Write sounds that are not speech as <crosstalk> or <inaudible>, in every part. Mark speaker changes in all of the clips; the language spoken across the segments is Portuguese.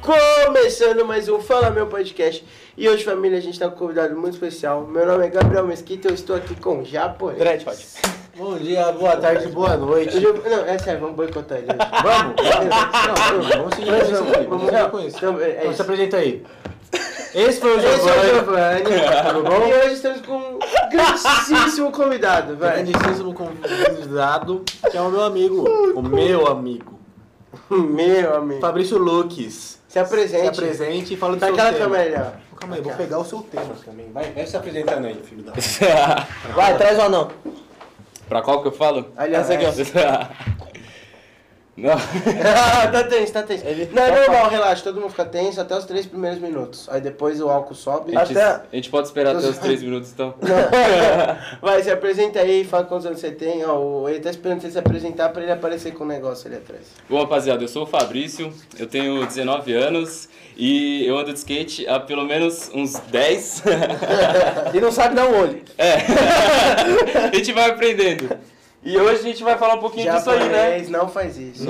Speaker 1: Começando mais um Fala Meu Podcast. E hoje, família, a gente tá com um convidado muito especial. Meu nome é Gabriel Mesquita, eu estou aqui com o japonês.
Speaker 2: Dread Hot.
Speaker 3: Bom dia, boa tarde, boa noite.
Speaker 1: Hoje eu- não, é sério, vamos boicotar ele.
Speaker 2: <laughs>
Speaker 1: hoje.
Speaker 3: Vamos, vamos,
Speaker 1: Não,
Speaker 3: vamos seguir com isso aí. Vamos seguir com isso.
Speaker 1: Então, é
Speaker 3: Então
Speaker 1: isso.
Speaker 3: se apresenta aí. Esse foi o
Speaker 1: Esse é o
Speaker 3: Giovanni.
Speaker 1: Giovanni.
Speaker 3: Tudo bom?
Speaker 1: E hoje estamos com um grandíssimo convidado, velho.
Speaker 3: Grandíssimo convidado, que é o meu amigo. O meu amigo.
Speaker 1: <laughs> Meu amigo.
Speaker 3: Fabrício Luques.
Speaker 1: Se
Speaker 3: Se
Speaker 1: apresente.
Speaker 3: apresente e fala do
Speaker 1: Tá
Speaker 3: seu
Speaker 1: aquela
Speaker 3: tema.
Speaker 1: câmera ali, ó.
Speaker 3: Calma aí, vou pegar o seu tema também. Vai, vai se apresentando
Speaker 2: né,
Speaker 3: aí, filho da...
Speaker 2: Vai, traz o anão.
Speaker 4: <laughs> Pra qual que eu falo?
Speaker 1: Aliás,
Speaker 2: Essa aqui, ó.
Speaker 4: é. <laughs> Não.
Speaker 1: Ah, <laughs> tá tenso, tá tenso.
Speaker 2: Ele-
Speaker 1: Não, é normal, relaxa, todo mundo fica tenso até os três primeiros minutos. Aí depois o álcool sobe.
Speaker 4: A gente,
Speaker 2: Até-
Speaker 4: a gente pode esperar até os 3 minutos, então.
Speaker 1: Não. Vai, se apresenta aí, fala quantos anos você tem. Ó, o- ele tá esperando você se apresentar pra ele aparecer com o negócio ali atrás.
Speaker 4: Bom, rapaziada, eu sou o Fabrício, eu tenho 19 anos e eu ando de skate há pelo menos uns 10.
Speaker 2: <laughs> E não sabe dar um olho.
Speaker 4: é. <laughs> a gente vai aprendendo. E hoje a gente vai falar um pouquinho disso aí, né?
Speaker 1: Japonês não faz isso.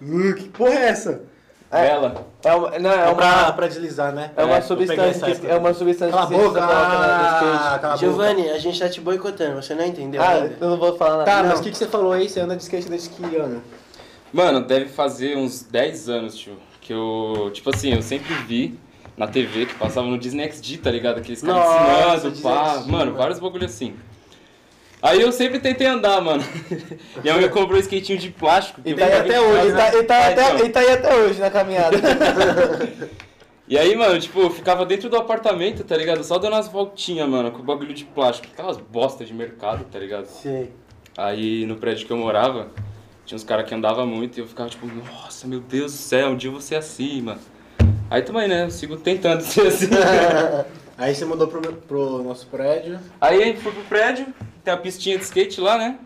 Speaker 2: Hum?
Speaker 3: Uh, que porra é essa?
Speaker 2: É.
Speaker 4: Bela.
Speaker 2: É uma,
Speaker 1: né,
Speaker 2: não, é
Speaker 3: É pra,
Speaker 2: uma,
Speaker 3: pra deslizar, né?
Speaker 2: é uma
Speaker 3: vou pegar essa
Speaker 2: substância.
Speaker 3: aqui.
Speaker 2: que- É uma substância.
Speaker 3: Cala a
Speaker 2: que você
Speaker 3: boca!
Speaker 2: coloca no skate.
Speaker 3: Cala a boca.
Speaker 1: Giovanni, a gente tá te boicotando, você não entendeu né?
Speaker 2: Ah,
Speaker 1: ainda.
Speaker 2: eu não vou falar nada.
Speaker 3: Tá,
Speaker 2: Não.
Speaker 3: mas o que, que você falou aí? Você anda de skate desde que ano?
Speaker 4: Mano, deve fazer uns 10 anos, tio. Que eu. Tipo assim, eu sempre vi na TV que passava no Disney XD, tá ligado? Aqueles
Speaker 1: Nossa,
Speaker 4: caras ensinando,
Speaker 1: Disney
Speaker 4: pá.
Speaker 1: XD,
Speaker 4: Mano,
Speaker 1: mano.
Speaker 4: vários bagulho assim. Aí eu sempre tentei andar,
Speaker 1: <laughs>
Speaker 4: mano. Minha mãe comprou um skatinho de plástico. que
Speaker 2: E
Speaker 4: eu
Speaker 2: tá aí
Speaker 4: ficava
Speaker 2: até
Speaker 4: em
Speaker 2: hoje,
Speaker 4: casa.
Speaker 2: ele tá, ele tá
Speaker 4: É,
Speaker 2: até,
Speaker 4: então.
Speaker 2: ele tá aí até hoje na caminhada.
Speaker 4: E aí, mano, tipo, eu ficava dentro do apartamento, tá ligado? Só dando umas voltinhas, mano, com o bagulho de plástico. Aquelas bostas de mercado, tá ligado?
Speaker 1: Sim.
Speaker 4: Aí no prédio que eu morava, tinha uns caras que andavam muito e eu ficava tipo, nossa, meu Deus do céu, um dia eu vou ser assim, mano. Aí também, né? Eu sigo tentando <laughs> ser assim.
Speaker 3: Aí você mudou pro, meu- pro nosso prédio.
Speaker 4: Aí a gente foi pro prédio, tem a pistinha de skate lá, né?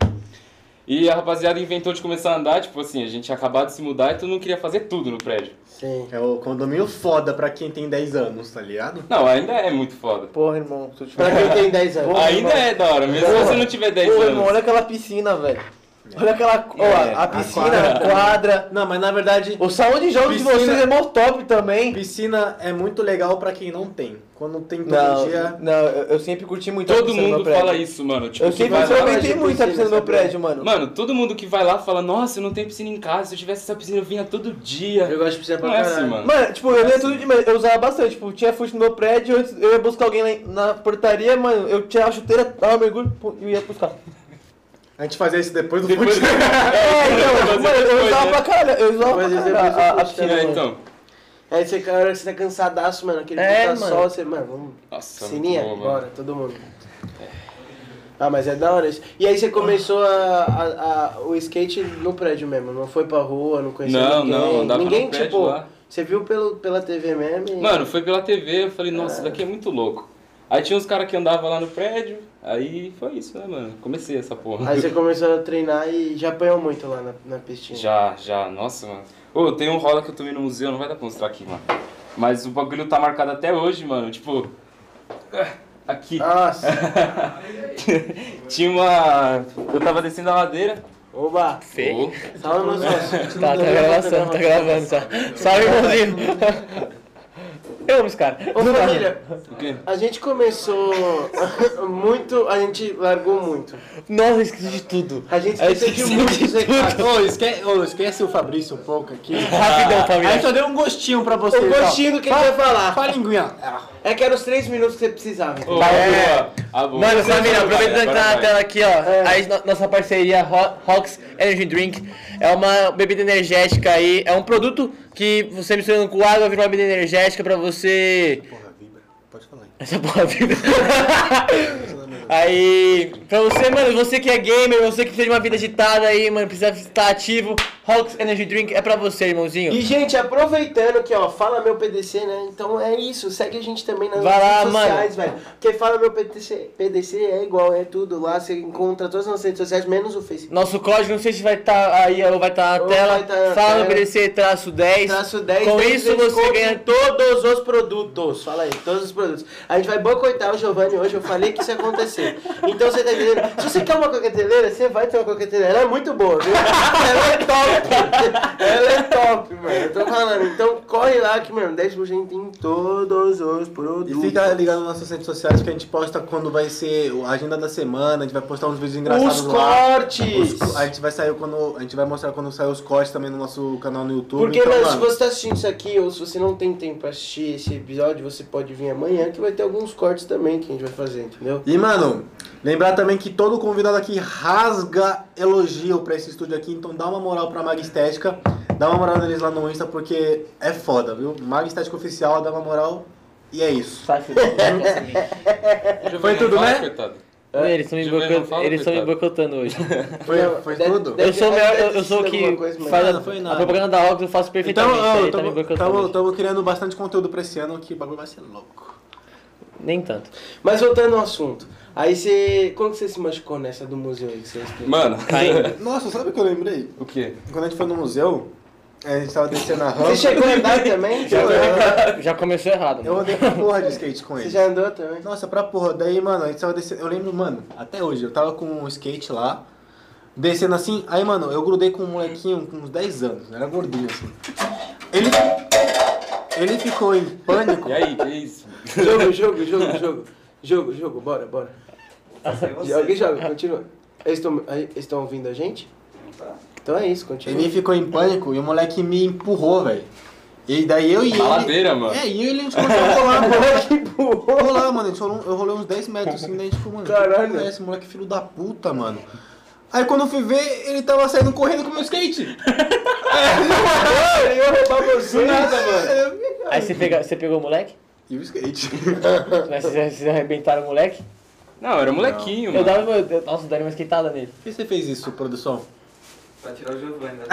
Speaker 4: E a rapaziada inventou de começar a andar, tipo assim, a gente tinha acabado de se mudar e todo mundo queria fazer tudo no prédio.
Speaker 1: <laughs> Sim.
Speaker 3: É o condomínio foda pra quem tem 10 anos, tá ligado?
Speaker 4: Não, ainda é muito foda.
Speaker 2: <laughs> Porra, irmão. se eu te
Speaker 1: Pra
Speaker 2: falar.
Speaker 1: quem tem 10 anos.
Speaker 2: Porra,
Speaker 4: ainda
Speaker 2: irmão.
Speaker 4: é da hora, mesmo se você não tiver 10
Speaker 2: Porra, irmão,
Speaker 4: anos.
Speaker 2: olha aquela piscina, velho. Olha aquela. Ó,
Speaker 3: É,
Speaker 2: a
Speaker 3: a
Speaker 2: piscina, a
Speaker 3: quadra.
Speaker 2: quadra.
Speaker 3: Não, mas na verdade,
Speaker 2: O salão de jogos de
Speaker 3: Piscina.
Speaker 2: vocês é mó top também.
Speaker 3: piscina é muito legal pra quem não tem. Quando tem todo
Speaker 2: Não,
Speaker 3: dia.
Speaker 2: não, eu eu sempre curti muito a
Speaker 4: Todo
Speaker 2: piscina do meu
Speaker 4: mundo
Speaker 2: tá prédio.
Speaker 4: fala isso, mano. Tipo,
Speaker 2: Eu
Speaker 4: que
Speaker 2: sempre
Speaker 4: vai lá-
Speaker 1: fala
Speaker 2: aproveitei
Speaker 1: de
Speaker 2: muito a
Speaker 1: piscina,
Speaker 2: piscina do meu
Speaker 1: sabia?
Speaker 2: prédio, mano.
Speaker 4: Mano, todo mundo que vai lá fala, nossa, eu não tenho piscina em casa, se eu tivesse essa piscina eu vinha todo
Speaker 1: Eu
Speaker 4: dia.
Speaker 1: gosto de piscina pra
Speaker 4: Não é assim,
Speaker 1: caralho.
Speaker 4: mano.
Speaker 2: Mano, tipo, eu ia tudo de. mas Eu usava bastante, tipo, tinha fute no meu prédio, antes eu ia buscar alguém lá em- na portaria, mano, eu tirava a chuteira, dava um mergulho pô, e ia buscar.
Speaker 3: A gente fazia isso depois
Speaker 4: <laughs>
Speaker 3: do
Speaker 4: Depois-
Speaker 3: futebol.
Speaker 2: É, então,
Speaker 4: Fazer
Speaker 2: mano, eu
Speaker 4: depois,
Speaker 2: usava
Speaker 4: né?
Speaker 2: pra caralho, eu usava
Speaker 1: Depois
Speaker 2: pra
Speaker 1: eu
Speaker 2: caralho Ah, a- a,
Speaker 1: fui
Speaker 2: piscina.
Speaker 4: É,
Speaker 2: mano.
Speaker 4: então.
Speaker 1: Aí você, a hora que você tá cansadaço, mano, aquele
Speaker 2: É,
Speaker 1: puta
Speaker 2: mano.
Speaker 1: sol, você, mano, vamos.
Speaker 4: Nossa, é
Speaker 1: Sininha,
Speaker 4: muito bom, mano.
Speaker 1: bora, todo mundo. Ah, mas é da hora isso. E aí você começou a, a- a- o skate no prédio mesmo, não foi pra rua, não conhecia
Speaker 4: Não,
Speaker 1: ninguém.
Speaker 4: não, andava no
Speaker 1: ninguém,
Speaker 4: prédio
Speaker 1: tipo,
Speaker 4: lá.
Speaker 1: você viu pelo, pela TV mesmo e...
Speaker 4: Mano, foi pela TV, eu falei, nossa, isso daqui é muito louco. Aí tinha uns caras que andavam lá no prédio, aí foi isso, né, mano? Comecei essa porra.
Speaker 1: Aí você começou a treinar e já apanhou muito lá na, na pistinha.
Speaker 4: Já, já, nossa, mano. Ô, tem um rola que eu tomei no museu, não vai dar pra mostrar aqui, mano. Mas o bagulho tá marcado até hoje, mano. Tipo. ah, Aqui.
Speaker 2: Ah.
Speaker 1: Nossa,
Speaker 4: Tinha uma. Eu tava descendo a ladeira.
Speaker 1: oba,
Speaker 4: Ô,
Speaker 1: salve meus sócios.
Speaker 2: Tá, tá gravação, tá gravando, tá. Salve, irmãozinho. <laughs> Eu amo esse cara.
Speaker 1: Ô família,
Speaker 4: o quê?
Speaker 1: a gente começou <laughs> muito, a gente largou muito.
Speaker 2: Nossa, eu esqueci de tudo.
Speaker 1: A gente
Speaker 2: Eu
Speaker 1: esqueceu de um muitos
Speaker 2: esqueci de
Speaker 3: <laughs>
Speaker 2: tudo.
Speaker 1: recados.
Speaker 3: Ô, esque- ô, esquece o Fabrício um pouco aqui.
Speaker 4: Ah,
Speaker 2: Rapidão,
Speaker 3: Aí
Speaker 2: família.
Speaker 3: só deu um gostinho pra você.
Speaker 1: O gostinho do que ele ia falar.
Speaker 3: Fala linguinha.
Speaker 1: É que eram os três minutos que você precisava.
Speaker 4: Ô,
Speaker 2: É.
Speaker 4: boa. Ah, boa.
Speaker 2: Mano, família, aproveitando que
Speaker 4: Agora
Speaker 2: tá na
Speaker 4: vai. É.
Speaker 2: tela aqui, ó. aí no- nossa parceria Ro- Rox Energy Drink é uma bebida energética aí. É um produto que você misturando com água vira uma bebida energética pra você.
Speaker 3: Porra, vibra. Pode falar aí.
Speaker 2: Essa porra vida. aí, pra você, mano, você que é gamer, você que precisa de uma vida agitada aí, mano, precisa estar ativo. Rox Energy Drink é pra você, irmãozinho.
Speaker 1: E, gente, aproveitando que, ó, Fala Meu PDC, né? Então é isso, segue a gente também nas
Speaker 2: Vai lá,
Speaker 1: redes sociais, velho. Porque Fala Meu PDC, PDC é igual, é tudo lá, você encontra todas as redes sociais, menos o Facebook.
Speaker 2: Nosso código, não sei se vai estar aí ou vai estar na
Speaker 1: Ou
Speaker 2: tela.
Speaker 1: vai tá na
Speaker 2: Fala
Speaker 1: tela.
Speaker 2: BDC traço 10.
Speaker 1: Traço 10,
Speaker 2: Com
Speaker 1: 10
Speaker 2: isso
Speaker 1: desconto
Speaker 2: você
Speaker 1: em
Speaker 2: ganha.
Speaker 1: todos os produtos. Fala aí, todos os produtos. A gente vai boicotar o Giovanni hoje, eu falei que isso ia acontecer. Então você tá entendendo? Se você quer uma coqueteleira, você vai ter uma coqueteleira. Ela é muito boa, viu? Ela é top, Ela é top, mano. Eu tô falando. Então corre lá que, mano, 10% em todos os
Speaker 3: E
Speaker 1: produtos.
Speaker 3: fica ligado nas nossas redes sociais que a gente posta quando vai ser a agenda da semana, a gente vai postar uns vídeos engraçados
Speaker 1: Os
Speaker 3: lá.
Speaker 1: cortes!
Speaker 3: Os co- Tipo, a gente vai sair quando. A gente vai mostrar quando sair os cortes também no nosso canal no YouTube.
Speaker 1: Porque,
Speaker 3: então,
Speaker 1: mano, se
Speaker 3: mano,
Speaker 1: você tá assistindo isso aqui, ou se você não tem tempo pra assistir esse episódio, você pode vir amanhã, que vai ter alguns cortes também que a gente vai fazer, entendeu?
Speaker 3: E, mano, lembrar também que todo convidado aqui rasga elogio pra esse estúdio aqui, então dá uma moral pra Mag Estética, dá uma moral neles lá no Insta, porque é foda, viu? Mag Estética Oficial, dá uma moral e é isso.
Speaker 2: Sabe?
Speaker 4: Foi
Speaker 2: tudo, né?
Speaker 4: Coitado.
Speaker 2: Eles estão me,
Speaker 4: Gilberto,
Speaker 2: boicot-
Speaker 4: fala,
Speaker 2: eles tão me
Speaker 4: coitado.
Speaker 2: boicotando hoje.
Speaker 3: Foi,
Speaker 1: Não,
Speaker 3: foi
Speaker 1: deve-
Speaker 3: tudo?
Speaker 1: deve-
Speaker 2: Eu sou, o meu- eu, eu sou o
Speaker 1: Alguma
Speaker 2: que
Speaker 1: coisa, mas
Speaker 2: faz
Speaker 3: nada, foi
Speaker 2: a,
Speaker 3: nada.
Speaker 2: a propaganda da Ox, eu faço
Speaker 3: Então,
Speaker 2: perfeitamente.
Speaker 3: ó,
Speaker 2: Ele tá me boicotando hoje.
Speaker 3: estamos criando bastante conteúdo pra esse ano, que o bagulho vai ser louco.
Speaker 2: Nem tanto.
Speaker 1: Mas voltando ao assunto, aí você. Como que você se machucou nessa do museu aí que você explicou?
Speaker 4: Mano,
Speaker 2: Caindo.
Speaker 3: Nossa, sabe o que eu lembrei?
Speaker 4: o quê?
Speaker 3: Quando a gente foi no museu, a gente tava descendo a rampa.
Speaker 1: Você chegou a andar também?
Speaker 3: Eu,
Speaker 2: Já começou errado.
Speaker 3: eu
Speaker 2: mano.
Speaker 3: andei pra porra de skate com
Speaker 1: Você
Speaker 3: ele.
Speaker 1: já andou também?
Speaker 3: Nossa, pra porra. Daí, mano, a gente tava descendo. Eu lembro, mano, até hoje, eu tava com um skate lá, descendo assim. Aí, mano, eu grudei com um molequinho com uns 10 anos, era gordinho assim. Ele. Ele ficou em pânico.
Speaker 4: E aí, que isso?
Speaker 1: Jogo, jogo, jogo, jogo. Jogo, jogo, bora, bora.
Speaker 2: é
Speaker 1: Alguém joga, continua. Eles estão aí, estão ouvindo a gente? Então é isso,
Speaker 3: Ele
Speaker 1: continua.
Speaker 3: ficou em pânico e o moleque me empurrou, velho. E daí eu e ele.
Speaker 4: Baladeira, mano.
Speaker 3: É, e ele a gente começou a
Speaker 1: <laughs>
Speaker 3: rolar,
Speaker 1: é
Speaker 3: mano.
Speaker 1: empurrou.
Speaker 3: Rolar, mano. a gente rolou- eu rolei uns 10 metros assim, daí a gente ficou, mano.
Speaker 1: Caralho.
Speaker 3: que porra é Esse moleque filho da puta, mano. Aí quando eu fui ver, ele tava saindo correndo com o
Speaker 1: <laughs>
Speaker 3: meu skate. É.
Speaker 1: Eu ia roubar você.
Speaker 2: Aí você, pega, você pegou o moleque?
Speaker 3: E
Speaker 1: <laughs>
Speaker 3: o skate.
Speaker 2: Mas Vocês vocês arrebentaram o moleque?
Speaker 4: Não, era molequinho,
Speaker 2: Eu
Speaker 4: mano.
Speaker 2: dava, eu, nossa, eu daria uma esquentada nele.
Speaker 3: Por que você fez isso, produção?
Speaker 5: Pra tirar o Giovanni. né?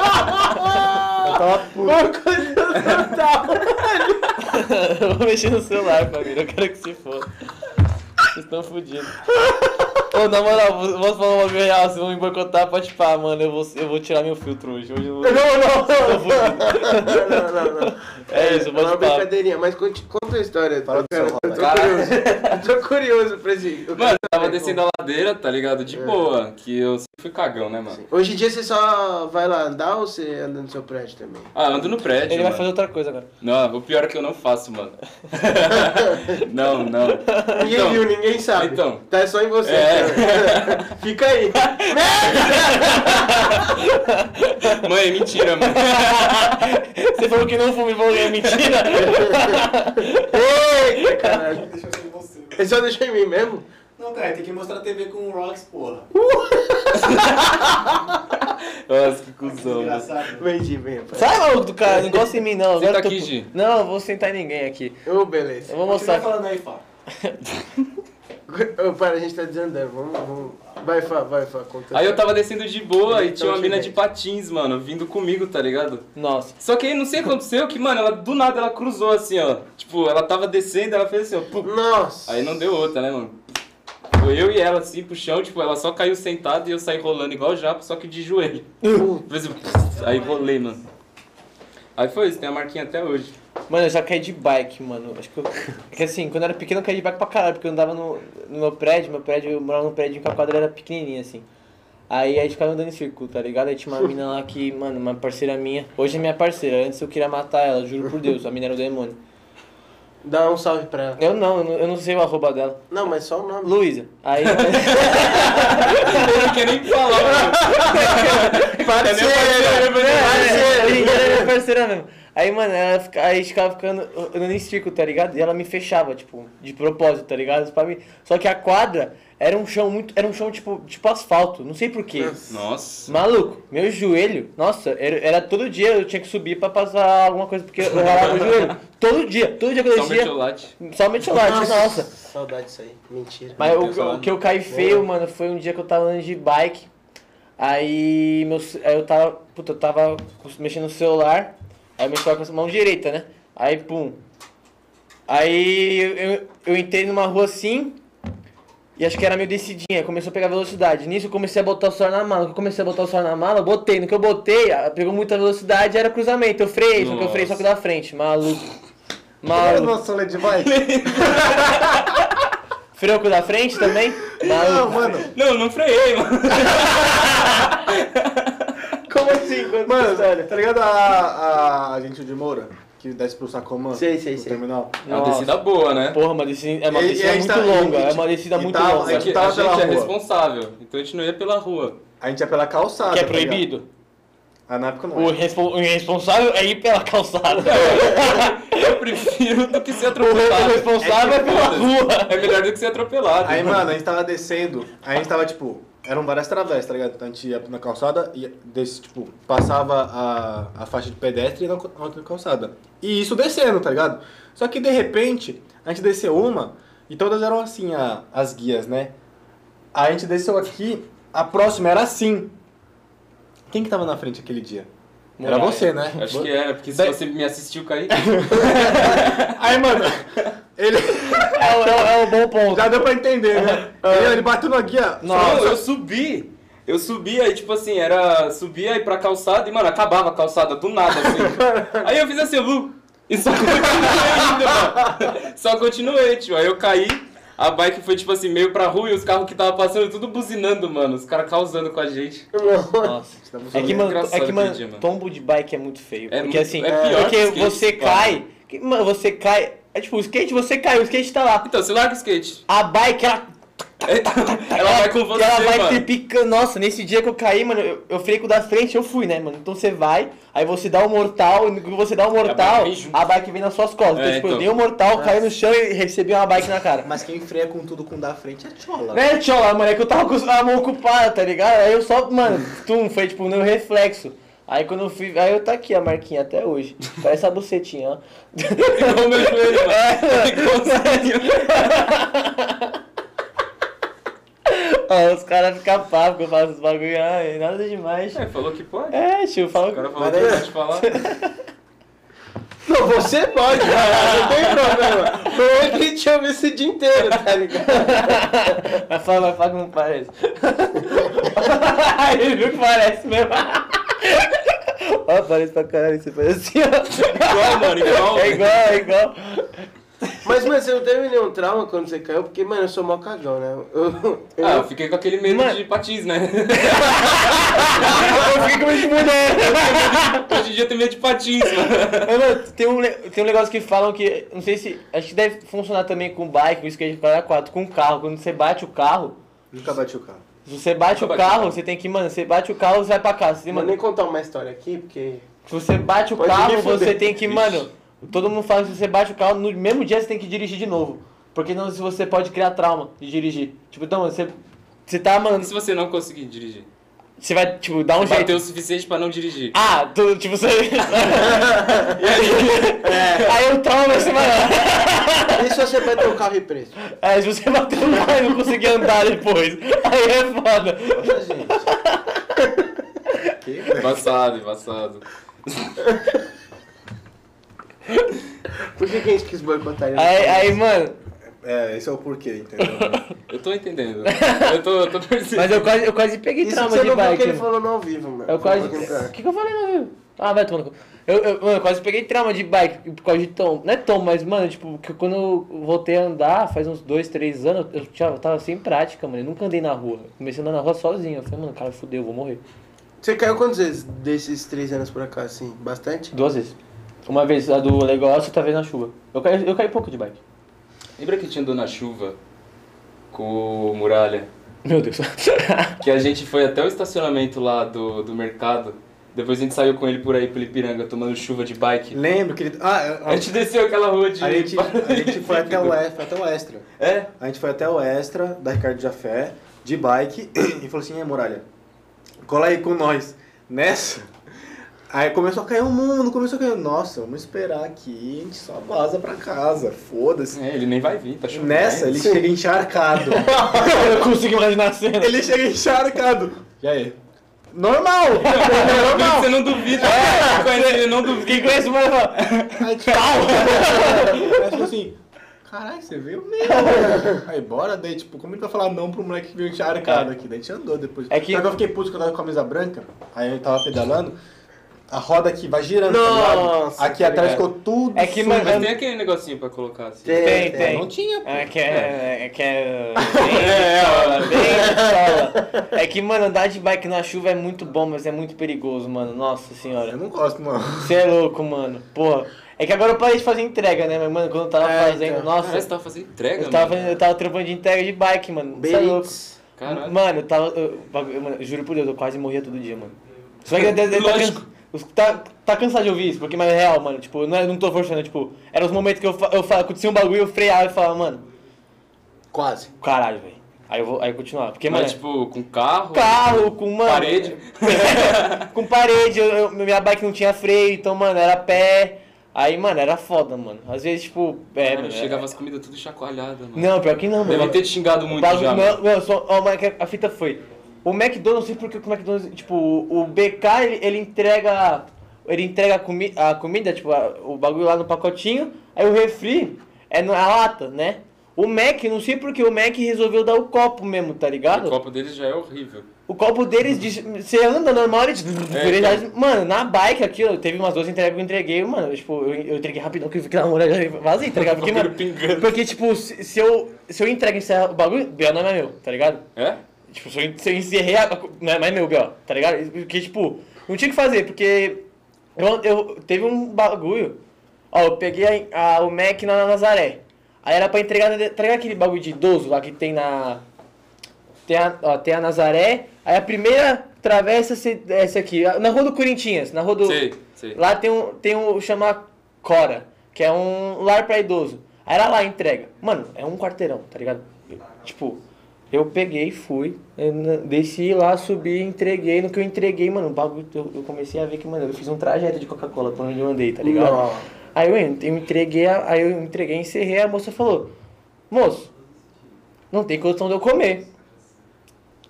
Speaker 3: Eu
Speaker 2: <laughs>
Speaker 3: tava puto.
Speaker 2: eu vou mexer no celular, família. Eu quero que se foda. Vocês estão fodidos. Ô, na moral, vou vou falar uma coisa real. Vocês vão me boicotar, pode pá, mano. Eu vou, eu vou tirar meu filtro hoje. Hoje eu vou...
Speaker 1: não, não. Não, não, não.
Speaker 2: É isso,
Speaker 1: É uma
Speaker 2: pode pá.
Speaker 1: brincadeirinha, mas conte- conta a história.
Speaker 3: Fala
Speaker 1: Eu
Speaker 3: do
Speaker 1: quero-
Speaker 3: seu
Speaker 1: eu tô
Speaker 4: Caralho.
Speaker 1: curioso. Eu tô curioso pra esse. eu
Speaker 4: Mano,
Speaker 1: quero
Speaker 4: eu
Speaker 2: É.
Speaker 4: tava
Speaker 1: saber
Speaker 4: descendo a ladeira, tá ligado? De boa. Que eu sempre fui cagão, né, mano?
Speaker 1: como. Hoje em dia você só vai lá andar ou você anda no seu prédio também?
Speaker 4: Ah, ando no prédio.
Speaker 2: Ele vai
Speaker 4: mano.
Speaker 2: fazer outra coisa agora.
Speaker 4: Não, o pior é que eu não faço, mano. <laughs> não, não.
Speaker 1: Ninguém
Speaker 4: Então,
Speaker 1: viu, ninguém sabe.
Speaker 4: então.
Speaker 1: Tá só em você.
Speaker 4: É.
Speaker 1: cara. <laughs> Fica aí.
Speaker 4: Mãe, mentira, mano.
Speaker 2: Você falou que não fumou, falou que é <laughs> mentira.
Speaker 1: Ei, caralho.
Speaker 5: Deixa eu ser você.
Speaker 1: Ele É só deixou em mim mesmo?
Speaker 5: Não, cara, tem que mostrar a TV com o Rox, porra.
Speaker 4: Nossa, que cuzão. mano.
Speaker 5: Engraçado. né?
Speaker 1: Vendi bem, rapaz.
Speaker 2: Sai, maluco é do cara, não gosta em mim, não.
Speaker 4: Senta
Speaker 2: Agora eu tô-
Speaker 4: aqui, Gi.
Speaker 2: Não, eu vou sentar em ninguém aqui.
Speaker 1: Ô, beleza.
Speaker 2: Eu
Speaker 5: Continua
Speaker 2: vou mostrar.
Speaker 5: Tá falando aí, Fá.
Speaker 1: Ô, para, a gente tá desandando. Vamos, vamos. Vai, Fá, vai, Fá, conta.
Speaker 4: Aí eu tava descendo de boa e
Speaker 2: tá
Speaker 1: Então,
Speaker 4: tinha uma mina de
Speaker 1: gente.
Speaker 4: patins, mano, vindo comigo, tá ligado?
Speaker 2: Nossa.
Speaker 4: Só que aí não sei o que aconteceu, que, mano, ela do nada ela cruzou assim, ó. Tipo, ela tava descendo, ela fez assim, ó. pum.
Speaker 1: Nossa.
Speaker 4: Aí não deu outra, né, mano? Foi eu e ela assim pro chão, tipo, ela só caiu sentada e eu saí rolando igual japa, só que de joelho. Fez um pss, Aí rolei, mano. Aí foi isso, tem a marquinha até hoje.
Speaker 2: Mano, eu já caí de bike, mano. Acho que eu. Porque assim, quando eu era pequeno eu caí de bike pra caralho, porque eu andava no, no meu prédio, meu prédio, eu morava num prédio que a quadra era pequenininha, assim. Aí a gente ficava andando em círculo, tá ligado? Aí tinha uma mina lá que, mano, uma parceira minha. Hoje é minha parceira, antes eu queria matar ela, juro por Deus, a mina era o demônio.
Speaker 1: Dá um salve pra ela.
Speaker 2: Eu não, eu não, eu não sei o arroba dela.
Speaker 1: Não, mas só o nome.
Speaker 2: Luísa.
Speaker 4: <laughs> <laughs>
Speaker 2: Aí.
Speaker 4: Eu não quer nem falar, <laughs> mano. Parceiro, né? É,
Speaker 2: parceira, assim, ela era minha parceira mesmo. Aí, mano, ela fica, aí a gente ficava ficando andando em círculo, tá ligado? E ela me fechava, tipo, de propósito, tá ligado? Pra mim. Só que a quadra era um chão muito. Era um chão tipo, tipo asfalto, não sei porquê.
Speaker 4: Nossa.
Speaker 2: Maluco, meu joelho, nossa, era, era todo dia eu tinha que subir pra passar alguma coisa, porque eu ralava o joelho. Todo dia, todo dia que eu
Speaker 4: Só um
Speaker 2: descia.
Speaker 4: mertiolate.
Speaker 2: Só metiolate, nossa.
Speaker 1: Saudade disso aí. Mentira.
Speaker 2: Mas
Speaker 4: Meu
Speaker 2: o,
Speaker 4: Deus,
Speaker 2: que- o
Speaker 4: mano.
Speaker 2: que eu caí feio, mano, foi um dia que eu tava andando de bike. Aí, meu, ce- aí eu tava. Puta, eu tava mexendo no celular. Aí eu mexi com a mão direita, né? Aí, pum. Aí eu, eu, eu entrei numa rua assim. E acho que era meio descidinha, começou a pegar velocidade. Nisso eu comecei a botar o celular na mala. Quando eu comecei a botar o celular na mala, eu botei. No que eu botei, a- pegou muita velocidade, era cruzamento. Eu freiei, só que eu freiei só que da frente. Maluco.
Speaker 3: <laughs>
Speaker 1: é
Speaker 3: Olha
Speaker 2: Maluco.
Speaker 3: nossa, de bike.
Speaker 2: Franco da frente também?
Speaker 3: Não, mano.
Speaker 4: Não, não freiei, mano.
Speaker 1: Como assim? Quanto
Speaker 3: Mano,
Speaker 1: história?
Speaker 3: tá ligado a, a, a gente de Moura? Que desce pro Sacomã?
Speaker 1: Sei, sei,
Speaker 3: no
Speaker 1: sei.
Speaker 3: terminal.
Speaker 4: É uma descida boa, né?
Speaker 2: Porra, uma descida, é uma
Speaker 3: E- e
Speaker 2: descida
Speaker 3: a gente
Speaker 2: muito
Speaker 3: tá-
Speaker 2: longa.
Speaker 3: e-
Speaker 2: É uma descida
Speaker 3: e
Speaker 2: muito
Speaker 3: tava-
Speaker 2: longa.
Speaker 3: a
Speaker 4: É que
Speaker 3: tava
Speaker 4: a gente
Speaker 3: pela
Speaker 4: é
Speaker 3: rua.
Speaker 4: responsável, então a gente não ia pela rua.
Speaker 3: A gente ia pela calçada.
Speaker 2: Que é
Speaker 3: tá ligado?
Speaker 2: proibido.
Speaker 3: Ah, na época não.
Speaker 2: O,
Speaker 3: era.
Speaker 2: respo- o responsável é ir pela calçada.
Speaker 4: Eu prefiro do que ser
Speaker 2: O
Speaker 4: atropelado.
Speaker 2: responsável é pela
Speaker 4: foda-se.
Speaker 2: rua.
Speaker 4: É melhor do que ser atropelado.
Speaker 3: Aí, mano, a gente tava descendo, aí a gente tava, tipo, eram várias travessas, tá ligado? Então a gente ia na calçada e desse, tipo, passava a, a faixa de pedestre na co- na outra calçada. E isso descendo, tá ligado? Só que de repente, a gente desceu uma e todas eram assim, a- as guias, né? Aí a gente desceu aqui, a próxima era assim. Quem que tava na frente aquele dia? Era
Speaker 2: Moraes.
Speaker 3: você, né?
Speaker 4: Acho que é. era, porque se
Speaker 3: Daí-
Speaker 4: você me assistiu
Speaker 3: <laughs>
Speaker 4: cair.
Speaker 3: Aí, mano,
Speaker 4: <laughs>
Speaker 3: ele.
Speaker 2: É, o- é o- é o bom ponto.
Speaker 3: Já deu pra entender, né?
Speaker 4: É.
Speaker 3: Ele, ele bateu na guia. só-
Speaker 4: Não, Tipo, eu subi. Eu subi, aí tipo assim, era. Subia aí pra calçada e, mano, acabava a calçada do nada,
Speaker 3: <laughs>
Speaker 4: assim. aí eu fiz assim, Lu. E só continuei ainda,
Speaker 3: <laughs>
Speaker 4: mano. Só continuei, tio. Aí eu caí, a bike foi tipo assim, meio pra rua e os carros que tava passando, tudo buzinando, mano. Os caras causando com a gente.
Speaker 2: Nossa. É que, mano,
Speaker 4: engraçado
Speaker 2: é que,
Speaker 4: aquele
Speaker 2: mano,
Speaker 4: dia, mano.
Speaker 2: tombo de bike é muito feio.
Speaker 4: É
Speaker 2: porque
Speaker 4: muito-
Speaker 2: assim,
Speaker 4: é pior que
Speaker 2: porque
Speaker 4: skate,
Speaker 2: você
Speaker 4: cara.
Speaker 2: cai. que- mano, você cai. É tipo, o skate você cai, o skate tá lá.
Speaker 4: Então, você larga o skate. <laughs>
Speaker 2: A bike, ela.
Speaker 4: Ela vai com você,
Speaker 2: É, ela vai
Speaker 4: mano.
Speaker 2: te picando. Nossa, nesse dia que eu caí, mano, eu, eu fiquei com o da frente, eu fui, né, mano? Então você vai, aí você dá o mortal, e no que você dá o mortal,
Speaker 4: vem junto.
Speaker 2: a bike vem nas suas costas.
Speaker 4: É,
Speaker 2: então, tipo, eu
Speaker 4: então.
Speaker 2: dei o mortal, caí no chão e recebi uma bike na cara.
Speaker 3: Mas quem freia com tudo com o da frente é chola.
Speaker 2: Né, tio, lá, mano, é que eu tava com a mão ocupada, tá ligado? Aí eu só, mano, tum, foi tipo no reflexo. Aí quando eu fui, aí eu tá aqui a marquinha até hoje. Parece a bucetinha, ó. É,
Speaker 4: Pegou meu joelho,
Speaker 2: <laughs>
Speaker 4: mano. <laughs>
Speaker 3: <laughs>
Speaker 4: Igualzinho.
Speaker 2: Ó, os caras ficam papo que eu faço os bagulho, ai, nada demais.
Speaker 4: É, falou que pode.
Speaker 2: É, tio,
Speaker 4: O
Speaker 2: fala
Speaker 4: cara falou
Speaker 3: é
Speaker 4: que pode
Speaker 3: <laughs>
Speaker 4: falar.
Speaker 1: Não, você pode,
Speaker 3: <laughs>
Speaker 1: cara, não tem problema. Foi eu que te amo esse dia inteiro, tá ligado?
Speaker 2: Mas fala, mas fala como parece. <laughs> Ele viu que parece mesmo. Ó, parece pra caralho, você faz assim, ó.
Speaker 4: Igual, mano, igual.
Speaker 2: É igual, é igual.
Speaker 1: Mas, mano, você não teve nenhum trauma quando você caiu? Porque, mano, eu sou mó cagão, né? Eu, eu-
Speaker 4: Ah, eu fiquei com aquele medo
Speaker 2: Mano.
Speaker 4: de patins, né? <laughs>
Speaker 2: Eu fiquei com medo de mulher.
Speaker 4: Hoje em dia eu tenho medo de patins, mano.
Speaker 2: Mas, mano, tem um, ne- tem um negócio que falam que, não sei se, acho que deve funcionar também com bike, com skate, com é quatro, com carro. Quando você bate o carro,
Speaker 3: Nunca bati o carro.
Speaker 2: se você bate
Speaker 4: Nunca
Speaker 2: o
Speaker 4: bati o
Speaker 2: carro,
Speaker 4: carro.
Speaker 2: você tem que, mano, você bate o carro, você vai pra casa. Você,
Speaker 1: Mano,
Speaker 2: mano,
Speaker 1: nem contar uma história aqui, porque.
Speaker 2: se você bate o
Speaker 1: Pode
Speaker 2: carro,
Speaker 1: me fuder.
Speaker 2: você tem que,
Speaker 4: Vixe.
Speaker 2: mano, todo mundo fala que se você bate o carro, no mesmo dia você tem que dirigir de novo. Porque não, se você pode criar trauma de dirigir. Tipo, então, mano, você, você tá, mano,
Speaker 4: E se você não conseguir dirigir?
Speaker 2: você vai, tipo, dar um
Speaker 4: Bateu
Speaker 2: jeito.
Speaker 4: o suficiente pra não
Speaker 2: <laughs>
Speaker 4: dirigir.
Speaker 2: Ah, tu, tipo, você... <laughs> Aí o trauma vai ser maior.
Speaker 1: E se você bater o carro e preso?
Speaker 2: Aí se você bater lá e não conseguir andar depois, <laughs> aí é foda.
Speaker 3: Olha, gente. que, velho?
Speaker 4: Embaçado, embaçado.
Speaker 1: Por que, que a gente quis boicotar ele?
Speaker 2: Aí, aí, mano,
Speaker 3: É, esse é o porquê, entendeu?
Speaker 1: <laughs>
Speaker 4: Eu tô entendendo. Eu tô, eu tô percebendo.
Speaker 2: mas eu quase, eu quase peguei
Speaker 1: Isso que
Speaker 2: trauma
Speaker 1: você
Speaker 2: de
Speaker 1: não viu o
Speaker 2: bike.
Speaker 1: que ele
Speaker 2: mano.
Speaker 1: falou no ao vivo, mano.
Speaker 2: Eu quase.
Speaker 1: Vou
Speaker 2: O
Speaker 1: contar.
Speaker 2: que, que eu falei, não viu? Ah, vai tomando. Eu, eu, mano, eu quase peguei trauma de bike por causa de tom. Não é tom, mas, mano, tipo, que quando eu voltei a andar, faz uns dois, três anos, eu, tinha- eu tava sem prática, mano. Eu nunca andei na rua. Eu Comecei a andar na rua sozinho. Eu falei, mano, cara, fudeu, eu vou morrer.
Speaker 1: Você caiu quantas vezes desses três anos pra cá, assim? Bastante?
Speaker 2: Duas vezes. Uma vez a do negócio, outra vez na chuva. Eu caí, eu caí pouco de bike.
Speaker 4: Lembra que tinha andado na chuva com o Muralha?
Speaker 2: Meu <laughs> Deus.
Speaker 4: Que a gente foi até o estacionamento lá do, do mercado. Depois a gente saiu com ele por aí, pelo Ipiranga, tomando chuva de bike.
Speaker 3: Lembro que ele. Ah, eu-
Speaker 4: A gente desceu aquela rua de...
Speaker 3: a gente, a gente foi, até o, E- foi até o Extra.
Speaker 4: É,
Speaker 3: A gente foi até o Extra da Ricardo Jafé, de bike, <clears throat> e falou assim: é, Muralha, cola aí com nós. Nessa. Aí começou a cair o mundo, começou a cair. um, Nossa, vamos esperar aqui, a gente só vaza pra casa, foda-se.
Speaker 4: É, ele nem vai vir, tá chovendo.
Speaker 3: Nessa, ele chega encharcado.
Speaker 2: eu consigo imaginar a cena.
Speaker 3: <laughs> Ele chega encharcado. E aí? Normal! <laughs>
Speaker 4: Você não duvida, é, conhece ele, não duvida.
Speaker 2: Quem conhece o mano fala,
Speaker 3: <laughs> Aí tipo, aí, tipo assim, caralho, você veio mesmo? Aí bora, daí tipo, como é que vai falar não pro moleque que veio encharcado aqui? Daí a gente andou depois.
Speaker 2: É que-
Speaker 3: Só eu fiquei puto que eu tava com a camisa branca, aí eu tava pedalando, a roda aqui vai girando. tá ligado?
Speaker 1: Nossa,
Speaker 3: Aqui
Speaker 1: tá
Speaker 3: atrás
Speaker 1: ligado.
Speaker 3: ficou tudo.
Speaker 2: É que,
Speaker 3: sujo.
Speaker 2: mano,
Speaker 4: Mas tem aquele negocinho pra colocar assim.
Speaker 2: Tem, tem.
Speaker 3: Não tinha, pô.
Speaker 2: É que é. É que é. Bem de sola, bem de sola. É que, mano, andar de bike na chuva é muito bom, mas é muito perigoso, mano. Nossa
Speaker 3: Eu
Speaker 2: senhora.
Speaker 3: não gosto, mano.
Speaker 2: Você é louco, mano. Porra. É que agora eu parei de fazer entrega, né? Mas, mano, quando eu tava
Speaker 1: É,
Speaker 2: fazendo.
Speaker 1: então.
Speaker 4: Nossa, você tá né?
Speaker 2: Nossa,
Speaker 4: tava fazendo entrega,
Speaker 2: eu tava,
Speaker 4: mano.
Speaker 2: fazendo- eu tava trampando de entrega de bike, mano. Você é louco.
Speaker 1: Bates.
Speaker 4: Caralho.
Speaker 2: Mano, eu tava. Eu, bagulho- mano, eu juro por Deus, eu quase morria todo dia, mano. Só que deve, deve tá,
Speaker 4: Lógico.
Speaker 2: can- os- tá, tá cansado de ouvir isso, porque, mas é real, mano. Tipo, não, é- não tô forçando, tipo, eram os momentos que eu, fa- eu fa- acontecia um bagulho, eu freava e falava, mano,
Speaker 1: Quase.
Speaker 2: caralho, velho. Aí eu vou, aí eu continuava. Porque, mano, um
Speaker 4: Mas, tipo, com carro,
Speaker 2: né? carro, com, mano.
Speaker 4: parede.
Speaker 2: <laughs> com parede, eu- eu- minha bike não tinha freio, então, mano, era pé. Aí, mano, era foda, mano. Às vezes, tipo, é,
Speaker 4: mano,
Speaker 2: mano.
Speaker 4: chegava
Speaker 2: é-
Speaker 4: as comidas tudo chacoalhadas, mano.
Speaker 2: Não, pior que não, mano.
Speaker 4: Deve ter te xingado
Speaker 2: O
Speaker 4: muito
Speaker 2: bagulho-
Speaker 4: já.
Speaker 2: não,
Speaker 4: mano.
Speaker 2: não, só, ó, mas é que a fita foi. O McDonald's, não sei porque o McDonald's, tipo, o, o BK, ele, ele entrega. Ele entrega a, comi a comida, tipo, a- o bagulho lá no pacotinho, aí o refri é na lata, né? O Mac, não sei porque o Mac resolveu dar o copo mesmo, tá ligado?
Speaker 4: O copo deles já é horrível.
Speaker 2: O copo deles, diz- você anda normal, eles... <laughs>
Speaker 4: então.
Speaker 2: Mano, na bike aqui, ó, teve umas duas entregas que eu entreguei, mano, tipo, eu, eu entreguei rapidão, que eu fiquei na moral, eu vazei, entregar,
Speaker 4: <laughs>
Speaker 2: porque, mano...
Speaker 4: Bagulho pingando.
Speaker 2: Porque, tipo, se, se eu, se eu entrego e encerro o bagulho, B.O. não é mais meu, tá ligado?
Speaker 4: É?
Speaker 2: Tipo, se eu, se eu encerrei, a, não é mais meu B.O., tá ligado? Porque, tipo, não tinha o que fazer, porque eu, eu teve um bagulho, ó, eu peguei a- a- o Mac na Nazaré, aí era pra entregar, entregar aquele bagulho de idoso lá que tem na... Tem a, ó, tem a Nazaré, aí a primeira travessa se- é essa aqui, na rua do Corintinhas, na rua do...
Speaker 4: Sei, sei.
Speaker 2: Lá tem um, tem um chama Cora, que é um lar pra idoso. Aí era lá, entrega. Mano, é um quarteirão, tá ligado? Eu- tipo, eu peguei, fui, eu na- desci lá, subi, entreguei. No que eu entreguei, mano, o bagulho, eu, eu comecei a ver que, mano, eu fiz um trajeto de Coca-Cola pra onde eu andei, tá ligado?
Speaker 1: Não.
Speaker 2: Aí eu, en- eu entreguei, a- aí eu entreguei, encerrei, a moça falou, moço, não tem condição de eu comer.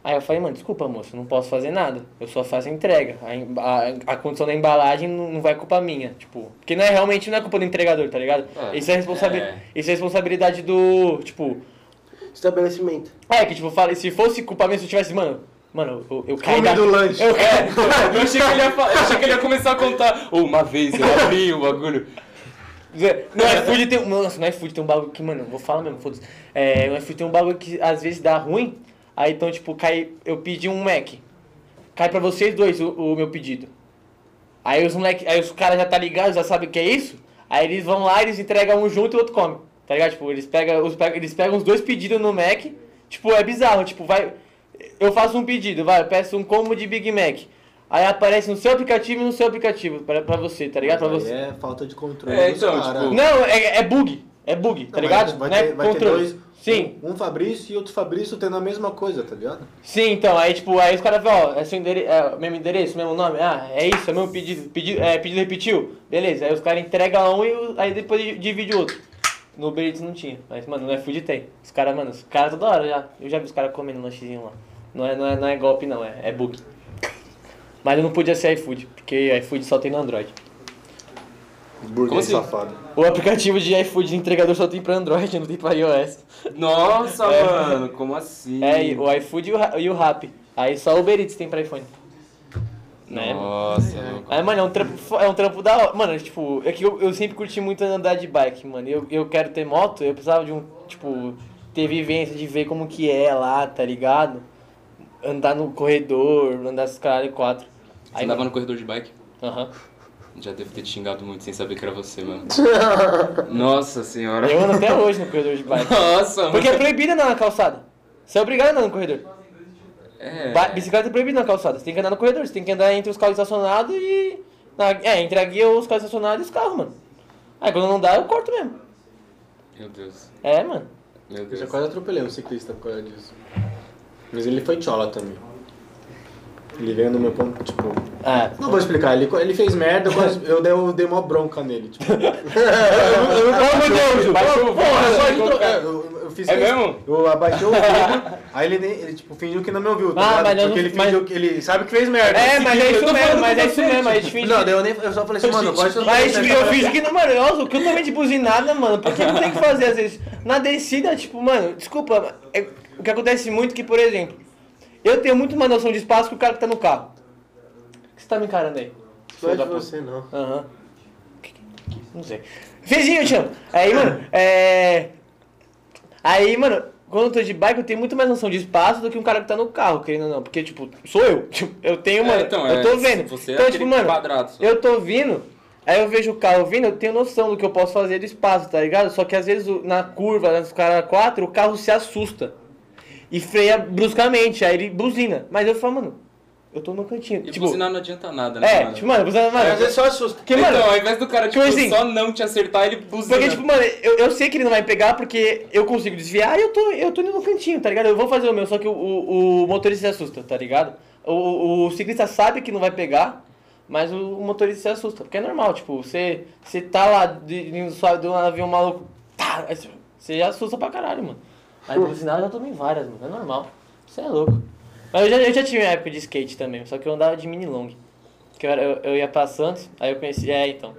Speaker 2: Aí eu falei, mano, desculpa, moço, não posso fazer nada. Eu só faço a entrega. A, em- a, a condição da embalagem não, não vai culpa minha, tipo. Porque não é realmente não é culpa do entregador, tá ligado?
Speaker 4: É.
Speaker 2: Isso, é responsabi
Speaker 4: É.
Speaker 2: isso é responsabilidade do. Tipo.
Speaker 1: Estabelecimento.
Speaker 2: É, que tipo, eu falei, se fosse culpa minha, se eu tivesse, mano. Mano, eu, eu caí.
Speaker 3: Come
Speaker 2: Da...
Speaker 3: do lanche.
Speaker 2: Eu, é,
Speaker 4: <laughs> Eu achei, que ele ia fa- eu achei que ele ia começar a contar. Ou uma vez
Speaker 2: <laughs>
Speaker 4: eu abri o bagulho.
Speaker 2: Zé, No iFood tem um. Nossa, no iFood tem um bagulho que, mano, eu vou falar mesmo, foda-se. É, no iFood tem um bagulho que às vezes dá ruim. Aí então, tipo, cai. Eu pedi um Mac. Cai pra vocês dois o, o meu pedido. Aí os moleque. Aí os caras já tá ligados, já sabem o que é isso. Aí eles vão lá, eles entregam um junto e o outro come. Tá ligado? Tipo, eles pegam os, pegam- eles pegam os dois pedidos no Mac. Tipo, é bizarro, tipo, vai. Eu faço um pedido, vai, eu peço um combo de Big Mac. Aí aparece no seu aplicativo e no seu aplicativo, pra, pra você, tá ligado? Pra
Speaker 3: Aí
Speaker 2: você.
Speaker 3: É falta de controle.
Speaker 4: É,
Speaker 3: dos
Speaker 4: então,
Speaker 3: caras.
Speaker 4: tipo,
Speaker 2: Não, é, é bug. É bug, tá
Speaker 3: Não,
Speaker 2: ligado?
Speaker 3: Vai,
Speaker 2: Não
Speaker 3: vai
Speaker 2: é
Speaker 3: ter, vai ter
Speaker 2: controle.
Speaker 3: dois.
Speaker 2: Sim,
Speaker 3: Um Fabrício e outro Fabrício tendo a mesma coisa, tá ligado?
Speaker 2: sim, então. Aí, tipo, aí os caras falam, ó, é seu endereço, é o mesmo endereço, mesmo nome? Ah, é isso, é o mesmo pedido, pedido, é, pedido repetiu? Beleza, aí os caras entregam um e o- aí depois divide o outro. No Uber Eats não tinha, mas, mano, no iFood tem. Os caras, mano, os caras toda hora já. Eu já vi os caras comendo um lanchezinho lá. Não é, não é, não é golpe, não, é, é bug. Mas eu não podia ser iFood, porque iFood só tem no Android.
Speaker 3: Burguês
Speaker 4: Como assim?
Speaker 3: safado.
Speaker 2: O aplicativo de iFood de entregador só tem pra Android, <laughs> não tem pra iOS.
Speaker 4: Nossa,
Speaker 2: É.
Speaker 4: mano, como assim?
Speaker 2: É, e o iFood e o, Ra- e o Rap. Aí só o Uber Eats tem pra iPhone. Né? mano?
Speaker 4: Nossa, louco.
Speaker 2: Aí, mano, é um trampo, fo- é um trampo da hora. Mano, tipo, é que eu, eu sempre curti muito andar de bike, mano. Eu, eu quero ter moto, eu precisava de um, tipo, ter vivência de ver como que é lá, tá ligado? Andar no corredor, andar esses caralho quatro.
Speaker 4: Você
Speaker 2: Aí,
Speaker 4: andava no
Speaker 2: mano,
Speaker 4: corredor de bike?
Speaker 2: aham.
Speaker 4: Já deve ter te xingado muito sem saber que era você,
Speaker 2: <laughs>
Speaker 4: mano. Nossa senhora.
Speaker 2: Eu ando até hoje no corredor
Speaker 4: <laughs>
Speaker 2: de bike.
Speaker 4: Nossa, mano.
Speaker 2: Porque é proibido andar na calçada. Você é obrigado a andar no corredor.
Speaker 4: É.
Speaker 2: Ba- Bicicleta é proibida na calçada, você tem que andar no corredor, você tem que andar entre os carros estacionados e. na- é, entre a guia, os carros estacionados e os carros, mano. Aí quando não dá, eu corto mesmo.
Speaker 4: Meu Deus.
Speaker 2: É, mano.
Speaker 4: Meu
Speaker 3: Eu já
Speaker 4: Deus.
Speaker 3: quase atropelei um ciclista por causa disso. Mas ele foi chola também. Ele veio no meu ponto, tipo.
Speaker 2: Ah,
Speaker 3: Não vou explicar, ele, ele fez merda, eu quase- eu dei, eu dei uma bronca nele. <laughs> Tipo,
Speaker 2: Deus!
Speaker 4: Baixou o
Speaker 3: Porra, só
Speaker 4: vidro.
Speaker 3: ele tro- é, eu, eu fiz
Speaker 4: É
Speaker 3: isso.
Speaker 4: mesmo?
Speaker 3: Eu abaixei o vidro, <laughs> aí ele, nem- ele tipo, fingiu que não me ouviu, tá
Speaker 2: Ah,
Speaker 3: ligado?
Speaker 2: mas nós
Speaker 3: Porque
Speaker 2: não-
Speaker 3: ele fingiu
Speaker 2: mas-
Speaker 3: que ele sabe que fez merda.
Speaker 2: É, mas é
Speaker 4: Eu
Speaker 2: isso
Speaker 4: tô
Speaker 2: mesmo,
Speaker 4: falando
Speaker 2: mas
Speaker 4: com
Speaker 2: é isso
Speaker 4: você,
Speaker 2: mesmo, a gente finge.
Speaker 3: Não, daí eu, nem, eu só falei assim, mano, pode
Speaker 2: Mas eu fiz que não, mano, eu, que eu também de buzinada, mano, porque não tem o que fazer às vezes. Na descida, tipo, mano, desculpa, é- o que acontece muito é que, por exemplo, eu tenho muito mais noção de espaço que o cara que tá no carro. O que você tá me encarando aí?
Speaker 1: Não
Speaker 2: filho
Speaker 1: é
Speaker 2: da
Speaker 1: de
Speaker 2: puta.
Speaker 1: você, não.
Speaker 2: Aham. Não sei. Vizinho, eu te amo. Aí, mano, é. Aí, mano, quando eu tô de bike, eu tenho muito mais noção de espaço do que um cara que tá no carro, querendo ou não. Porque, tipo, sou eu. <laughs> Tipo, eu tenho,
Speaker 4: É,
Speaker 2: mano.
Speaker 4: então,
Speaker 2: eu
Speaker 4: é,
Speaker 2: tô vendo.
Speaker 4: você é
Speaker 2: então,
Speaker 4: aquele
Speaker 2: tipo, mano,
Speaker 4: quadrado só.
Speaker 2: eu tô vindo. Aí eu vejo o carro vindo, eu tenho noção do que eu posso fazer do espaço, tá ligado? Só que às vezes o- na curva, nas caras 4, o carro se assusta. E freia bruscamente, aí ele buzina. Mas eu falo, mano, eu tô no cantinho.
Speaker 4: E
Speaker 2: tipo,
Speaker 4: buzinar não adianta nada, né?
Speaker 2: é,
Speaker 4: mano?
Speaker 2: tipo, mano, buzina, mano.
Speaker 1: Mas é só assusta.
Speaker 2: Porque, mano,
Speaker 4: então, ao invés do cara, tipo,
Speaker 2: tipo assim,
Speaker 4: só não te acertar, ele buzina.
Speaker 2: porque, tipo, mano, eu, eu sei que ele não vai pegar porque eu consigo desviar e eu tô, eu tô indo no cantinho, tá ligado? Eu vou fazer o meu, só que o, o, o motorista se assusta, tá ligado? O, o, o ciclista sabe que não vai pegar, mas o, o motorista se assusta, porque é normal, tipo, você, você tá lá de, de, suave de um avião maluco, tá, aí você- você assusta pra caralho, mano. Aí por sinal eu já tomei várias, mano, é normal, você é louco. Mas eu já, eu já tive minha época de skate também, só que eu andava de mini long. Que eu, era- eu, eu ia pra Santos, aí eu conheci. É, então.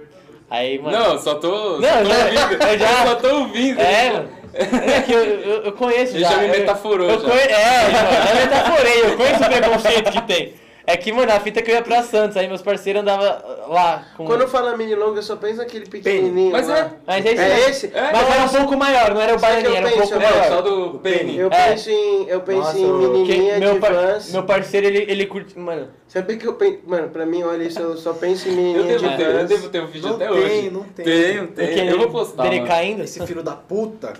Speaker 2: Aí, mano.
Speaker 4: Não, só tô. só
Speaker 2: Não,
Speaker 4: tô
Speaker 2: já-
Speaker 4: ouvindo.
Speaker 2: <laughs> eu já-
Speaker 4: só tô ouvindo. tipo,
Speaker 2: É, mano. É que eu, eu, eu conheço
Speaker 4: Ele
Speaker 2: já.
Speaker 4: já me
Speaker 2: eu-
Speaker 4: metaforou
Speaker 2: eu
Speaker 4: já.
Speaker 2: conhe- É, mano, eu metaforei, eu conheço o preconceito que tem. É que, mano, a fita que eu ia pra Santos, aí meus parceiros andavam lá com.
Speaker 1: Quando eu falo mini longa, eu só penso naquele pequenininho.
Speaker 4: Mas
Speaker 1: lá.
Speaker 4: é.
Speaker 2: Mas é isso,
Speaker 1: É
Speaker 2: né?
Speaker 1: esse?
Speaker 4: É,
Speaker 2: Mas era um pouco maior, não era o
Speaker 1: Sabe que eu
Speaker 2: baianinho, era um
Speaker 1: penso,
Speaker 2: pouco
Speaker 1: mano?
Speaker 4: É,
Speaker 2: maior.
Speaker 4: só do Penny.
Speaker 1: Eu
Speaker 2: É.
Speaker 1: penso em, eu penso
Speaker 3: Nossa,
Speaker 1: em
Speaker 3: o-
Speaker 1: menininha
Speaker 2: Porque
Speaker 1: de
Speaker 2: meu, par-
Speaker 1: Vans.
Speaker 2: meu parceiro, ele, ele curte. Mano,
Speaker 1: Sabia que eu penso... Mano, pra mim, olha isso, eu só penso em
Speaker 4: Eu
Speaker 1: menininha de
Speaker 4: devo
Speaker 1: Vans.
Speaker 4: ter, eu devo ter um vídeo
Speaker 3: Não
Speaker 4: até
Speaker 3: tem,
Speaker 4: hoje.
Speaker 3: não tem.
Speaker 4: Tenho, tenho.
Speaker 2: aquele
Speaker 4: Eu vou postar.
Speaker 2: dele
Speaker 4: mano.
Speaker 2: caindo.
Speaker 3: Esse filho da puta.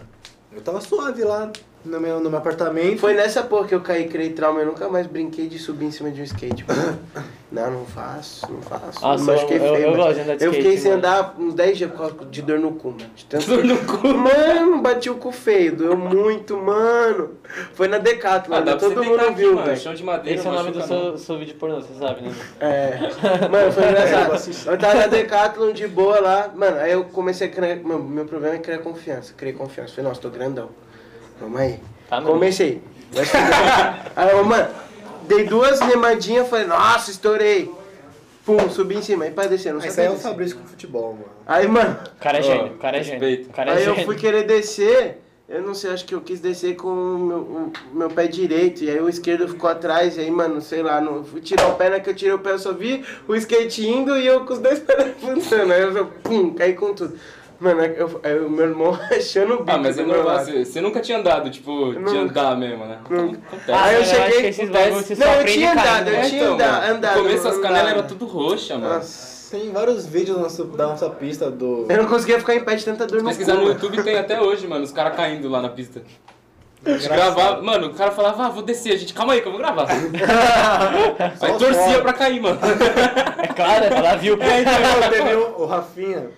Speaker 3: Eu tava suave lá no meu, no meu apartamento.
Speaker 1: Foi nessa porra que eu caí, criei trauma. Eu nunca mais brinquei de subir em cima de um skate. mano. não, não faço, não faço.
Speaker 4: Ah,
Speaker 2: Nossa,
Speaker 1: me machuquei
Speaker 2: eu- eu- eu
Speaker 1: mas
Speaker 2: gosto de andar de
Speaker 1: Eu
Speaker 2: skate,
Speaker 1: fiquei sem
Speaker 2: mano.
Speaker 1: andar uns 10 dias por causa de dor no cu, mano. De tanto
Speaker 4: Dor no cu.
Speaker 1: Mano, bati o cu feio. Doeu muito, mano. Foi na Decathlon, né?
Speaker 4: Ah, dá pra você
Speaker 1: todo
Speaker 4: deitar
Speaker 1: mundo
Speaker 4: aqui,
Speaker 1: viu,
Speaker 4: mano.
Speaker 1: velho.
Speaker 4: Chão de madeira,
Speaker 2: Esse é o nome do
Speaker 4: machuca não.
Speaker 2: seu, seu vídeo pornô, você sabe, né?
Speaker 1: É. Mano, foi engraçado. Eu tava na Decathlon de boa lá. Mano, aí eu comecei a criar. Mano, meu problema é criar confiança. Criei confiança. Falei, nossa, tô grandão. Vamos aí.
Speaker 2: Tá mesmo.
Speaker 1: Comecei. Vai estudar. aí eu, mano, dei duas remadinhas, falei, nossa, estourei. Pum, subi em cima. Aí pra descer, não
Speaker 3: Ah,
Speaker 1: sei
Speaker 3: Isso aí é o Fabrício com futebol, mano.
Speaker 1: Aí, mano,
Speaker 2: O cara é
Speaker 4: Ó,
Speaker 2: gênio, o cara é gênio.
Speaker 4: respeito.
Speaker 2: O cara é
Speaker 1: aí eu
Speaker 2: gênio.
Speaker 1: fui querer descer. Eu não sei, acho que eu quis descer com o meu, o meu pé direito. E aí o esquerdo ficou atrás. E aí, mano, sei lá, não, eu fui tirar o pé, na que eu tirei o pé, eu só vi o skate indo e eu com os dois <laughs> pés levantando. Aí eu só, pum, caí com tudo. Mano, aí eu- aí o meu irmão <laughs> achando o bico.
Speaker 4: Ah, mas
Speaker 1: do
Speaker 4: é
Speaker 2: né,
Speaker 1: meu
Speaker 4: normal.
Speaker 1: lado.
Speaker 4: Você, você nunca tinha andado, tipo, de
Speaker 1: Nunca.
Speaker 4: andar mesmo, né? Acontece.
Speaker 2: Ah,
Speaker 1: aí eu
Speaker 2: eu acho que
Speaker 1: cheguei.
Speaker 2: esses
Speaker 1: acontece-
Speaker 2: bagulho você só
Speaker 1: não, eu
Speaker 2: aprende
Speaker 1: tinha
Speaker 2: caindo,
Speaker 1: andado, eu
Speaker 2: né?
Speaker 1: tinha andado, andado.
Speaker 4: é, Então, no começo as
Speaker 1: andado.
Speaker 4: canelas eram tudo roxa, mano.
Speaker 1: Nossa.
Speaker 3: Tem vários vídeos da nossa, da nossa pista <laughs> do.
Speaker 1: Eu não conseguia ficar em pé de tanta dor no
Speaker 4: Se
Speaker 1: cu.
Speaker 4: pesquisar no
Speaker 1: mano.
Speaker 4: YouTube tem até hoje, mano, os caras caindo lá na pista.
Speaker 3: Engraçado.
Speaker 4: Gravar, mano, o cara falava, ah, vou descer, a gente, calma aí que eu vou gravar.
Speaker 3: Só
Speaker 4: aí torcia
Speaker 3: fora.
Speaker 4: pra cair, mano.
Speaker 2: <laughs> É claro, ela viu.
Speaker 1: <laughs>
Speaker 3: É, então, teve um- o Rafinha,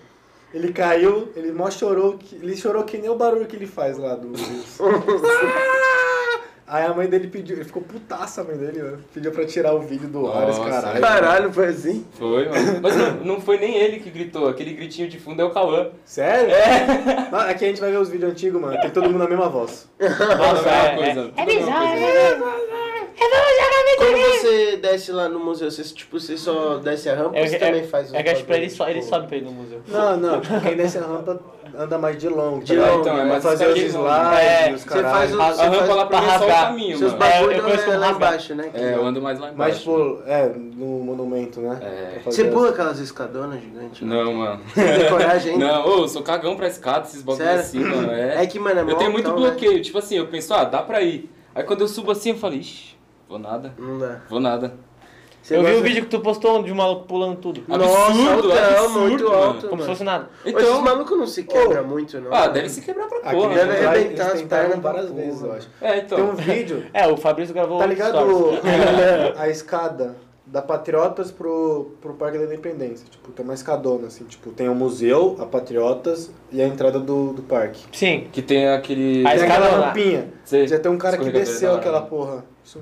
Speaker 3: ele caiu, ele mó chorou, que- ele chorou que nem o barulho que ele faz lá do Wilson. Ah! Aí a mãe dele pediu, ele ficou putaça a mãe dele, né? pediu pra tirar o vídeo do ar, esse
Speaker 4: Nossa,
Speaker 3: caralho.
Speaker 1: Caralho, foi assim.
Speaker 4: Foi, mano. Mas não, não foi nem ele que gritou, aquele gritinho de fundo é o Cauã.
Speaker 3: Sério? É. Aqui a gente vai ver os vídeos antigos, mano, tem todo mundo na mesma voz.
Speaker 4: Nossa,
Speaker 2: é, é.
Speaker 4: É, bizarro, é
Speaker 1: Quando você desce lá no museu, você, tipo, você só desce a rampa
Speaker 2: É,
Speaker 1: ou você também
Speaker 2: é,
Speaker 1: faz
Speaker 2: é que acho que pra ele, só, ele
Speaker 1: tipo,
Speaker 2: sobe pra ele no museu.
Speaker 3: Não, não, tipo, quem desce a rampa anda mais de longo.
Speaker 1: De
Speaker 3: tá ligado?
Speaker 1: longo,
Speaker 4: então, é
Speaker 3: Vai
Speaker 4: mais
Speaker 3: fazer os
Speaker 4: escadinho,
Speaker 3: slides,
Speaker 2: é.
Speaker 3: os
Speaker 1: Você faz um
Speaker 3: caralhos.
Speaker 1: o, você
Speaker 2: A
Speaker 4: A rampa
Speaker 1: faz
Speaker 4: lá pra mim é só o
Speaker 2: barragar.
Speaker 4: caminho,
Speaker 1: seus
Speaker 4: mano.
Speaker 2: É, eu
Speaker 1: bagulhos
Speaker 2: conheço
Speaker 1: é,
Speaker 2: como
Speaker 1: lá
Speaker 2: rasgar.
Speaker 1: embaixo, né? que-
Speaker 4: É, eu ando mais lá embaixo.
Speaker 3: Mas, tipo, é, no monumento, né?
Speaker 4: É.
Speaker 3: Pra fazer
Speaker 1: Você
Speaker 3: as-
Speaker 1: pula aquelas né? escadonas gigantes?
Speaker 4: Não, mano.
Speaker 1: Tem coragem ainda?
Speaker 4: Não, ô, eu sou cagão pra escada, esses bagulho
Speaker 1: Sério?
Speaker 4: assim, mano. É,
Speaker 1: É que, mano, é
Speaker 4: Eu
Speaker 1: mó
Speaker 4: tenho muito
Speaker 1: tal,
Speaker 4: bloqueio, tipo assim, eu penso, ah, dá pra ir. Aí quando eu subo assim, eu falo, ixi, vou nada,
Speaker 1: Né? Não dá.
Speaker 4: vou nada.
Speaker 1: Você
Speaker 2: eu vi
Speaker 1: gosta-
Speaker 2: o vídeo que tu postou de um maluco pulando tudo.
Speaker 1: Nossa,
Speaker 4: Absurdo,
Speaker 1: altão,
Speaker 4: absurdo,
Speaker 1: muito
Speaker 4: mano.
Speaker 1: alto,
Speaker 2: Como se
Speaker 1: mano.
Speaker 2: fosse nada.
Speaker 1: Então, Esses
Speaker 4: Então,
Speaker 1: malucos não se quebram muito, não.
Speaker 4: ah,
Speaker 1: mano.
Speaker 4: deve se quebrar pra
Speaker 3: Aqui
Speaker 4: porra.
Speaker 1: Deve
Speaker 4: né?
Speaker 3: eles
Speaker 1: arrebentar as
Speaker 3: tentaram
Speaker 1: pernas da
Speaker 3: várias
Speaker 1: porra,
Speaker 3: vezes, eu
Speaker 1: mano.
Speaker 3: acho.
Speaker 4: É,
Speaker 3: Tem um
Speaker 4: então.
Speaker 3: vídeo
Speaker 4: <laughs>
Speaker 2: É, o Fabrício gravou
Speaker 3: Tá
Speaker 2: um
Speaker 3: ligado
Speaker 2: stories.
Speaker 3: a escada da Patriotas pro, pro Parque da Independência? Tipo, tem uma escadona, assim, tipo, tem o museu, a Patriotas e a entrada do, do parque.
Speaker 2: Sim.
Speaker 4: Que tem aquele.
Speaker 2: A
Speaker 3: tem
Speaker 2: escada
Speaker 3: aquela
Speaker 2: lá.
Speaker 3: rampinha.
Speaker 4: Sei.
Speaker 3: Já tem um cara que
Speaker 4: Escorregador é
Speaker 3: desceu
Speaker 4: da- né?
Speaker 3: aquela porra. Isso,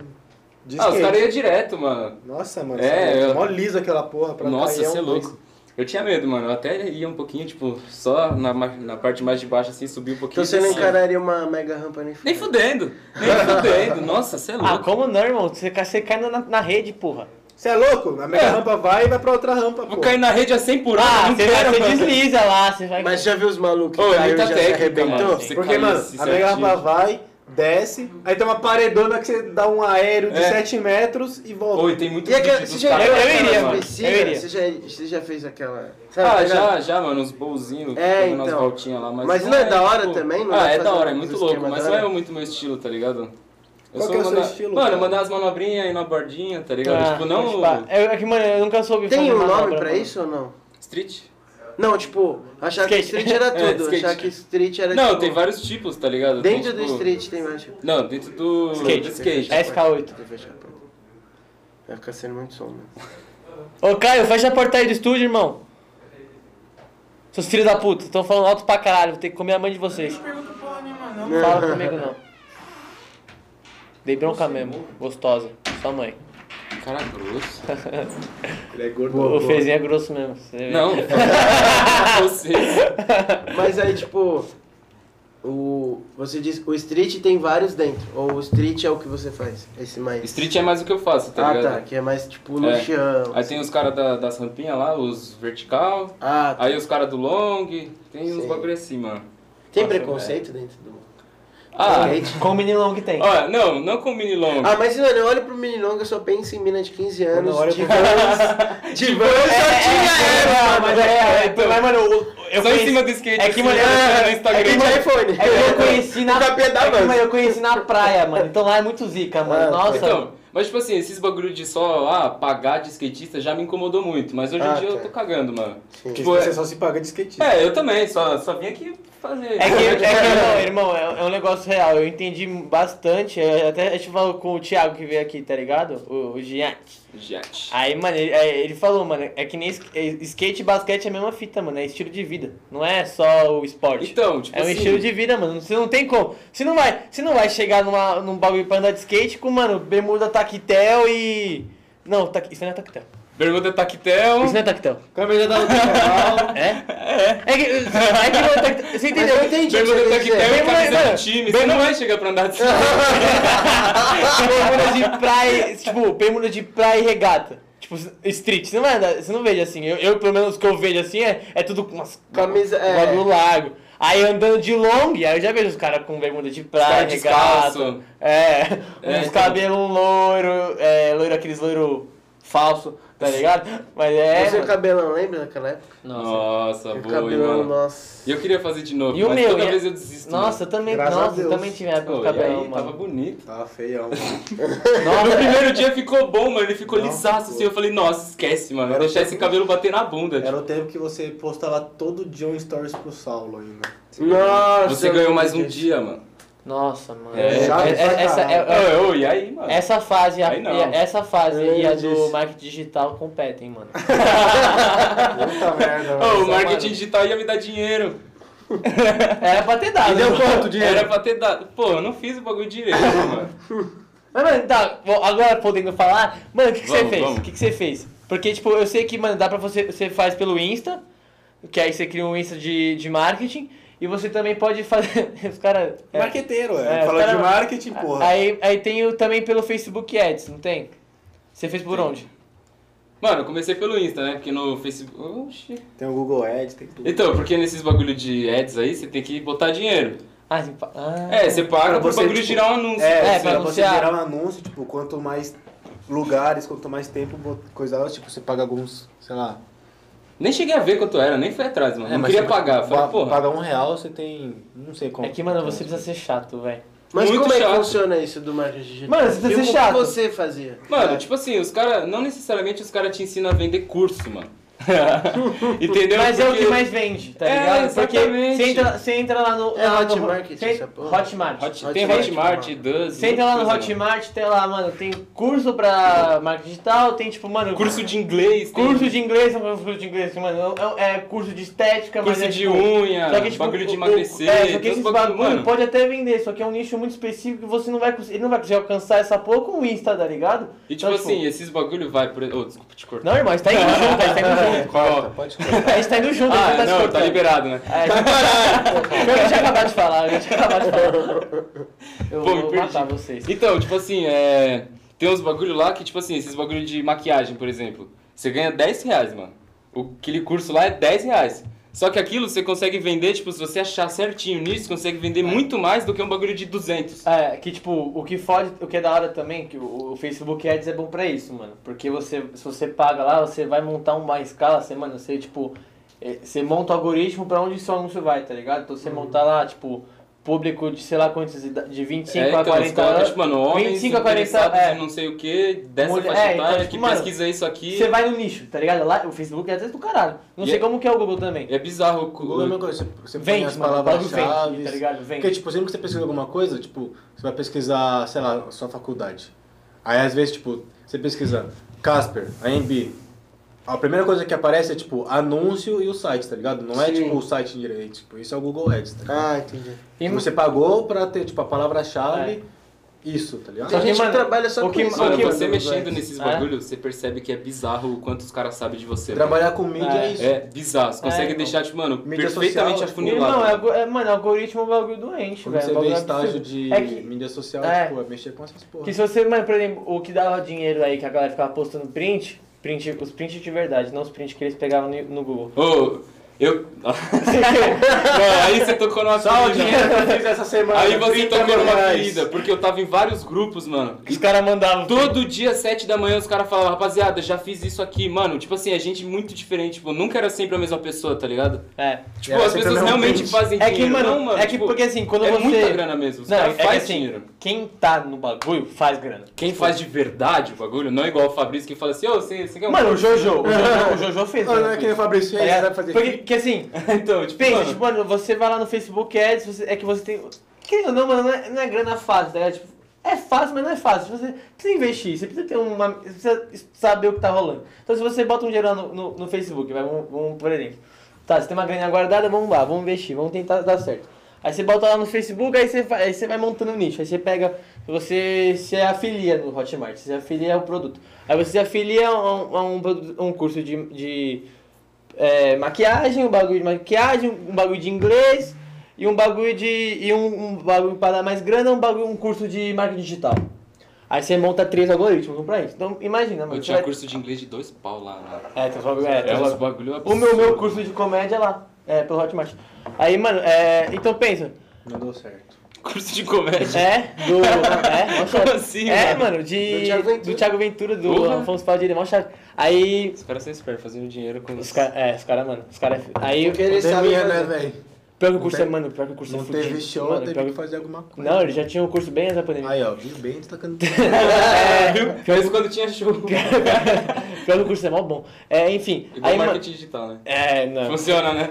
Speaker 3: de
Speaker 4: Ah, os
Speaker 3: skate.
Speaker 4: caras iam direto, mano.
Speaker 3: é Nossa, mano,
Speaker 4: É,
Speaker 3: é,
Speaker 4: eu-
Speaker 3: mó liso aquela porra pra
Speaker 4: Nossa,
Speaker 3: cair.
Speaker 4: você é
Speaker 3: um
Speaker 4: louco. Eu tinha medo, mano. Eu até ia um pouquinho, tipo, só na, ma- na parte mais de baixo, assim, subir um pouquinho.
Speaker 1: Então você não
Speaker 4: descia.
Speaker 1: encararia uma mega rampa nem
Speaker 4: Nem fudendo, nem fudendo. Nossa, você é
Speaker 2: Ah,
Speaker 4: louco.
Speaker 2: como não, irmão? Você cai, você cai na, na rede, porra.
Speaker 3: Você é louco? A mega
Speaker 4: É.
Speaker 3: rampa vai e vai pra outra rampa,
Speaker 4: Vou
Speaker 3: pô.
Speaker 4: cair na rede a 100 por hora.
Speaker 2: Ah,
Speaker 4: não
Speaker 2: você, vai,
Speaker 4: quero,
Speaker 2: você
Speaker 4: mano.
Speaker 2: desliza lá, você vai...
Speaker 1: Mas já viu os malucos
Speaker 4: Ô,
Speaker 1: que
Speaker 4: é
Speaker 1: caiu e
Speaker 4: muita
Speaker 1: já se
Speaker 4: técnica,
Speaker 1: arrebentou?
Speaker 4: mano. Você
Speaker 3: Porque,
Speaker 4: cair
Speaker 3: mano,
Speaker 4: se
Speaker 3: a mega
Speaker 4: assim, certinho.
Speaker 3: rampa vai, desce, aí tem uma paredona que você dá um aéreo de
Speaker 4: É.
Speaker 3: 7 metros e volta.
Speaker 4: Oi, tem muito
Speaker 1: E aquela,
Speaker 4: vídeo
Speaker 1: você
Speaker 4: dos
Speaker 1: já
Speaker 4: caras
Speaker 1: viu
Speaker 2: eu
Speaker 4: fazendo,
Speaker 1: aquela
Speaker 2: iria,
Speaker 4: mano.
Speaker 1: piscina?
Speaker 2: eu iria.
Speaker 1: Você, já, você já fez aquela. sabe,
Speaker 4: Ah,
Speaker 1: tá ligado?
Speaker 4: já, já, mano, uns bolzinhos,
Speaker 1: É,
Speaker 4: fazendo umas
Speaker 1: então.
Speaker 4: voltinhas lá, mas.
Speaker 1: Mas não é da hora também? Não dá
Speaker 4: ah, é
Speaker 1: pra
Speaker 4: da
Speaker 1: fazer
Speaker 4: hora, é
Speaker 1: uns
Speaker 4: muito
Speaker 1: esquema
Speaker 4: louco, mas
Speaker 1: da
Speaker 4: não
Speaker 1: hora?
Speaker 4: é muito meu estilo, tá ligado? Eu
Speaker 3: Qual
Speaker 4: sou
Speaker 3: que é o seu
Speaker 4: mandar-
Speaker 3: estilo,
Speaker 4: Mano,
Speaker 3: cara?
Speaker 4: mandar as manobrinhas aí na bordinha, tá ligado?
Speaker 2: Ah,
Speaker 4: tipo, não.
Speaker 2: pode pá. É, é que, mano, eu nunca soube
Speaker 1: Tem
Speaker 2: fazer
Speaker 1: um
Speaker 2: manobra,
Speaker 1: nome pra
Speaker 2: mano.
Speaker 1: isso ou não?
Speaker 4: Street?
Speaker 1: Não, tipo, achar que
Speaker 2: Skate.
Speaker 1: street era
Speaker 4: <laughs> É,
Speaker 1: tudo.
Speaker 4: skate.
Speaker 1: achar que street era
Speaker 4: Não,
Speaker 1: tipo,
Speaker 4: tem vários tipos, tá ligado? Tem,
Speaker 1: Dentro do
Speaker 4: tipo-
Speaker 1: street tem mais tipo.
Speaker 4: Não, dentro do do
Speaker 2: Skate.
Speaker 4: skate.
Speaker 2: É SK8.
Speaker 1: Vou fechar a porta. Vai ficar sendo muito som,
Speaker 4: <laughs>
Speaker 1: mano.
Speaker 2: Ô, Caio, fecha a porta aí do estúdio, irmão. Seus filhos da puta, estão falando alto pra caralho, vou ter que comer a mãe de vocês.
Speaker 5: pergunta porra nenhuma, não.
Speaker 2: Não fala comigo, não. Dei
Speaker 5: é
Speaker 2: bronca mesmo, gostosa. Sua mãe.
Speaker 4: Cara grosso.
Speaker 3: Ele é gordo.
Speaker 2: o Fezinho é grosso mesmo. você vê. <laughs>
Speaker 4: Não, você.
Speaker 1: Mas aí, tipo, o. Você diz. O street tem vários dentro. Ou o street é o que você faz? Esse mais.
Speaker 4: Street é mais o que eu faço, tá
Speaker 1: ah,
Speaker 4: ligado?
Speaker 1: tá. Que é mais tipo no
Speaker 4: É.
Speaker 1: chão.
Speaker 4: Aí tem os caras da, das rampinhas lá, os vertical.
Speaker 1: Ah, tá.
Speaker 4: Aí os caras do long. Tem uns
Speaker 1: Sim.
Speaker 4: bagulho assim, mano.
Speaker 1: Tem
Speaker 4: Nossa, é.
Speaker 1: preconceito dentro do.
Speaker 4: Ah,
Speaker 1: skate?
Speaker 2: Qual o menino que tem?
Speaker 4: ó, não, não com mini long.
Speaker 1: Ah, mas mano, eu olho pro meninonga, eu só penso em mina de 15 anos. tipo,
Speaker 3: Quando eu olho
Speaker 1: de
Speaker 3: pro-
Speaker 1: <laughs> vans, de vans só tinha
Speaker 2: É,
Speaker 1: ela, mano.
Speaker 2: não, mas é, é, é, mas, mano, eu,
Speaker 4: Só
Speaker 2: eu conheci-
Speaker 4: em cima do skate.
Speaker 2: É que,
Speaker 4: assim,
Speaker 2: mano,
Speaker 4: no
Speaker 1: É
Speaker 4: Instagram.
Speaker 1: que de iPhone.
Speaker 2: É que eu conheci na.
Speaker 1: O capeta da
Speaker 2: é que,
Speaker 1: Vans.
Speaker 2: mano, eu conheci na praia, mano. Então lá é muito zica, mano.
Speaker 1: Ah,
Speaker 2: Nossa.
Speaker 4: Então, mas tipo assim, esses bagulho de só ah, pagar de skatista já me incomodou muito, mas hoje em
Speaker 1: Ah,
Speaker 4: dia eu
Speaker 1: tá.
Speaker 4: tô cagando, mano.
Speaker 1: Sim.
Speaker 3: Porque
Speaker 4: Tipo,
Speaker 3: você
Speaker 4: é-
Speaker 3: só se paga de skatista.
Speaker 4: É, eu também, só, só vim aqui fazer.
Speaker 2: É que, é que, irmão,
Speaker 4: <laughs>
Speaker 2: irmão, é, é um negócio real. Eu entendi bastante. Eu até a gente falou com o Thiago que veio aqui, tá ligado? O, o Giante.
Speaker 4: Gente.
Speaker 2: Aí, mano, ele, aí ele falou, mano, é que nem sk- é- skate e basquete é a mesma fita, mano. É estilo de vida. Não é só o esporte.
Speaker 4: Então, tipo
Speaker 2: é um
Speaker 4: assim.
Speaker 2: estilo de vida, mano. Você não tem como. Você não vai, você não vai chegar numa, num bagulho pra andar de skate com, mano, bermuda taquetel e. Não, taqui- isso não é taquetel.
Speaker 4: Bermuda taquetel.
Speaker 2: Isso não é taquetel.
Speaker 3: Câmera da lateral.
Speaker 2: É? É que, é que não é taquetel. Você
Speaker 1: Mas
Speaker 2: entendeu?
Speaker 1: eu entendi o que
Speaker 4: Bermuda
Speaker 1: você quer dizer.
Speaker 4: taquetel e
Speaker 2: é Bermuda-
Speaker 4: camisa
Speaker 2: mano,
Speaker 4: do time. Você não vai chegar pra andar
Speaker 2: <laughs>
Speaker 4: de
Speaker 2: bermuda de praia, tipo, bermuda de praia e regata. Tipo, street, você não, vai andar, você não veja assim. Eu, eu, pelo menos, o que eu vejo assim é, é tudo com umas
Speaker 1: Camisa,
Speaker 2: um
Speaker 1: é.
Speaker 2: bagulho largo. Aí andando de long, aí eu já vejo os caras com bermuda de praia,
Speaker 4: Cara descalço.
Speaker 2: regata. É,
Speaker 4: É,
Speaker 2: uns
Speaker 4: então.
Speaker 2: cabelos loiro, é, loiro, aqueles loiro falso, tá ligado? Mas é.
Speaker 1: Você o
Speaker 2: mano.
Speaker 1: cabelão, lembra daquela época?
Speaker 4: Nossa,
Speaker 1: O
Speaker 4: Tá boa, hein,
Speaker 1: cabelão,
Speaker 4: mano.
Speaker 1: nossa.
Speaker 4: E eu queria fazer de novo,
Speaker 2: E o
Speaker 4: mas
Speaker 2: meu?
Speaker 4: toda
Speaker 2: e-
Speaker 4: vez eu desisto.
Speaker 2: Nossa, eu também,
Speaker 3: Graças a
Speaker 2: nossa, eu
Speaker 3: Deus.
Speaker 2: também tive a época
Speaker 4: mano. Pô,
Speaker 2: do
Speaker 4: e
Speaker 2: cabelão,
Speaker 4: aí,
Speaker 2: mano.
Speaker 4: tava bonito.
Speaker 3: Tá feião.
Speaker 4: No
Speaker 2: Nossa, <laughs>
Speaker 4: primeiro dia ficou bom, mano. Ele ficou
Speaker 3: Não,
Speaker 4: lisaço
Speaker 3: pô.
Speaker 4: assim. Eu falei, nossa, esquece, mano. Vou
Speaker 3: Era
Speaker 4: deixar
Speaker 3: o
Speaker 4: esse
Speaker 3: tempo-
Speaker 4: cabelo bater na bunda. Tipo,
Speaker 3: Era o tempo que você postava todo dia um stories pro Saulo né? ainda.
Speaker 1: Nossa.
Speaker 4: Você
Speaker 1: eu
Speaker 4: ganhou
Speaker 1: lembro
Speaker 4: mais
Speaker 1: <laughs>
Speaker 4: um
Speaker 1: disso.
Speaker 4: dia, mano.
Speaker 2: nossa, mano.
Speaker 4: É,
Speaker 3: chato
Speaker 2: É- é-
Speaker 3: pra
Speaker 2: essa, é-
Speaker 3: caralho.
Speaker 2: é-
Speaker 4: Ô, ô, e aí, mano?
Speaker 2: Essa fase, e a-
Speaker 4: Aí não.
Speaker 2: e a- essa fase
Speaker 1: Eu
Speaker 2: e a
Speaker 1: lembro
Speaker 2: do
Speaker 1: disso.
Speaker 2: marketing digital
Speaker 4: <laughs>
Speaker 2: competem, mano.
Speaker 3: Puta merda,
Speaker 4: Ô,
Speaker 3: velho.
Speaker 4: o marketing
Speaker 2: mano.
Speaker 4: digital ia me dar dinheiro.
Speaker 2: Era pra ter dado.
Speaker 3: E deu
Speaker 2: mano.
Speaker 4: né?
Speaker 3: quanto dinheiro?
Speaker 4: Era pra ter dado. Pô, eu não fiz o bagulho
Speaker 3: <laughs>
Speaker 4: direito, mano.
Speaker 2: Mas, mano, tá, bom, agora podendo falar, mano, o que, que você
Speaker 4: Vamos,
Speaker 2: fez?
Speaker 4: vamos.
Speaker 2: O que, que você fez? Porque, tipo, eu sei que, mano, dá pra você, você faz pelo Insta, que aí você cria um Insta de, de marketing, e você também pode fazer, <laughs> os caras... é.
Speaker 3: Marqueteiro, é.
Speaker 2: É,
Speaker 3: Falou
Speaker 2: os cara-
Speaker 3: de marketing, porra.
Speaker 2: Aí, aí tem o, também pelo Facebook Ads, não tem? Você fez por onde?
Speaker 4: Mano, eu comecei pelo Insta, né? Porque no Facebook. Oxi.
Speaker 3: Tem o Google Ads, tem tudo.
Speaker 4: Então, porque nesses bagulho de ads aí, você tem que botar dinheiro.
Speaker 2: Ah, você pa- ah.
Speaker 4: É, você paga
Speaker 3: Pra
Speaker 4: pro
Speaker 3: você,
Speaker 4: bagulho
Speaker 3: tipo,
Speaker 4: girar um anúncio.
Speaker 2: É,
Speaker 3: É,
Speaker 2: pra
Speaker 3: pra você
Speaker 2: anunciar.
Speaker 3: gerar um anúncio, tipo, quanto mais lugares, quanto mais tempo, bo- coisa, tipo, você paga alguns, sei lá.
Speaker 4: Nem cheguei a ver quanto era, nem fui atrás,
Speaker 3: É,
Speaker 4: mano. não queria pagar. Falei, porra.
Speaker 3: Paga um real, você tem, não sei como. Então,
Speaker 2: É que, mano, você precisa ser chato, velho.
Speaker 1: Mas
Speaker 4: Muito
Speaker 1: como é que
Speaker 4: chato.
Speaker 1: funciona isso do marketing digital?
Speaker 2: Mano, você precisa
Speaker 1: E
Speaker 2: ser
Speaker 1: o
Speaker 2: chato.
Speaker 1: que você fazia?
Speaker 4: Mano, tipo assim, os caras. Não necessariamente os caras te ensinam a vender curso,
Speaker 2: <laughs>
Speaker 4: mano. Entendeu?
Speaker 2: Mas é o que
Speaker 4: Porque-
Speaker 2: mais vende, tá
Speaker 4: É,
Speaker 2: ligado? Porque
Speaker 4: exatamente.
Speaker 2: você entra, você entra lá no...
Speaker 1: É
Speaker 2: lá no-
Speaker 1: Hotmart
Speaker 2: você-
Speaker 1: essa porra.
Speaker 2: Hotmart.
Speaker 4: Hot- tem
Speaker 1: Hotmart,
Speaker 4: Hotmart,
Speaker 1: mano.
Speaker 4: Duzz.
Speaker 2: Você entra lá no
Speaker 4: coisa,
Speaker 2: Hotmart, tem lá, mano, tem curso pra marketing digital, tem tipo, mano.
Speaker 4: mano. Curso de inglês. tem
Speaker 2: Curso de inglês, não é curso de inglês, mano. É, é curso de estética, mas.
Speaker 4: Curso
Speaker 2: é,
Speaker 4: de
Speaker 2: tipo,
Speaker 4: unha,
Speaker 2: só que, tipo,
Speaker 4: bagulho de
Speaker 2: o- o-
Speaker 4: emagrecer.
Speaker 2: É, só que
Speaker 4: tem uns
Speaker 2: esse
Speaker 4: bagulho,
Speaker 2: bagulho pode até vender, só que é um nicho muito específico que você não vai conseguir. Ele não vai conseguir alcançar essa porra com o Insta, tá ligado?
Speaker 4: E tipo assim, esses bagulho vai por. Ô, desculpa te cortar.
Speaker 2: Não, irmão,
Speaker 4: <laughs>
Speaker 2: a gente tá indo junto, a gente tá indo junto.
Speaker 4: Qual?
Speaker 3: Pode
Speaker 2: A gente tá indo junto, a gente
Speaker 4: Ah,
Speaker 2: tá se
Speaker 4: não, tá
Speaker 2: cortando.
Speaker 4: liberado, né?
Speaker 2: É, eu já tinha acabado de falar, eu já tinha acabado de falar. Eu
Speaker 4: Pô, me
Speaker 2: vou
Speaker 4: perdi.
Speaker 2: matar vocês.
Speaker 4: Então, tipo assim, é. Tem uns bagulho lá que, tipo assim, esses bagulho de maquiagem, por exemplo. Você ganha 10 reais, mano. O- Aquele curso lá é 10 reais. Só que aquilo você consegue vender, tipo, se você achar certinho nisso, consegue vender muito mais do que um bagulho de 200.
Speaker 2: É, que tipo, o que fode, o que é da hora também, que o, o Facebook Ads é bom pra isso, mano. Porque você, se você paga lá, você vai montar uma escala, você, mano, você tipo, é, você monta o algoritmo pra onde seu anúncio vai, tá ligado? Então você
Speaker 4: Uhum.
Speaker 2: montar lá, tipo, público de sei lá quantas, ida- de 25
Speaker 4: é,
Speaker 2: a
Speaker 4: então,
Speaker 2: 40
Speaker 4: coloca,
Speaker 2: horas.
Speaker 4: tipo, mano, homens
Speaker 2: 25 a 40
Speaker 4: interessados
Speaker 2: é.
Speaker 4: em não sei o que, dessa
Speaker 2: Mulher-
Speaker 4: faixa
Speaker 2: é, então,
Speaker 4: etária,
Speaker 2: tipo,
Speaker 4: que
Speaker 2: mano,
Speaker 4: pesquisa isso aqui.
Speaker 2: Você vai no nicho, tá ligado? Lá, o Facebook Ads é do caralho. Não
Speaker 4: E
Speaker 2: sei
Speaker 4: é-
Speaker 2: como que é o Google também.
Speaker 4: É bizarro.
Speaker 3: O Google é a mesma
Speaker 4: o-
Speaker 3: coisa. Você, você põe as
Speaker 2: Vende, mano, o bagulho vende,
Speaker 3: palavras-chave.
Speaker 2: tá ligado? Vende.
Speaker 3: Porque, tipo, sempre que você pesquisa alguma coisa, tipo, você vai pesquisar, sei lá, a sua faculdade. Aí, às vezes, tipo, você pesquisa Casper, AMB. A primeira coisa que aparece é, tipo, anúncio e o site, tá ligado? Não é,
Speaker 1: Sim.
Speaker 3: tipo, o site direito. Tipo, isso é o Google Ads, tá ligado?
Speaker 1: Ah, entendi.
Speaker 2: E-
Speaker 3: Você pagou pra ter, tipo a palavra-chave,
Speaker 2: É.
Speaker 3: isso, tá ligado?
Speaker 1: Tem
Speaker 2: Só que,
Speaker 1: gente
Speaker 2: mano,
Speaker 1: que trabalha só
Speaker 2: o
Speaker 1: com
Speaker 2: que-
Speaker 1: isso.
Speaker 2: o
Speaker 4: Mano,
Speaker 1: né,
Speaker 2: que-
Speaker 1: mano?
Speaker 4: você mexendo nesses
Speaker 2: É.
Speaker 4: bagulhos, você percebe que é bizarro o quanto os caras sabem de você. mano.
Speaker 3: Trabalhar com mídia é,
Speaker 2: É.
Speaker 3: isso.
Speaker 4: É bizarro. Você
Speaker 2: É,
Speaker 4: consegue
Speaker 2: irmão.
Speaker 4: deixar, tipo, mano,
Speaker 3: Mídia social,
Speaker 4: perfeitamente
Speaker 3: tipo,
Speaker 4: afunilado.
Speaker 2: Não, é, algo- é, mano, algoritmo é um bagulho doente,
Speaker 3: Quando
Speaker 2: velho.
Speaker 3: você
Speaker 2: bagulho
Speaker 3: vê
Speaker 2: absurdo.
Speaker 3: estágio de
Speaker 2: É que-
Speaker 3: mídia social,
Speaker 2: é.
Speaker 3: tipo, é mexer com essas porra.
Speaker 2: Que se você, mano, por exemplo, o que dava dinheiro aí que a galera ficava postando print, print os prints de verdade, não os prints que eles pegavam no, no Google.
Speaker 4: <laughs>
Speaker 2: <laughs>
Speaker 4: Ô, eu. <laughs> Não, aí você tocou numa
Speaker 3: Só o
Speaker 4: ferida.
Speaker 3: dinheiro que eu fiz essa semana.
Speaker 4: Aí você
Speaker 3: 30
Speaker 4: tocou
Speaker 3: mil
Speaker 4: numa
Speaker 3: reais.
Speaker 4: ferida, porque eu tava em vários grupos, mano.
Speaker 2: Os caras mandavam.
Speaker 4: Todo dia, sete da manhã, os caras falavam, rapaziada, já fiz isso aqui, mano. Tipo assim, a gente muito diferente, tipo, nunca era sempre a mesma pessoa, tá ligado?
Speaker 2: É.
Speaker 4: Tipo, as
Speaker 3: Era sempre o
Speaker 4: pessoas
Speaker 3: mesmo
Speaker 4: realmente
Speaker 3: print.
Speaker 4: fazem
Speaker 2: É que,
Speaker 4: dinheiro.
Speaker 2: mano,
Speaker 4: não, mano
Speaker 2: é que
Speaker 4: tipo,
Speaker 2: porque assim, quando
Speaker 4: é
Speaker 2: você.
Speaker 4: muita grana mesmo, os
Speaker 2: Não,
Speaker 4: caras
Speaker 2: é que
Speaker 4: fazem
Speaker 2: assim,
Speaker 4: dinheiro.
Speaker 2: quem tá no bagulho faz grana.
Speaker 4: Quem faz de verdade o bagulho, não é igual o Fabrício que fala assim, ô, você, você quer um...
Speaker 2: Mano, o Jojo, o Jojo, o Jojo fez.
Speaker 3: Ah,
Speaker 2: grana
Speaker 3: não é
Speaker 2: com
Speaker 3: que nem o
Speaker 2: isso.
Speaker 3: Fabrício,
Speaker 2: Tá
Speaker 3: aí
Speaker 2: ligado?
Speaker 3: vai fazer
Speaker 2: Porque, que assim,
Speaker 4: então, tipo,
Speaker 2: pensa,
Speaker 4: mano,
Speaker 2: tipo, mano, você vai lá no Facebook Ads, você- é que você tem. Querendo ou não, mano, não é, não é grana fácil, tá ligado? Tipo, é fácil, mas não é fácil. Você precisa investir, você precisa ter uma. Você precisa saber o que tá rolando. Então se você bota um dinheiro lá no, no, no Facebook, vai, vamos, vamos, por exemplo. Tá, você tem uma grana guardada, vamos lá, vamos investir, vamos tentar dar certo. Aí você bota lá no Facebook, aí você, fa- aí você vai montando um nicho. Aí você pega, você se afilia no Hotmart, você se afilia ao produto. Aí você se afilia a um, a um, produ- um curso de, de é, maquiagem, um bagulho de maquiagem, um bagulho de inglês e um bagulho de. e um, um bagulho para dar mais grana, um bagulho, um curso de marketing digital. Aí você monta três algoritmos, um pra isso. Então imagina, mano.
Speaker 4: eu
Speaker 2: você
Speaker 4: tinha
Speaker 2: vai-
Speaker 4: curso de inglês de dois pau lá, mano.
Speaker 2: É, tem os bagulho. É, tem
Speaker 4: É
Speaker 2: os
Speaker 4: uns
Speaker 2: bagulho.
Speaker 4: bagulho
Speaker 2: O
Speaker 4: absurdo.
Speaker 2: meu, meu curso de comédia é lá, é, pelo Hotmart. Aí, mano, é, então pensa,
Speaker 3: Não deu certo.
Speaker 4: <laughs> Curso de comédia.
Speaker 2: é, do.
Speaker 4: <laughs>
Speaker 2: É, mó chato.
Speaker 4: Como assim,
Speaker 2: É,
Speaker 4: mano?
Speaker 2: mano, de,
Speaker 1: Do Thiago Ventura.
Speaker 2: do Thiago Ventura, do
Speaker 4: Porra.
Speaker 2: Afonso Padilha, é mó chato. Aí,
Speaker 4: Os caras são espertos, fazendo dinheiro com
Speaker 2: os
Speaker 4: isso.
Speaker 2: caras, é, os caras, mano, os caras, aí,
Speaker 1: Porque ele sabe.
Speaker 3: Pandemia, né,
Speaker 1: fazer.
Speaker 3: velho?
Speaker 2: pior que o
Speaker 3: Não
Speaker 2: curso é,
Speaker 3: teve-
Speaker 2: mano, pior que o curso é
Speaker 3: Não
Speaker 2: fudido.
Speaker 3: teve show,
Speaker 2: mano,
Speaker 3: teve
Speaker 2: pior
Speaker 3: que
Speaker 2: que-
Speaker 3: fazer alguma coisa.
Speaker 2: Não, ele já tinha um curso bem antes da pandemia.
Speaker 3: Aí, ó, viu bem, tá
Speaker 2: <laughs>
Speaker 3: destacando.
Speaker 4: É, viu? Fez quando tinha show.
Speaker 2: Pior que o curso é <laughs> mó bom. É, enfim,
Speaker 4: Igual
Speaker 2: aí, mano,
Speaker 4: marketing digital, né?
Speaker 2: é, não.
Speaker 4: Funciona, né?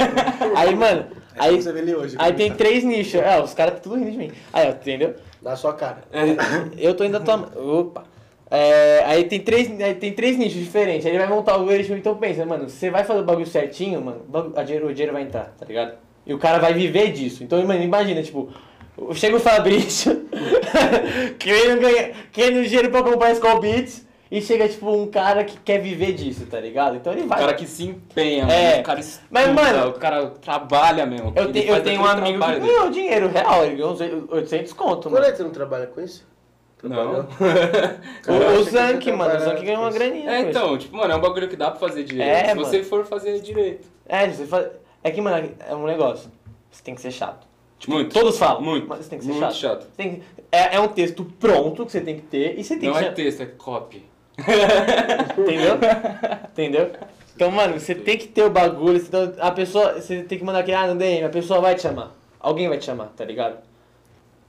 Speaker 2: <laughs> Aí, mano,
Speaker 3: Aí
Speaker 2: aí,
Speaker 3: você vê ele hoje.
Speaker 2: aí
Speaker 3: É como
Speaker 2: tem
Speaker 3: tá.
Speaker 2: três nichos, é, os caras tudo rindo de mim. Aí, ó, entendeu?
Speaker 1: Na sua cara.
Speaker 2: É, Eu tô indo da tua mãe. Opa! É, aí, tem três, aí tem três nichos diferentes. Aí ele vai montar o algoritmo. Então pensa, mano, você vai fazer o bagulho certinho, mano, o bagulho- a dinheiro- o dinheiro vai entrar, tá ligado? E o cara vai viver disso. Então, mano, imagina, tipo, chega o Fabrício <laughs> querendo, ganhar, querendo dinheiro pra comprar Skull Beats e chega, tipo, um cara que quer viver disso, tá ligado? Então ele
Speaker 4: O
Speaker 2: vai.
Speaker 4: cara que se empenha,
Speaker 2: É.
Speaker 4: mano. O cara estuda,
Speaker 2: Mas, mano,
Speaker 4: o cara trabalha mesmo.
Speaker 2: eu,
Speaker 4: Ele
Speaker 2: te-
Speaker 4: faz
Speaker 2: eu tenho um
Speaker 4: aquele
Speaker 2: amigo que
Speaker 4: trabalho dele.
Speaker 2: ganhou dinheiro real, ele ganhou uns 800 conto, mano.
Speaker 1: Coleta não trabalha com isso?
Speaker 4: Não.
Speaker 2: O, o
Speaker 1: Você quer
Speaker 2: Zank, mano, o
Speaker 1: trabalhar
Speaker 2: Zank ganhou uma
Speaker 1: com isso.
Speaker 2: graninha.
Speaker 4: É,
Speaker 2: com isso.
Speaker 4: então, tipo, mano, é um bagulho que dá pra fazer direito.
Speaker 2: É,
Speaker 4: Se
Speaker 2: mano.
Speaker 4: você for fazer direito.
Speaker 2: É, você faz... é que, mano, é um negócio. Você tem que ser chato.
Speaker 4: Tipo, muito.
Speaker 2: Todos falam.
Speaker 4: Muito.
Speaker 2: Mas você tem que ser
Speaker 4: muito
Speaker 2: chato.
Speaker 4: chato.
Speaker 2: Você tem que- É, é um texto pronto que você tem que ter e você tem
Speaker 4: Não
Speaker 2: que
Speaker 4: é
Speaker 2: ser.
Speaker 4: texto, é copy. <laughs>
Speaker 2: Entendeu? Entendeu? Então, mano, você tem que ter o bagulho. Então, a pessoa. Você tem que mandar aqui, ah, não DM, a pessoa vai te chamar. Alguém vai te chamar, tá ligado?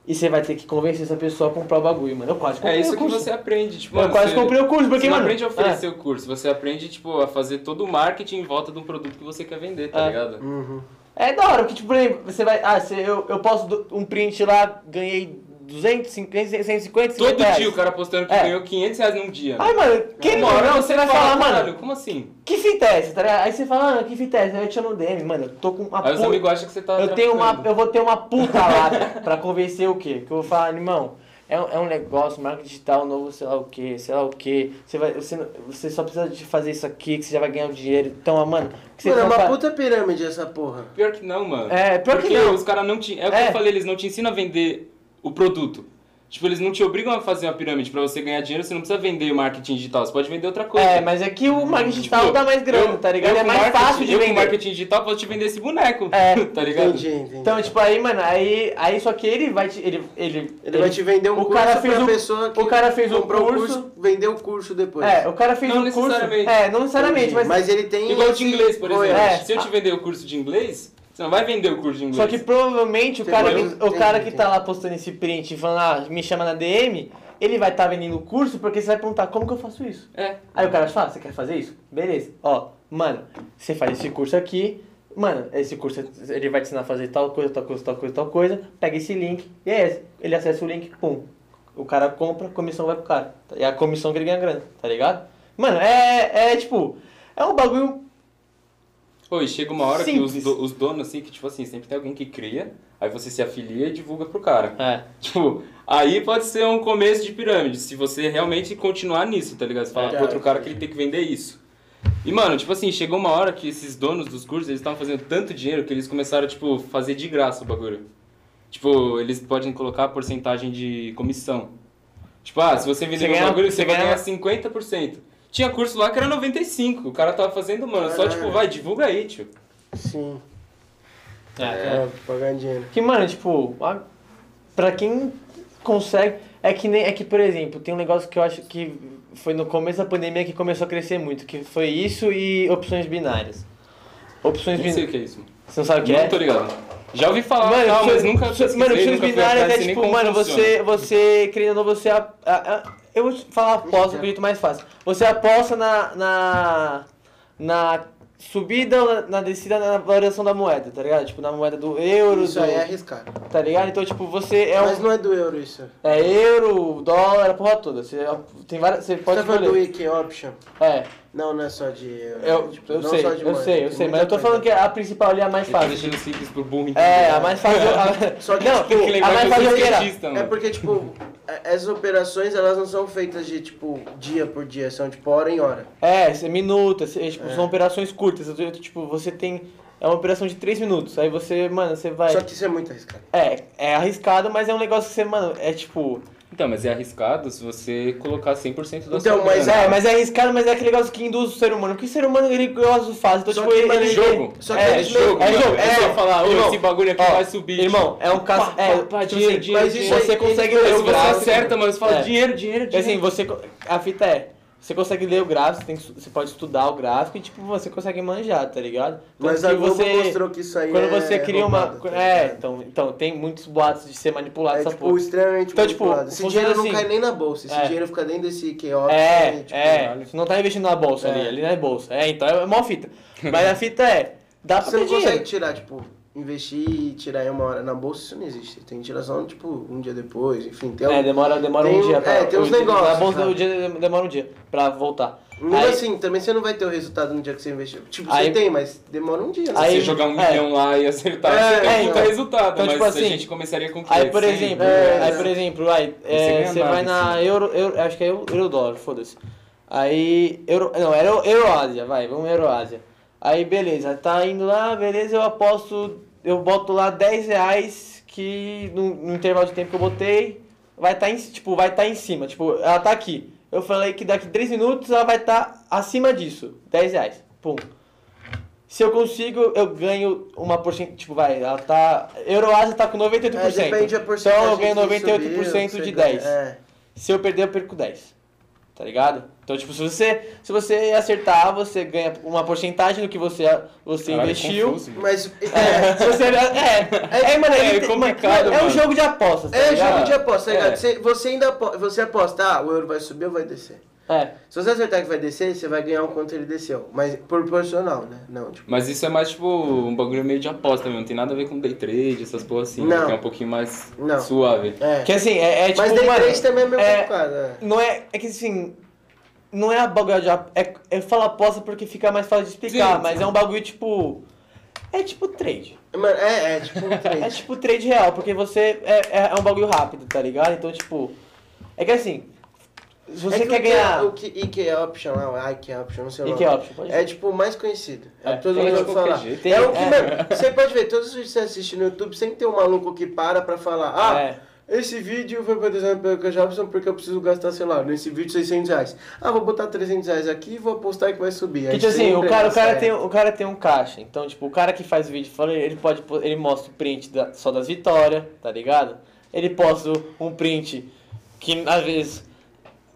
Speaker 2: E você vai ter que convencer essa pessoa a comprar o bagulho, mano. Eu quase comprei
Speaker 4: É isso
Speaker 2: o
Speaker 4: que
Speaker 2: curso.
Speaker 4: você aprende. Tipo,
Speaker 2: Eu
Speaker 4: mano,
Speaker 2: quase
Speaker 4: você-
Speaker 2: comprei o curso, porque,
Speaker 4: você não
Speaker 2: mano. é.
Speaker 4: aprende a oferecer o curso, você aprende, tipo, a fazer todo o marketing em volta de um produto que você quer vender, tá
Speaker 2: É.
Speaker 4: ligado?
Speaker 2: É da hora, porque, tipo, por exemplo, você vai. Ah, você, eu, eu posso do- um print lá, ganhei 200, 50, 150, 50
Speaker 4: Todo
Speaker 2: reais.
Speaker 4: dia o cara postando que
Speaker 2: É.
Speaker 4: ganhou 500 reais num dia.
Speaker 2: Ai, mano, quem
Speaker 4: Uma hora
Speaker 2: não, você vai
Speaker 4: fala,
Speaker 2: falar, mano,
Speaker 4: "Caralho, Como assim?
Speaker 2: que fita é essa, tá ligado? Aí você fala, ah, que fita é essa? Aí eu te chamo no DM, mano, eu tô com uma
Speaker 4: Aí os
Speaker 2: puta...
Speaker 4: amigos acham que você tá.
Speaker 2: Eu, tenho uma,
Speaker 4: traficando.
Speaker 2: eu vou ter uma puta lá pra convencer o quê? Que eu vou falar, irmão, é, um- é um negócio, marca digital novo, sei lá o quê, sei lá o quê. Você, vai, você, não- você só precisa de fazer isso aqui, que você já vai ganhar o dinheiro. Então, ah, mano, o que você
Speaker 1: Mano, é
Speaker 2: não
Speaker 1: uma
Speaker 2: faz-
Speaker 1: puta pirâmide essa porra.
Speaker 4: Pior que não, mano.
Speaker 2: É, pior que
Speaker 4: Porque
Speaker 2: não.
Speaker 4: os caras não te. É o que
Speaker 2: É.
Speaker 4: eu falei, eles não te ensinam a vender o produto. Tipo, eles não te obrigam a fazer uma pirâmide pra você ganhar dinheiro, você não precisa vender marketing digital, você pode vender outra coisa.
Speaker 2: É, mas é que o marketing digital
Speaker 4: Tipo,
Speaker 2: dá mais grana, tá ligado?
Speaker 4: eu
Speaker 2: É
Speaker 4: com
Speaker 2: mais
Speaker 4: marketing-
Speaker 2: fácil de
Speaker 4: eu com
Speaker 2: vender.
Speaker 4: marketing digital posso te vender esse boneco,
Speaker 2: É.
Speaker 4: <laughs> tá ligado?
Speaker 1: Entendi, entendi.
Speaker 2: Então, tipo, aí, mano, aí, aí só que ele vai te. Ele, ele,
Speaker 1: ele vai te vender um
Speaker 2: tipo, o
Speaker 1: curso
Speaker 2: cara
Speaker 1: pra
Speaker 2: fez o-
Speaker 1: pessoa que
Speaker 2: o cara fez o
Speaker 1: comprou
Speaker 2: curso-
Speaker 1: o curso, vendeu o curso depois.
Speaker 2: É, o cara fez
Speaker 4: Não
Speaker 2: um curso.
Speaker 4: necessariamente.
Speaker 2: É, não necessariamente, mas,
Speaker 1: ele tem.
Speaker 4: Igual de inglês, por exemplo.
Speaker 2: É.
Speaker 4: Se eu te vender o curso de inglês, você não vai vender o curso de inglês.
Speaker 2: Só que provavelmente o
Speaker 1: Você
Speaker 2: cara,
Speaker 1: entendeu?
Speaker 2: que, o cara que
Speaker 1: Entendi,
Speaker 2: tá lá postando esse print e falando, ah, me chama na DM, ele vai estar tá vendendo o curso porque você vai perguntar como que eu faço isso.
Speaker 4: É.
Speaker 2: Aí o cara fala, ah, você quer fazer isso? Beleza. Ó, mano, você faz esse curso aqui, mano, esse curso ele vai te ensinar a fazer tal coisa, tal coisa, tal coisa, tal coisa, pega esse link, e é esse. Ele acessa o link, pum. O cara compra, a comissão vai pro cara. É a comissão que ele ganha grana, tá ligado? Mano, é, é tipo, é um bagulho
Speaker 4: Pô, e chega uma hora que
Speaker 2: Simples.
Speaker 4: os, do- os donos, assim, que tipo assim, sempre tem alguém que cria, aí você se afilia e divulga pro cara.
Speaker 2: é,
Speaker 4: Tipo, aí pode ser um começo de pirâmide, se você realmente continuar nisso, tá ligado? Você fala
Speaker 1: É,
Speaker 4: pro
Speaker 1: cara,
Speaker 4: outro cara que ele tem que vender isso. E, mano, tipo assim, chegou uma hora que esses donos dos cursos, eles estavam fazendo tanto dinheiro que eles começaram, tipo, fazer de graça o bagulho. Tipo, eles podem colocar a porcentagem de comissão. Tipo, ah, se você vender
Speaker 2: Você
Speaker 4: um
Speaker 2: ganha-
Speaker 4: bagulho,
Speaker 2: você
Speaker 4: você vai
Speaker 2: ganha-
Speaker 4: ganhar 50%. Tinha curso lá que era 95%. O cara tava fazendo, mano, só tipo,
Speaker 1: Caralho.
Speaker 4: vai, divulga aí, tio.
Speaker 1: Sim,
Speaker 2: é.
Speaker 1: é, pagar dinheiro.
Speaker 2: Que, mano, tipo, a- pra quem consegue. É que nem. É que, por exemplo, tem um negócio que eu acho que foi no começo da pandemia que começou a crescer muito, que foi isso e opções binárias. Opções
Speaker 4: Nem sei o
Speaker 2: binárias.
Speaker 4: que é isso.
Speaker 2: Você não sabe o que
Speaker 4: não
Speaker 2: é?
Speaker 4: tô ligado. Já ouvi falar,
Speaker 2: Mano,
Speaker 4: tal, mas
Speaker 2: opções-
Speaker 4: nunca
Speaker 2: mano,
Speaker 4: pesquisei,
Speaker 2: opções
Speaker 4: nunca fui
Speaker 2: binárias
Speaker 4: atrás,
Speaker 2: é
Speaker 4: sei nem
Speaker 2: tipo,
Speaker 4: como
Speaker 2: mano,
Speaker 4: funciona.
Speaker 2: você, você, querendo ou não, você. a- a- a- eu vou te falar aposta, do jeito mais fácil. Você aposta na. na. na subida ou na, na descida, na variação da moeda, tá ligado? Tipo, na moeda do euro,
Speaker 1: Isso
Speaker 2: do,
Speaker 1: aí é arriscado.
Speaker 2: tá ligado? Então, tipo, você é um.
Speaker 1: Mas não é do euro isso.
Speaker 2: É euro, dólar, a porra toda. Você é um- tem várias. Você pode
Speaker 1: Você tá falando do
Speaker 2: escolher.
Speaker 1: Wiki Option?
Speaker 2: É,
Speaker 1: Não, não é só de euro.
Speaker 2: eu,
Speaker 1: tipo,
Speaker 2: eu
Speaker 1: não
Speaker 2: sei,
Speaker 1: só de
Speaker 2: eu
Speaker 1: moeda,
Speaker 2: sei, eu
Speaker 1: tem
Speaker 2: sei, mas
Speaker 1: muita
Speaker 2: eu tô
Speaker 1: coisa.
Speaker 2: falando que a principal ali é a mais
Speaker 4: Ele tá
Speaker 2: fácil.
Speaker 4: deixando simples pro burro então, né? entender.
Speaker 2: É, ah, a mais fácil.
Speaker 1: <laughs>
Speaker 2: A...
Speaker 1: Só que,
Speaker 2: não,
Speaker 1: tipo, Tem que
Speaker 4: lembrar
Speaker 2: a
Speaker 4: que
Speaker 2: mais
Speaker 4: eu sou
Speaker 2: fácil era.
Speaker 4: skatista. mano.
Speaker 1: É porque, tipo, é- essas operações, elas não são feitas de, tipo, dia por dia, são, tipo, hora em hora.
Speaker 2: É, cê- minutos, cê-
Speaker 1: É.
Speaker 2: tipo, são operações curtas. eu tô- Tipo, você tem. É uma operação de 3 minutos. Aí você, mano, você vai.
Speaker 1: Só que isso é muito arriscado.
Speaker 2: É, é arriscado, mas é um negócio que você, mano, é tipo.
Speaker 4: Então, mas é arriscado se você colocar 100% da
Speaker 1: Então,
Speaker 4: sua
Speaker 1: mas
Speaker 4: grana.
Speaker 2: É, mas é arriscado, mas é aquele negócio que induz o ser humano. Porque o ser humano ele gosta de fase. Então,
Speaker 1: Só
Speaker 2: tipo,
Speaker 1: que,
Speaker 2: ele.
Speaker 1: mano,
Speaker 2: ele-
Speaker 4: jogo.
Speaker 1: Só que
Speaker 2: é,
Speaker 1: eles
Speaker 2: jogo,
Speaker 1: lembram-
Speaker 2: é jogo,
Speaker 4: É só falar, ô,
Speaker 2: irmão,
Speaker 4: esse bagulho aqui
Speaker 2: ó,
Speaker 4: vai subir.
Speaker 2: Irmão, é um caça.
Speaker 4: Pá,
Speaker 2: É,
Speaker 4: pá, pá,
Speaker 2: tipo
Speaker 4: dinheiro,
Speaker 2: assim,
Speaker 4: dinheiro,
Speaker 1: mas isso
Speaker 2: você
Speaker 1: aí-
Speaker 2: consegue
Speaker 1: mas
Speaker 2: ler
Speaker 4: Se
Speaker 2: o
Speaker 4: você
Speaker 2: gráfico.
Speaker 4: acerta, mano, você fala
Speaker 2: É.
Speaker 4: dinheiro, dinheiro,
Speaker 2: E Assim,
Speaker 4: dinheiro.
Speaker 2: você. co- A fita é. Você consegue ler o gráfico, você, tem que su- você pode estudar o gráfico e, tipo, você consegue manjar, tá ligado? Tanto
Speaker 1: Mas a
Speaker 2: que
Speaker 1: Globo mostrou que isso aí
Speaker 2: Quando
Speaker 1: é
Speaker 2: você cria uma.
Speaker 1: roubado, tá
Speaker 2: é,
Speaker 1: ligado?
Speaker 2: então, então, tem muitos boatos de ser manipulado
Speaker 1: É,
Speaker 2: essa
Speaker 1: tipo,
Speaker 2: porra.
Speaker 1: extremamente
Speaker 2: Então, tipo,
Speaker 1: manipulado. Esse
Speaker 2: funciona
Speaker 1: dinheiro não
Speaker 2: assim.
Speaker 1: cai nem na bolsa, esse
Speaker 2: É.
Speaker 1: dinheiro fica dentro desse que ó,
Speaker 2: É,
Speaker 1: assim, tipo,
Speaker 2: é.
Speaker 4: caralho.
Speaker 2: Você não tá investindo na bolsa ali,
Speaker 1: É.
Speaker 2: ali não é bolsa. É, então é mó fita. Mas a fita é. Dá pra
Speaker 1: Você
Speaker 2: ter
Speaker 1: não consegue
Speaker 2: dinheiro.
Speaker 1: tirar, tipo, investir e tirar em uma hora na bolsa, isso não existe. Você tem que tirar só, tipo, um dia depois, enfim. Tem
Speaker 2: É,
Speaker 1: um...
Speaker 2: demora, demora
Speaker 1: tem
Speaker 2: um
Speaker 1: um-
Speaker 2: dia pra.
Speaker 1: é, tem uns
Speaker 2: o- A
Speaker 1: negócios, né?
Speaker 2: bolsa
Speaker 1: sabe?
Speaker 2: o dia demora um dia pra voltar.
Speaker 1: Mas
Speaker 2: Aí-
Speaker 1: assim, também você não vai ter o resultado no dia que você investiu. Tipo,
Speaker 2: Aí-
Speaker 1: você tem, mas demora um dia. né?
Speaker 4: Se
Speaker 2: aí-
Speaker 4: você jogar um
Speaker 2: é.
Speaker 4: milhão lá e acertar,
Speaker 1: É,
Speaker 4: você tem
Speaker 2: é,
Speaker 4: um puta
Speaker 1: então.
Speaker 4: resultado.
Speaker 2: Então,
Speaker 4: mas
Speaker 2: tipo assim,
Speaker 4: a gente começaria com
Speaker 2: Aí
Speaker 4: 500,
Speaker 2: por
Speaker 4: 100,
Speaker 2: exemplo,
Speaker 1: é,
Speaker 2: aí
Speaker 1: é.
Speaker 2: por exemplo, vai,
Speaker 4: Você
Speaker 2: é,
Speaker 4: ganha
Speaker 2: você
Speaker 4: nada,
Speaker 2: vai na
Speaker 4: assim.
Speaker 2: euro, euro, acho que é euro, euro dólar, foda-se. Aí, euro, não, era Euro- Euroásia, vai, vamos Euroásia. Aí beleza, tá indo lá, beleza, eu aposto, eu boto lá 10 reais que no, no intervalo de tempo que eu botei, vai tá em, tipo, vai tá em cima, tipo, ela tá aqui. Eu falei que daqui 3 minutos ela vai estar acima disso, 10 reais, pum. Se eu consigo, eu ganho uma porcentagem. Tipo, vai, ela tá. Euroásia tá com 98%.
Speaker 1: É, depende da porcentagem.
Speaker 2: Então eu ganho
Speaker 1: que
Speaker 2: 98%
Speaker 1: subiu,
Speaker 2: de
Speaker 1: você
Speaker 2: 10.
Speaker 1: ganha- É.
Speaker 2: Se eu perder, eu perco 10. Tá ligado? Então, tipo, se você, se você acertar, você ganha uma porcentagem do que você, você
Speaker 4: Caralho,
Speaker 2: investiu.
Speaker 4: é confuso, mano.
Speaker 2: <laughs>
Speaker 1: Mas
Speaker 2: É,
Speaker 1: é,
Speaker 2: se
Speaker 1: <laughs>
Speaker 2: você. É, é, mano,
Speaker 4: é
Speaker 2: ele tem- mano,
Speaker 4: complicado,
Speaker 2: É um
Speaker 4: mano.
Speaker 2: jogo de apostas, tá
Speaker 1: é
Speaker 2: ligado?
Speaker 1: jogo de aposta, tá ligado?
Speaker 4: É.
Speaker 1: Você, você ainda apo- você aposta, ah, o euro vai subir ou vai descer.
Speaker 2: É.
Speaker 1: Se você acertar que vai descer, você vai ganhar um quanto ele desceu. Mas proporcional, né? Não, tipo.
Speaker 4: Mas isso é mais tipo um bagulho meio de aposta mesmo, não tem nada a ver com day trade, essas porra assim,
Speaker 1: Não.
Speaker 4: que é um pouquinho mais
Speaker 1: Não.
Speaker 4: suave.
Speaker 1: É.
Speaker 2: Que assim, é, é tipo.
Speaker 1: Mas day
Speaker 2: mano,
Speaker 1: trade também é meio
Speaker 2: é-
Speaker 1: complicado. É.
Speaker 2: Não é. É que assim. Não é a bagulho de. ap- É, eu falo aposta porque fica mais fácil de explicar,
Speaker 4: Sim,
Speaker 2: mas é um bagulho tipo. É tipo trade.
Speaker 1: Mano, é,
Speaker 2: <laughs>
Speaker 1: é tipo um trade.
Speaker 2: É tipo trade real, porque você. É, é, é um bagulho rápido, tá ligado? Então, tipo. É que assim. Se
Speaker 1: É
Speaker 2: você
Speaker 1: que
Speaker 2: quer
Speaker 1: o
Speaker 2: ganhar.
Speaker 1: Que, o que, IKEA Option lá, o IKEA Option, não sei o nome.
Speaker 2: IKEA Option, pode
Speaker 1: É tipo o mais conhecido. É,
Speaker 2: É,
Speaker 1: o que todo
Speaker 4: tem
Speaker 1: mundo
Speaker 4: de
Speaker 1: ouve
Speaker 4: qualquer
Speaker 1: falar.
Speaker 4: jeito.
Speaker 1: É o que,
Speaker 2: É.
Speaker 1: mano, você pode ver todos os vídeos que você assiste no YouTube sem ter um maluco que para pra falar, ah,
Speaker 2: É.
Speaker 1: Esse vídeo foi patrocinado pelo Cash Robson porque eu preciso gastar, sei lá, nesse vídeo 600 reais. Ah, vou botar 300 reais aqui e vou apostar que vai subir.
Speaker 2: Que,
Speaker 1: Aí
Speaker 2: tipo
Speaker 1: É
Speaker 2: assim, o
Speaker 1: sempre é,
Speaker 2: cara,
Speaker 1: dá
Speaker 2: o, cara
Speaker 1: certo.
Speaker 2: tem, o cara tem um caixa. Então, tipo, o cara que faz vídeo fala, ele pode. pô- Ele mostra o print da- só das vitórias, tá ligado? Ele posta um print que às vezes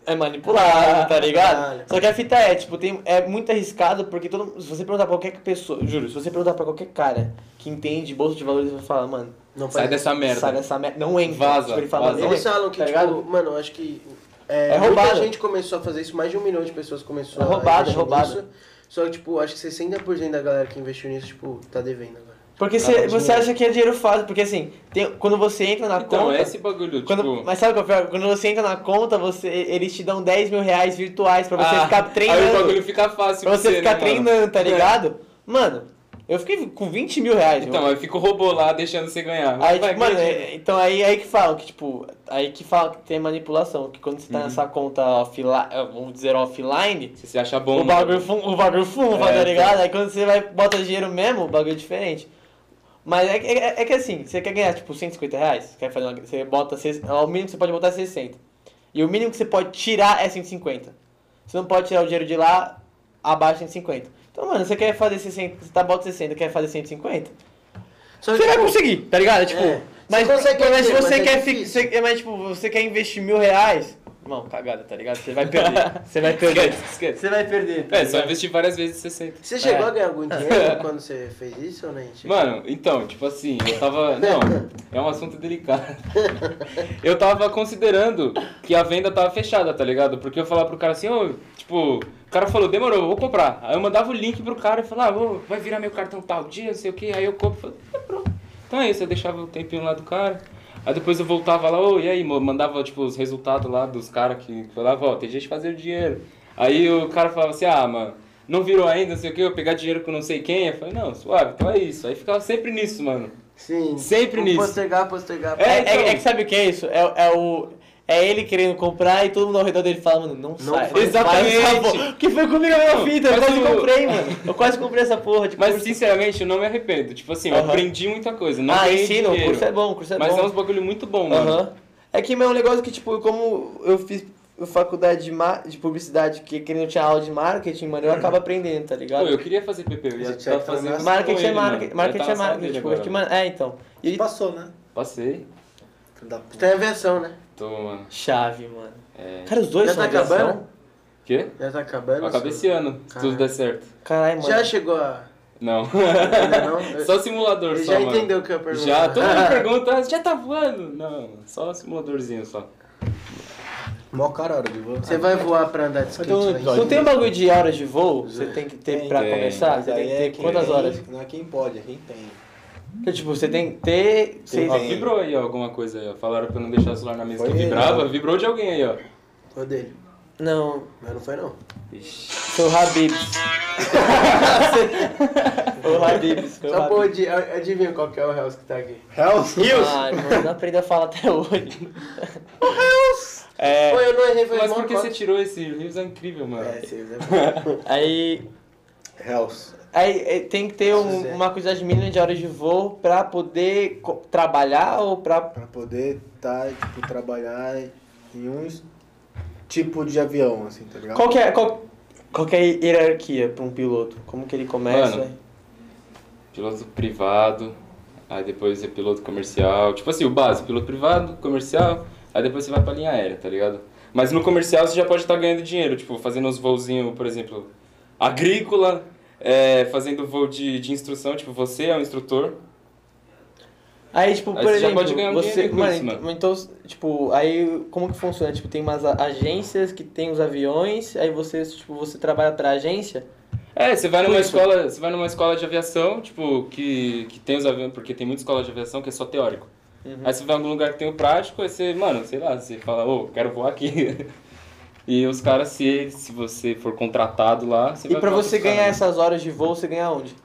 Speaker 2: é manipulado, tá ligado?
Speaker 1: Caralho.
Speaker 2: Só que a fita é, tipo, tem, é muito arriscado porque todo Se você perguntar pra qualquer pessoa, juro, se você perguntar pra qualquer cara que entende bolsa de valores, ele vai falar, mano,
Speaker 1: Não faz
Speaker 4: Sai dessa merda.
Speaker 2: sai dessa merda. Não entra.
Speaker 4: Vaza,
Speaker 2: Tipo, ele fala,
Speaker 4: vaza.
Speaker 2: não
Speaker 1: Eles
Speaker 2: entra,
Speaker 1: falam que,
Speaker 2: tá ligado?
Speaker 1: tipo, mano, eu acho que. É,
Speaker 2: É roubado.
Speaker 1: Muita gente começou a fazer isso, mais de um milhão de pessoas começou
Speaker 2: É roubado,
Speaker 1: a investir
Speaker 2: é roubado.
Speaker 1: nisso. Só que, tipo, acho que 60% da galera que investiu nisso, tipo, tá devendo agora.
Speaker 2: Porque cê, você acha que é dinheiro fácil, porque assim, tem- quando você entra na
Speaker 4: Então,
Speaker 2: conta.
Speaker 4: é esse bagulho,
Speaker 2: Quando-
Speaker 4: tipo...
Speaker 2: mas sabe o que é o pior? Quando você entra na conta, você, eles te dão 10 mil reais virtuais pra você
Speaker 4: Ah,
Speaker 2: ficar
Speaker 4: Aí o
Speaker 2: treinando.
Speaker 4: bagulho fica fácil
Speaker 2: pra você
Speaker 4: ser,
Speaker 2: ficar
Speaker 4: né, mano?
Speaker 2: treinando, tá
Speaker 4: É.
Speaker 2: ligado? Mano, eu fiquei com 20 mil reais.
Speaker 4: Então,
Speaker 2: mano.
Speaker 4: aí fica o robô lá deixando você ganhar.
Speaker 2: Aí,
Speaker 4: Vai,
Speaker 2: tipo, mano,
Speaker 4: acredita.
Speaker 2: é- então aí, aí que falam que, tipo, aí que falam que tem manipulação, que quando você
Speaker 4: Uhum.
Speaker 2: tá nessa conta offline, vamos dizer offline,
Speaker 4: Se você acha bom...
Speaker 2: o bagulho, fun, o bagulho funfa,
Speaker 4: É,
Speaker 2: tá ligado? Aí quando você vai bota dinheiro mesmo, o bagulho é diferente. Mas é, que- é, é que assim, você quer ganhar tipo 150 reais, você quer fazer uma, você bota, seis- o mínimo que você pode botar é 60. E o mínimo que você pode tirar é 150. Você não pode tirar o dinheiro de lá abaixo de 150. Então, mano, você quer fazer 60, você tá bota 60, quer fazer 150?
Speaker 1: Só que,
Speaker 2: Você vai
Speaker 1: tipo,
Speaker 2: conseguir, tá ligado? Tipo,
Speaker 1: É.
Speaker 2: mas,
Speaker 1: Você consegue
Speaker 2: mas se
Speaker 1: fazer,
Speaker 2: você
Speaker 1: mas é
Speaker 2: quer fi-
Speaker 1: difícil.
Speaker 2: você- mas, tipo, você quer investir mil reais, irmão, cagada, tá ligado? Você vai <laughs> perder. Você vai perder.
Speaker 4: Esquece, esquece.
Speaker 2: Você vai perder. tá
Speaker 4: É, só
Speaker 2: ligado?
Speaker 4: investir várias vezes 60.
Speaker 1: Você chegou
Speaker 2: É.
Speaker 1: a ganhar algum
Speaker 2: <laughs>
Speaker 1: dinheiro quando você fez isso ou nem? chegou?
Speaker 4: Mano, então, tipo assim, eu tava. Não, é um assunto delicado. Eu tava considerando que a venda tava fechada, tá ligado? Porque eu falava pro cara assim, ô, tipo, o cara falou, demorou, eu vou comprar. Aí eu mandava o link pro cara e falava, ah, vou- vai virar meu cartão tal dia, não sei o que. Aí eu compro e falei, "Ah, pronto. Então é isso, eu deixava o tempinho lá do cara. Aí depois eu voltava lá, ô, e aí, mo- mandava, tipo, os resultados lá dos caras que falavam, ó, tem gente fazendo dinheiro. Aí o cara falava assim, ah, mano, não virou ainda, não sei o que, eu vou pegar dinheiro com não sei quem. Eu falei, não, suave, então é isso. Aí ficava sempre nisso, mano.
Speaker 1: Sim.
Speaker 4: Sempre
Speaker 1: Vou
Speaker 4: nisso.
Speaker 1: Postergar, postergar.
Speaker 2: É,
Speaker 4: então.
Speaker 1: postergar.
Speaker 2: é- é que sabe o que é isso? É, é o. É ele querendo comprar e todo mundo ao redor dele fala, mano, não, sai.
Speaker 1: faz.
Speaker 4: Exatamente.
Speaker 2: Faz, por favor. <laughs> que foi comigo a mesma
Speaker 4: Não,
Speaker 2: fita, eu
Speaker 4: mas
Speaker 2: quase
Speaker 4: o- <laughs>
Speaker 2: comprei, mano. Eu quase comprei essa porra de
Speaker 4: Mas
Speaker 2: curso.
Speaker 4: sinceramente, eu não me arrependo. Tipo assim, eu
Speaker 2: Aham.
Speaker 4: aprendi muita coisa. Não
Speaker 2: ah,
Speaker 4: ganhei
Speaker 2: ensina, o
Speaker 4: dinheiro,
Speaker 2: curso é bom, o curso é
Speaker 4: mas
Speaker 2: bom.
Speaker 4: é uns bagulho muito bom, mano.
Speaker 2: Aham. É que meu, é um negócio que, tipo, como eu fiz faculdade de, ma- de publicidade, que, que não tinha aula de marketing, mano, eu acabo aprendendo, tá ligado?
Speaker 4: Pô, eu queria fazer PP, eu ia
Speaker 1: Você tinha
Speaker 4: tá
Speaker 1: que fazer
Speaker 4: fazendo.
Speaker 1: isso
Speaker 2: Marketing é
Speaker 4: market
Speaker 2: marketing, marketing é marketing, tipo, acho que, mano, é, então. E...
Speaker 3: Passou, né?
Speaker 4: Passei.
Speaker 3: Filho da puta.
Speaker 1: Tem aviação, né?
Speaker 4: Tô, mano.
Speaker 2: Chave, mano.
Speaker 4: É.
Speaker 2: Cara, os dois
Speaker 1: Já
Speaker 2: são
Speaker 1: tá
Speaker 2: aviação?
Speaker 1: acabando?
Speaker 4: Quê?
Speaker 1: Já tá acabando?
Speaker 4: Eu acabei
Speaker 1: seu-
Speaker 4: esse ano, se tudo
Speaker 1: Caralho.
Speaker 4: der certo.
Speaker 2: Caralho, mano.
Speaker 1: Já chegou a.
Speaker 4: Não. <laughs>
Speaker 1: Ainda não?
Speaker 4: só simulador,
Speaker 1: Ele
Speaker 4: só,
Speaker 1: já
Speaker 4: mano.
Speaker 1: entendeu o que é eu perguntei.
Speaker 4: Já,
Speaker 1: <laughs>
Speaker 4: todo mundo pergunta, "Ah, já tá voando? Não, só simuladorzinho só.
Speaker 3: Mó cara a hora de Ah, voar.
Speaker 1: Você vai voar pra andar de skate?
Speaker 3: ter um
Speaker 1: vai?
Speaker 3: episódio.
Speaker 2: Não tem um bagulho de horas de voo? Você tem que ter
Speaker 3: Tem,
Speaker 2: pra
Speaker 4: tem.
Speaker 2: começar?
Speaker 3: Mas
Speaker 2: Você tem
Speaker 3: aí
Speaker 2: que
Speaker 3: é
Speaker 2: ter
Speaker 3: quem
Speaker 2: quantas
Speaker 3: tem,
Speaker 2: horas?
Speaker 3: Não é quem pode, é quem tem.
Speaker 2: Então, tipo, você tem que ter... seis-
Speaker 4: Ó, vibrou aí, ó, alguma coisa aí, ó. Falaram pra eu não deixar o celular na mesa
Speaker 3: Foi
Speaker 4: que
Speaker 3: ele,
Speaker 4: vibrava,
Speaker 1: né?
Speaker 4: vibrou de alguém aí, ó.
Speaker 1: Foi dele.
Speaker 2: Não,
Speaker 1: Mas não foi não.
Speaker 2: foi o Habibs. Foi o Habibs, foi o
Speaker 1: Só
Speaker 3: um
Speaker 2: Habibs.
Speaker 1: pô, adi- adivinha qual que é o Hells que tá aqui.
Speaker 3: Hells?
Speaker 2: Ai, mano, Ah, não aprendi a falar até hoje. É,
Speaker 1: Pô, eu não errei, foi
Speaker 4: É. Mas
Speaker 1: mó
Speaker 4: por que
Speaker 1: cota.
Speaker 4: você tirou esse Rios é incrível, mano?
Speaker 1: É, vocês é bom.
Speaker 2: aí,
Speaker 3: Ah, Hells.
Speaker 2: aí é, tem que ter um-
Speaker 1: Isso é.
Speaker 2: uma quantidade mínima de horas de voo pra poder co- trabalhar ou pra...
Speaker 3: Pra poder tá, tipo, trabalhar em um es- tipo de avião, assim, tá ligado?
Speaker 2: Qual que é, qual, qual que é a hierarquia pra um piloto? Como que ele começa?
Speaker 4: Mano, Piloto privado, aí depois é piloto comercial. Tipo assim, o básico, piloto privado, comercial, aí depois você vai pra linha aérea, tá ligado? Mas no comercial você já pode estar ganhando dinheiro, tipo, fazendo uns voozinhos, por exemplo, agrícola, é, fazendo voo de, de instrução, tipo, você é o instrutor.
Speaker 2: Aí, tipo,
Speaker 4: Aí
Speaker 2: por
Speaker 4: você já
Speaker 2: exemplo,
Speaker 4: pode ganhar um
Speaker 2: você,
Speaker 4: dinheiro com
Speaker 2: mano,
Speaker 4: isso, mano.
Speaker 2: então, tipo, aí como que funciona? Tipo, tem umas a- agências que tem os aviões, aí você, tipo, você trabalha pra agência?
Speaker 4: É, você vai
Speaker 2: Tipo
Speaker 4: numa
Speaker 2: isso.
Speaker 4: escola, você vai numa escola de aviação, tipo, que, que tem os aviões, porque tem muita escola de aviação que é só teórico.
Speaker 2: Uhum.
Speaker 4: Aí você vai em algum lugar que tem o prático, aí você, mano, sei lá, você fala, ô, quero voar aqui. <laughs> e os caras, se, se você for contratado lá, você
Speaker 2: E
Speaker 4: vai
Speaker 2: pra
Speaker 4: voar com
Speaker 2: você
Speaker 4: os caras,
Speaker 2: ganhar
Speaker 4: né?
Speaker 2: essas horas de voo, você ganha onde?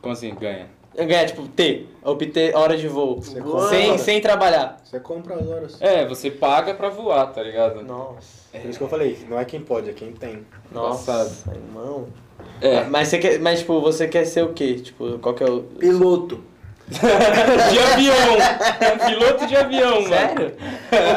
Speaker 4: Como assim, ganha?
Speaker 2: Ganhar, tipo, T, obter horas de voo,
Speaker 3: Você
Speaker 2: sem,
Speaker 3: compra.
Speaker 2: sem trabalhar.
Speaker 3: Você compra as horas.
Speaker 4: É, você paga pra voar, tá ligado?
Speaker 2: Nossa,
Speaker 3: Por isso que eu falei, não é quem pode, é quem tem.
Speaker 2: nossa, irmão. Ah,
Speaker 4: É,
Speaker 2: Mas, você quer, mas, tipo, você quer ser o quê? Tipo, qual que é o...
Speaker 1: Piloto.
Speaker 4: De
Speaker 2: <laughs>
Speaker 4: avião! É Piloto de avião, mano.
Speaker 2: Sério?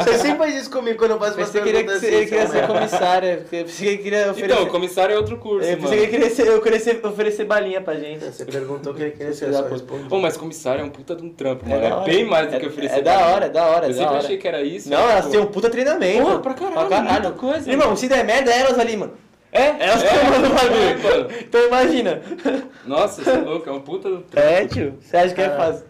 Speaker 1: Você sempre faz isso comigo quando eu faço umas
Speaker 2: Mas você queria, que
Speaker 1: perguntas
Speaker 2: você- ele
Speaker 1: assim,
Speaker 2: queria
Speaker 1: seu
Speaker 2: ser
Speaker 1: merda.
Speaker 2: comissária. porque Eu pensei que ele queria oferecer.
Speaker 4: Então, comissário é outro curso,
Speaker 2: eu
Speaker 4: mano.
Speaker 2: pensei que ele queria ser- eu queria ser- oferecer balinha pra gente.
Speaker 1: Você perguntou o que ele queria ser, eu
Speaker 2: Já
Speaker 1: só
Speaker 2: pô-
Speaker 1: respondi.
Speaker 4: Pô, mas comissário é um puta de um trampo, mano.
Speaker 2: da
Speaker 4: É
Speaker 2: hora.
Speaker 4: bem mais do que
Speaker 2: É-
Speaker 4: oferecer.
Speaker 2: É da hora, é da hora, é
Speaker 4: Eu
Speaker 2: da
Speaker 4: sempre
Speaker 2: hora.
Speaker 4: achei que era isso. tipo,
Speaker 2: Não,
Speaker 4: mas,
Speaker 2: elas
Speaker 4: pô.
Speaker 2: têm um puta treinamento.
Speaker 4: Porra, pra caralho, muita coisa,
Speaker 2: Irmão,
Speaker 4: mano.
Speaker 2: se der merda, é elas ali, mano.
Speaker 4: É?
Speaker 2: Elas
Speaker 4: é,
Speaker 2: que comandam o
Speaker 4: é, mano.
Speaker 2: bagulho. Então imagina.
Speaker 4: Nossa, você é louco, é um puta do trampo.
Speaker 2: É, tio. Você acha que é fácil?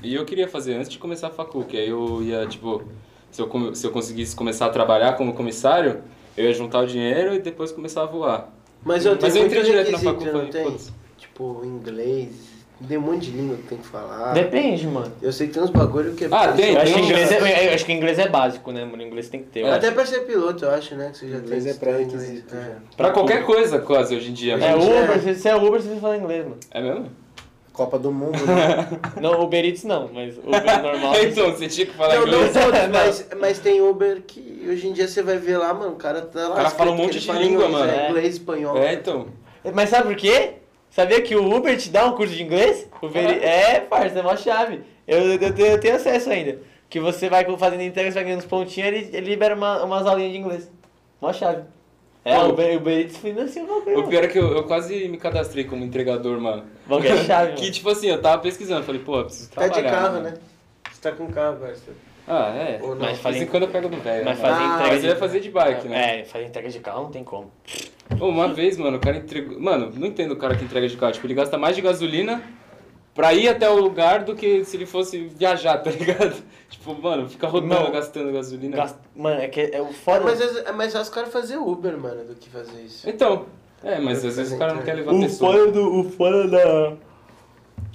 Speaker 4: E eu queria fazer antes de começar a facu, que aí eu ia, tipo, se eu, come- se eu conseguisse começar a trabalhar como comissário, eu ia juntar o dinheiro e depois começar a voar.
Speaker 1: Mas eu tenho
Speaker 4: Mas eu entrei
Speaker 1: muito
Speaker 4: direto na
Speaker 1: requisito,
Speaker 4: facu,
Speaker 1: não
Speaker 4: falei,
Speaker 1: tem?
Speaker 4: putz.
Speaker 1: Tipo, inglês, tem um monte de língua que tem que
Speaker 2: ah.
Speaker 1: falar.
Speaker 2: Depende, mano.
Speaker 1: Eu sei que tem uns bagulho que é...
Speaker 4: Ah, tem,
Speaker 2: Eu acho, que
Speaker 4: tem.
Speaker 2: inglês
Speaker 4: uns-
Speaker 2: é, eu acho que inglês é básico, né, mano? Inglês tem que ter.
Speaker 1: Até pra ser piloto, eu acho, né? Que você já
Speaker 3: Inglês
Speaker 1: tem
Speaker 3: é
Speaker 1: que estudar inglês,
Speaker 3: pré-requisito,
Speaker 1: é.
Speaker 3: já.
Speaker 4: Pra qualquer coisa, quase, hoje em dia.
Speaker 2: É
Speaker 4: mano.
Speaker 2: Uber, se você é Uber, você fala inglês, mano.
Speaker 4: É mesmo?
Speaker 3: Copa do Mundo, né?
Speaker 2: Não, Uber Eats não, mas <laughs> Uber normal.
Speaker 4: <laughs> então, você tinha que falar
Speaker 1: Não, não
Speaker 4: inglês. <laughs>
Speaker 1: todos, mas, mas tem Uber que hoje em dia você vai ver lá, mano, o cara tá lá.
Speaker 4: cara fala um
Speaker 1: escrito
Speaker 4: monte
Speaker 1: que ele
Speaker 4: de
Speaker 1: fala
Speaker 4: língua,
Speaker 1: inglês,
Speaker 4: mano.
Speaker 1: é Inglês, espanhol.
Speaker 4: É, então.
Speaker 2: Mas sabe por quê? Sabia que o Uber te dá um curso de inglês? O Uber... É, parça, é uma chave. Eu, eu, eu tenho acesso ainda. Que você vai fazendo entrega, você vai ganhando uns pontinhos, ele, ele libera uma, umas aulinhas de inglês. Uma chave. É,
Speaker 4: Pô,
Speaker 2: o Uber, o Uber Eats financia o bagulho.
Speaker 4: O
Speaker 2: mano.
Speaker 4: pior é que eu, eu quase me cadastrei como entregador, mano.
Speaker 2: O bagulho
Speaker 4: <laughs>
Speaker 2: é chave, mano.
Speaker 4: Que tipo assim, eu tava pesquisando, falei, pô, eu preciso
Speaker 1: Tá
Speaker 4: trabalhar.
Speaker 1: de carro,
Speaker 4: mano.
Speaker 1: né? Você tá com carro, parceiro.
Speaker 4: Ah, é.
Speaker 1: Ou não?
Speaker 2: Mas
Speaker 4: De vez
Speaker 2: fazer,
Speaker 4: em quando eu pego do velho.
Speaker 2: mas
Speaker 4: né?
Speaker 2: fazer
Speaker 1: Ah,
Speaker 2: entrega
Speaker 4: mas eu ia fazer de bike, né?
Speaker 2: É, fazer entrega de carro não tem como.
Speaker 4: Pô, Uma vez, mano, o cara entregou. Mano, não entendo o cara que entrega de carro. Tipo, ele gasta mais de gasolina pra ir até o lugar do que se ele fosse viajar, tá ligado? <laughs> Tipo, mano, fica rodando,
Speaker 2: Não.
Speaker 4: gastando gasolina.
Speaker 2: Gasta- Mano, é que é o foda.
Speaker 1: Mas, às- é mais fácil o cara fazer Uber, mano, do que fazer isso.
Speaker 4: Então, é, mas às vezes o cara não quer levar
Speaker 2: O
Speaker 4: pessoa.
Speaker 2: fora do. O fora da.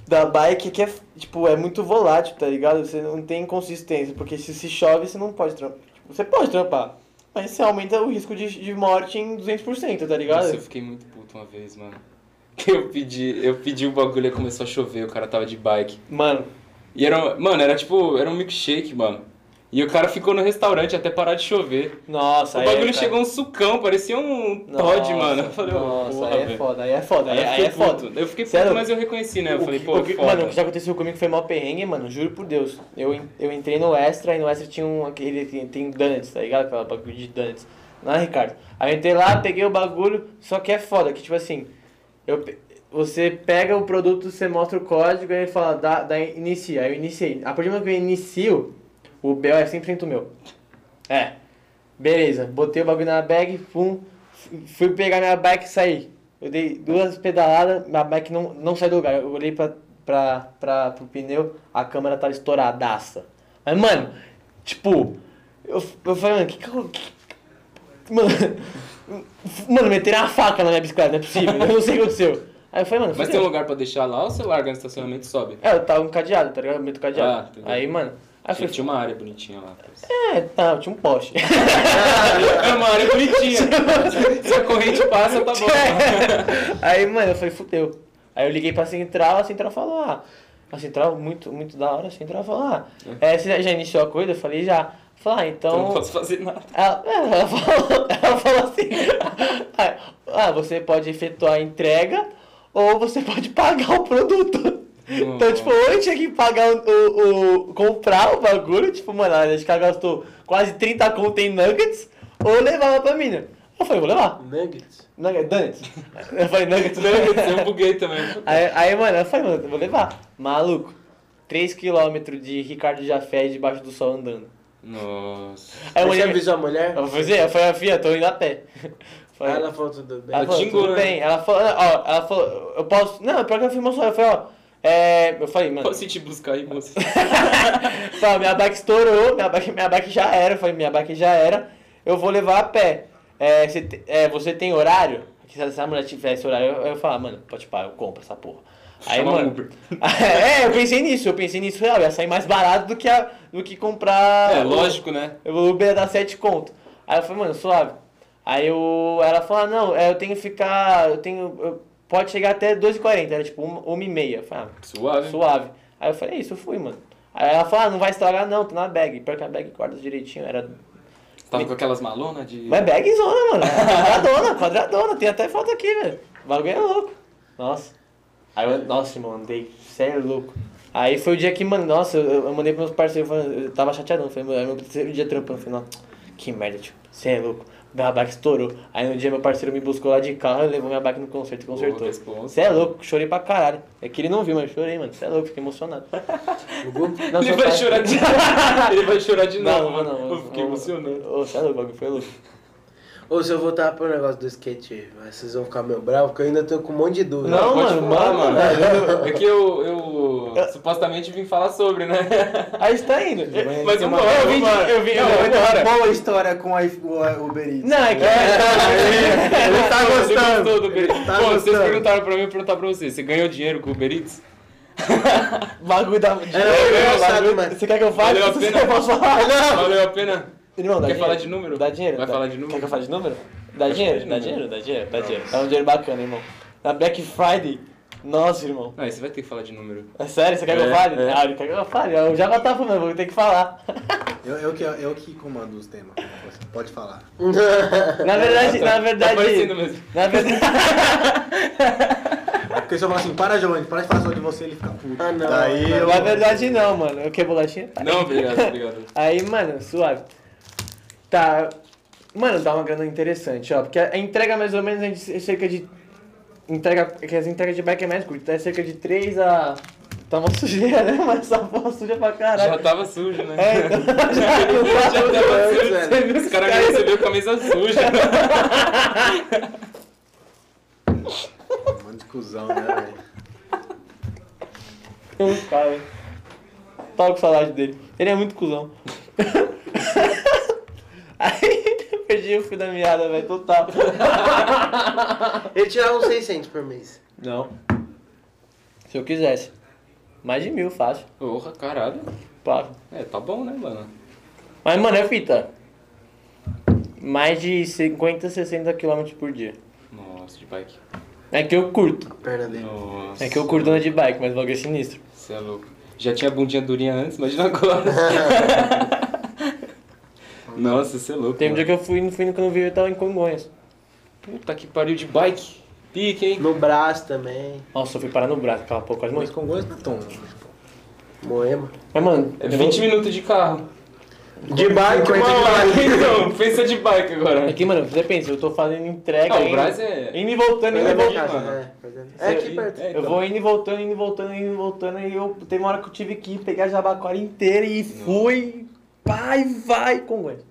Speaker 2: Da bike é que é, tipo, é muito volátil, tá ligado? Você não tem consistência, porque se, se chove, você não pode trampar. Tipo, você pode trampar, mas você aumenta o risco de, de morte em 200%, tá ligado?
Speaker 4: Nossa, eu fiquei muito puto uma vez, mano. <laughs> Que eu pedi, eu pedi o bagulho e começou a chover, o cara tava de bike.
Speaker 2: Mano,
Speaker 4: E era, mano, era tipo, era um milkshake, mano. E o cara ficou no restaurante até parar de chover.
Speaker 2: nossa,
Speaker 4: o
Speaker 2: aí
Speaker 4: bagulho
Speaker 2: é,
Speaker 4: chegou um sucão, parecia um Todd, mano. Eu falei, ô,
Speaker 2: nossa,
Speaker 4: porra,
Speaker 2: aí é
Speaker 4: velho.
Speaker 2: foda, aí é foda, aí,
Speaker 4: eu
Speaker 2: aí
Speaker 4: fiquei
Speaker 2: é foda.
Speaker 4: puto. Eu fiquei puto,
Speaker 2: Sério?
Speaker 4: mas eu reconheci, né? Eu
Speaker 2: O
Speaker 4: falei,
Speaker 2: que-
Speaker 4: pô,
Speaker 2: o que-
Speaker 4: foda.
Speaker 2: Mano, o que já aconteceu comigo foi mó perrengue, mano, juro por Deus. Eu, en- eu entrei no Extra e no Extra tinha um, aquele, tem, tem donuts, tá ligado? Aquela bagulho de donuts. Não é, Ricardo? Aí eu entrei lá, peguei o bagulho, só que é foda, que tipo assim, eu, pe- você pega o produto, você mostra o código, aí ele fala, dá, dá, inicia, aí eu iniciei. A partir do momento que eu inicio, o BO é 100% meu. É. Beleza, botei o bagulho na bag, pum, f- fui pegar minha bike e saí. Eu dei duas pedaladas, minha bike não, não saiu do lugar. Eu olhei pra, pra, pra, pro pneu, a câmera tava estouradaça. Mas, mano, tipo, eu, eu falei, mano, que que eu. que- Mano, <laughs> mano, meteram a faca na minha bicicleta, não é possível, eu não sei o que aconteceu. Aí eu falei, mano,
Speaker 4: Mas
Speaker 2: fudeu.
Speaker 4: tem um lugar pra deixar lá ou você larga no estacionamento e sobe?
Speaker 2: É, eu tava um cadeado, tá ligado? Eu meto o
Speaker 4: Ah,
Speaker 2: cadeado.
Speaker 4: entendi.
Speaker 2: aí, mano, aí eu
Speaker 4: Tinha,
Speaker 2: falei,
Speaker 4: tinha uma área bonitinha lá.
Speaker 2: é, tá, tinha um poste.
Speaker 4: Era uma área bonitinha. Se a corrente passa, tá
Speaker 2: É.
Speaker 4: bom.
Speaker 2: <laughs> Aí, mano, eu falei, fudeu. Aí eu liguei pra central, a central falou, ah, a central, muito, muito da hora, a central falou, ah, é, você já iniciou a coisa? Eu falei, já. Falei, ah,
Speaker 4: Eu não
Speaker 2: então...
Speaker 4: posso fazer nada.
Speaker 2: Ela, <laughs> é, ela falou, ela falou assim, <laughs> ah, você pode efetuar a entrega ou você pode pagar o produto. Então, tipo, ou eu tinha que pagar o, o, o- comprar o bagulho, tipo, mano, a gente gastou quase 30 conto em nuggets, ou eu levava pra mina. Eu falei, vou levar.
Speaker 1: Nuggets?
Speaker 2: Nugget, Nuggets. Eu falei, Nuggets, Nuggets.
Speaker 4: Eu buguei também.
Speaker 2: Aí, aí, mano, eu falei, mano, eu vou levar. Maluco, 3km de Ricardo Jafé debaixo do sol andando.
Speaker 4: Nossa.
Speaker 2: Aí eu
Speaker 1: Você
Speaker 2: olhei,
Speaker 1: avisou a
Speaker 4: É
Speaker 1: mulher?
Speaker 2: eu falei, assim, eu falei, filha, tô indo a pé. <laughs>
Speaker 1: Ah,
Speaker 2: Falei,
Speaker 1: ela falou tudo bem.
Speaker 2: ela falou,
Speaker 4: xingou,
Speaker 2: tudo
Speaker 4: né?
Speaker 2: bem. Ela falou, ó, ela falou, eu posso... Não, pior que ela filmou só, eu falei, ó, é... Eu falei, mano,
Speaker 4: Posso ir te buscar aí, moça?
Speaker 2: Fala, minha bike estourou, minha bike, minha bike já era. Eu falei, minha bike já era, eu vou levar a pé. É, você, te- é, você tem horário? Porque se essa mulher tivesse horário, eu, eu falava, mano, pode parar, eu compro essa porra. Aí,
Speaker 4: Chama
Speaker 2: mano.
Speaker 4: Uber.
Speaker 2: <laughs> é, eu pensei nisso, eu pensei nisso real, ia sair mais barato do que, a, do que comprar.
Speaker 4: É,
Speaker 2: o-
Speaker 4: lógico, né?
Speaker 2: o Uber ia dar 7 conto. Aí eu falei, mano, suave. Aí eu, ela falou, ah, não, é, eu tenho que ficar, eu tenho, eu- pode chegar até 2h40, era tipo 1h30. Eu falei, ah,
Speaker 4: Suave.
Speaker 2: Suave. Aí eu falei, é isso, eu fui, mano. Aí ela falou, ah, não vai estragar não, tá na bag. Pior que a bag guarda direitinho, era...
Speaker 4: Tava com aquelas malonas de.
Speaker 2: Mas bag zona, mano, é quadradona, quadradona, tem até foto aqui, velho. O bagulho é louco. Nossa. Aí eu, nossa, irmão, andei, sério, louco. Aí foi o dia que, mano, nossa, eu, eu mandei pros meus parceiros, falando, eu tava chateadão, falei, mano, era meu terceiro dia trampando, falei, nossa, que merda, tipo, você é louco. Minha bike estourou. Aí no dia meu parceiro me buscou lá de carro, levou minha bike no concerto e consertou.
Speaker 4: responsa.
Speaker 2: Você é louco, chorei pra caralho. É que ele não viu, mas eu chorei, mano. Você é louco, fiquei emocionado. Não,
Speaker 4: Ele
Speaker 2: só
Speaker 4: vai
Speaker 2: tá-
Speaker 4: chorar
Speaker 2: <laughs>
Speaker 4: de novo. Ele vai chorar de
Speaker 2: Não,
Speaker 4: novo,
Speaker 2: não,
Speaker 4: mano.
Speaker 2: não.
Speaker 4: Eu fiquei
Speaker 2: não.
Speaker 4: emocionado.
Speaker 2: Ô, você é louco, o bagulho foi louco.
Speaker 1: Ou se eu voltar pro negócio do skate, vocês vão ficar meio bravos, porque eu ainda tô com um monte de dúvida.
Speaker 2: Não,
Speaker 4: Pode
Speaker 2: mano,
Speaker 4: falar,
Speaker 2: mano.
Speaker 4: É que eu, eu supostamente vim falar sobre, né?
Speaker 2: Aí você tá indo.
Speaker 4: Mas
Speaker 3: tem
Speaker 4: eu
Speaker 3: um uma-
Speaker 4: não, eu vim de- eu vim. eu- Bora.
Speaker 3: Boa história com a o Uber Eats.
Speaker 2: Não, é que.
Speaker 3: <laughs> Ele tá
Speaker 4: Você gostou do
Speaker 3: gostando.
Speaker 4: Uber Eats?
Speaker 3: Tá
Speaker 4: Bom, vocês
Speaker 3: gostando.
Speaker 4: perguntaram pra mim, eu perguntar pra vocês. Você ganhou dinheiro com o Uber Eats?
Speaker 2: Bagulho da.
Speaker 1: engraçado,
Speaker 2: bagulho-
Speaker 1: mano.
Speaker 2: Você quer que eu fale?
Speaker 4: É. Valeu a
Speaker 2: Você
Speaker 4: pena?
Speaker 2: quer que eu
Speaker 3: Ah,
Speaker 2: falar?
Speaker 4: Valeu a pena?
Speaker 2: Irmão, dá
Speaker 4: Quer
Speaker 2: dinheiro.
Speaker 4: falar de número?
Speaker 2: Dá dinheiro.
Speaker 4: Vai
Speaker 2: dá-
Speaker 4: falar de número?
Speaker 2: Quer que eu fale de número? Dá
Speaker 4: que é
Speaker 2: dinheiro?
Speaker 4: de
Speaker 2: Dá
Speaker 4: número.
Speaker 2: dinheiro? Dá dinheiro? Dá dinheiro. É um dinheiro bacana, irmão. Na Black Friday. Nossa, irmão.
Speaker 4: Não, você vai ter que falar de número.
Speaker 2: É sério? Você quer que eu
Speaker 4: É,
Speaker 2: fale?
Speaker 4: é.
Speaker 2: Ah, ele quer que eu fale. Eu já tava falando, vou ter que falar. <laughs>
Speaker 3: Eu, eu, que, eu que comando os temas. Pode falar.
Speaker 2: Na verdade, na
Speaker 4: Tá parecendo
Speaker 2: verdade.
Speaker 4: mesmo.
Speaker 2: Na verdade. <laughs>
Speaker 3: Porque se eu falar assim, para, Giovanni, para de falar só de você, ele fica puto.
Speaker 1: Ah, não.
Speaker 3: Daí eu...
Speaker 2: Na verdade, não, mano. Eu quero bolachinha.
Speaker 4: Não, obrigado, obrigado.
Speaker 2: Aí, mano, suave. Tá. Mano, dá uma grana interessante, ó. Porque a entrega mais ou menos é de- é cerca de. Entrega. é Que as entregas de bike é mais curta, é cerca de 3 a. Tá uma sujeira, né? Mas essa porra suja pra
Speaker 4: Já
Speaker 2: caralho.
Speaker 4: tava sujo, né?
Speaker 2: É, então. <laughs> já-
Speaker 4: <laughs> Já tava
Speaker 1: Deus,
Speaker 4: sujo.
Speaker 1: velho.
Speaker 4: Os caras me receberam com a
Speaker 3: <laughs>
Speaker 4: camisa suja.
Speaker 3: Mano de cuzão, né, velho?
Speaker 2: Os caras. Tava com saudade dele. Ele é muito cuzão. <laughs> Aí <laughs> eu perdi o fio da meada, velho, total.
Speaker 1: Ele tirava uns 600 por mês.
Speaker 2: Não. Se eu quisesse. Mais de mil, fácil.
Speaker 4: Porra, caralho.
Speaker 2: Pago.
Speaker 4: É, tá bom, né, mano?
Speaker 2: Mas, mano, é fita. Mais de 50, 60 km por dia.
Speaker 4: Nossa, de bike.
Speaker 2: É que eu curto.
Speaker 1: A perna dele.
Speaker 4: Nossa.
Speaker 2: É que eu curto andar de bike, mas o bagulho é sinistro.
Speaker 4: Você é louco. Já tinha bundinha durinha antes, imagina
Speaker 1: <laughs>
Speaker 4: agora. Nossa, você é louco.
Speaker 2: Teve um dia
Speaker 4: mano.
Speaker 2: que eu fui, no- fui no Canvio e tava em Congonhas.
Speaker 4: Puta que pariu de bike. Pique, hein?
Speaker 1: No braço também.
Speaker 2: Nossa, eu fui parar no braço, aquela pouco quase
Speaker 3: Mas
Speaker 2: morri.
Speaker 3: Congonhas não é tão longe, pô.
Speaker 1: Moema.
Speaker 2: Mas, mano,
Speaker 4: É 20 minutos de carro.
Speaker 1: De bike,
Speaker 4: De
Speaker 1: uma hora.
Speaker 4: bike, então. Pensa de bike agora.
Speaker 2: É que, mano, você pensa, eu tô fazendo entrega.
Speaker 4: Ah, o
Speaker 2: indo-
Speaker 4: Brás é-
Speaker 2: Indo e voltando, indo e
Speaker 1: É,
Speaker 4: bom,
Speaker 1: minha casa,
Speaker 2: voltando.
Speaker 4: mano.
Speaker 1: né? É aqui perto.
Speaker 4: É, então.
Speaker 2: Eu vou indo e voltando, indo e voltando, indo e voltando. E eu teve uma hora que eu tive que ir pegar a Jabaquara inteira e fui. Vai, vai, Congonhas.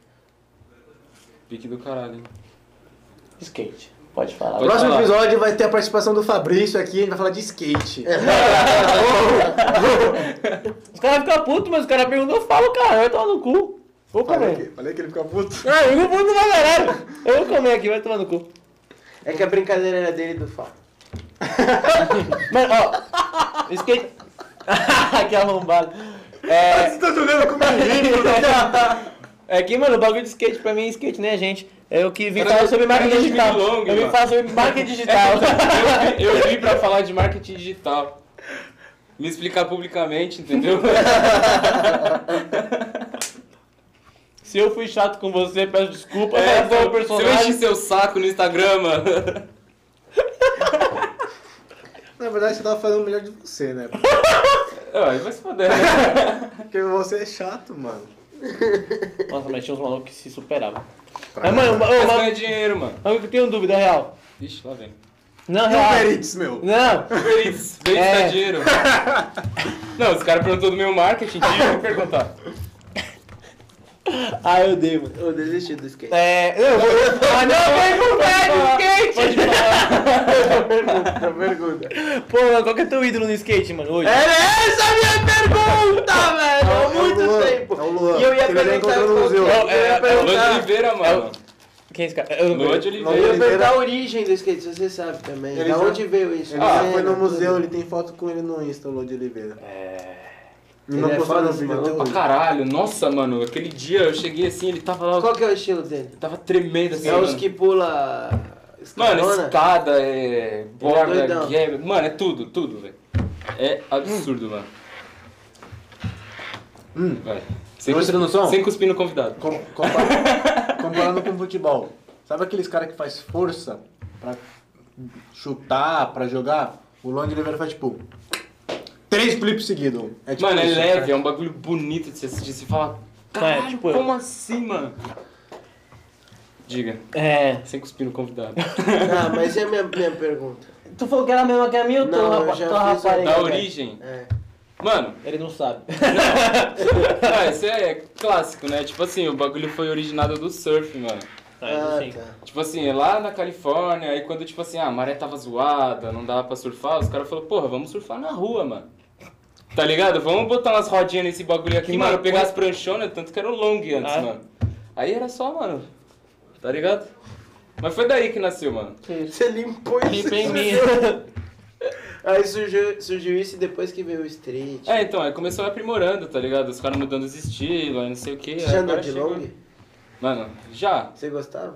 Speaker 4: Pique do caralho. hein?
Speaker 2: Skate. Pode falar.
Speaker 4: Pode
Speaker 3: Próximo
Speaker 4: falar.
Speaker 3: episódio vai ter a participação do Fabrício aqui, a gente vai falar de skate.
Speaker 1: É,
Speaker 2: Os caras ficam putos, mas os caras perguntam, eu falo, cara, vai tomar no cu. Vou
Speaker 3: Falei
Speaker 2: comer.
Speaker 3: que- Falei que ele fica puto.
Speaker 2: Ah, eu vou puto pra caralho. Eu vou comer aqui, vai tomar no cu.
Speaker 1: É que a brincadeira era dele e do Fá.
Speaker 2: Mano, ó, skate... <laughs> que arrombado. É...
Speaker 3: Você tá jogando
Speaker 1: <laughs>
Speaker 3: com né?
Speaker 2: É que, mano, o bagulho de skate pra mim, skate nem a gente. Eu que vim
Speaker 4: Cara,
Speaker 2: falar
Speaker 4: eu-
Speaker 2: sobre
Speaker 4: cara,
Speaker 2: marketing
Speaker 4: eu vim
Speaker 2: digital.
Speaker 4: longo,
Speaker 2: Eu vim
Speaker 4: mano. É,
Speaker 2: falar sobre marketing
Speaker 4: <laughs>
Speaker 2: digital.
Speaker 4: Eu, eu vim pra falar de marketing digital. Me explicar publicamente, <laughs> entendeu?
Speaker 2: <laughs> Se eu fui chato com você, peço desculpa, mas foi o
Speaker 4: então, se É, eu enchi
Speaker 2: personagem.
Speaker 4: seu saco no Instagram, <laughs> mano.
Speaker 3: Na verdade, você tava fazendo o melhor de você, né?
Speaker 4: Ai, vai se foder. né?
Speaker 3: Porque você é chato, mano.
Speaker 2: Nossa, mas tinha uns malucos que se superavam.
Speaker 3: Pra
Speaker 2: Mas, mano,
Speaker 4: Mas
Speaker 2: eu,
Speaker 4: ganha dinheiro, mano.
Speaker 2: eu tenho dúvida real.
Speaker 4: Ixi, lá vem.
Speaker 2: Não,
Speaker 3: E o
Speaker 2: real.
Speaker 3: Uber Eats, meu?
Speaker 2: Não,
Speaker 4: Feliz, feliz
Speaker 2: É.
Speaker 4: dá dinheiro. Não, os caras perguntou do meu marketing, deixa eu perguntar.
Speaker 2: Ah, eu odeio, mano.
Speaker 1: Eu desisti do skate.
Speaker 2: É. Não, eu vou. Ah, não, vem com o pé de skate!
Speaker 1: Outra pergunta. É?
Speaker 2: Pô, mano, qual que é teu ídolo no skate, mano? Hoje?
Speaker 1: Era essa a minha pergunta, velho!
Speaker 3: É
Speaker 1: Há
Speaker 3: o
Speaker 1: muito
Speaker 3: Luan,
Speaker 1: tempo!
Speaker 3: é o Luan.
Speaker 1: E eu ia
Speaker 3: Que ele
Speaker 1: perguntar
Speaker 3: encontrou no
Speaker 1: qual que
Speaker 3: museu.
Speaker 1: é, eu
Speaker 2: É, é,
Speaker 1: ia
Speaker 4: Luan de
Speaker 1: perguntar.
Speaker 4: Oliveira, mano.
Speaker 2: Quem é esse cara? Eu não
Speaker 4: Luan de
Speaker 2: conheço.
Speaker 1: Eu
Speaker 4: Oliveira.
Speaker 1: ia perguntar a origem do skate, se você sabe também.
Speaker 3: Ele
Speaker 1: da
Speaker 3: já-
Speaker 1: onde veio isso?
Speaker 3: Ele
Speaker 1: Ah,
Speaker 3: já foi
Speaker 1: né?
Speaker 3: no museu, ele tem foto com ele no Insta, o Lô de Oliveira. É.
Speaker 1: Ele
Speaker 3: Não
Speaker 1: é
Speaker 3: postou
Speaker 1: foda
Speaker 3: no
Speaker 1: esse
Speaker 3: vídeo até
Speaker 1: maluco
Speaker 4: Pra
Speaker 3: hoje.
Speaker 4: Ah, caralho, nossa, mano. Aquele dia eu cheguei assim, ele tava lá,
Speaker 1: Qual que é o estilo dele?
Speaker 4: tava tremendo assim.
Speaker 1: É os
Speaker 4: mano.
Speaker 1: que pula
Speaker 4: Mano,
Speaker 1: escalona? <laughs>
Speaker 4: escada, é. borda,
Speaker 1: doidão.
Speaker 4: guerra. Mano, é tudo, tudo, velho. É absurdo, mano.
Speaker 3: Hum.
Speaker 4: Vai. Sem,
Speaker 3: Não entra no som?
Speaker 4: sem cuspir no convidado.
Speaker 3: Com- compa- Comparando com o futebol. Sabe aqueles caras que faz força pra chutar, pra jogar? O Lô de Oliveira faz tipo... Três flips seguidos. É tipo
Speaker 4: Mano, é
Speaker 3: isso, cara.
Speaker 4: leve, é um bagulho bonito de se assistir. Você fala,
Speaker 2: Tá, é,
Speaker 4: caralho,
Speaker 2: tipo eu.
Speaker 4: como assim, mano? Diga,
Speaker 2: É.
Speaker 4: sem cuspir no convidado.
Speaker 1: Ah, mas e a minha, minha pergunta?
Speaker 2: Tu falou que era a mesma que é a minha ou
Speaker 1: Não,
Speaker 2: tô,
Speaker 1: eu
Speaker 2: rapa,
Speaker 1: já
Speaker 2: tô
Speaker 1: fiz
Speaker 2: rapariga?
Speaker 4: Da
Speaker 3: né?
Speaker 2: velho?
Speaker 4: origem,
Speaker 1: É.
Speaker 4: mano, <laughs>
Speaker 2: Ele não sabe.
Speaker 4: ah, isso é clássico, né? Tipo assim, o bagulho foi originado do surf, mano.
Speaker 1: Ah,
Speaker 2: Sim.
Speaker 1: tá.
Speaker 4: Tipo assim, lá na Califórnia, aí quando, tipo assim, ah, a maré tava zoada, não dava pra surfar, os caras falaram, porra, vamos surfar na rua, mano. Tá ligado? Vamos botar umas rodinhas nesse bagulho aqui,
Speaker 2: Que
Speaker 4: mano.
Speaker 2: maconha.
Speaker 4: Pegar as pranchonas, tanto que era o long antes,
Speaker 2: Ah.
Speaker 4: mano. Aí era só, mano. Tá ligado? Mas foi daí que nasceu, mano.
Speaker 1: Você limpou isso.
Speaker 2: Pipa em mim.
Speaker 1: Aí surgiu, surgiu isso e depois que veio o street.
Speaker 4: É, então, aí começou aprimorando, tá ligado? Os caras mudando os estilos, aí não sei o que.
Speaker 1: Você já andou de long?
Speaker 4: Mano, já.
Speaker 1: Você gostava?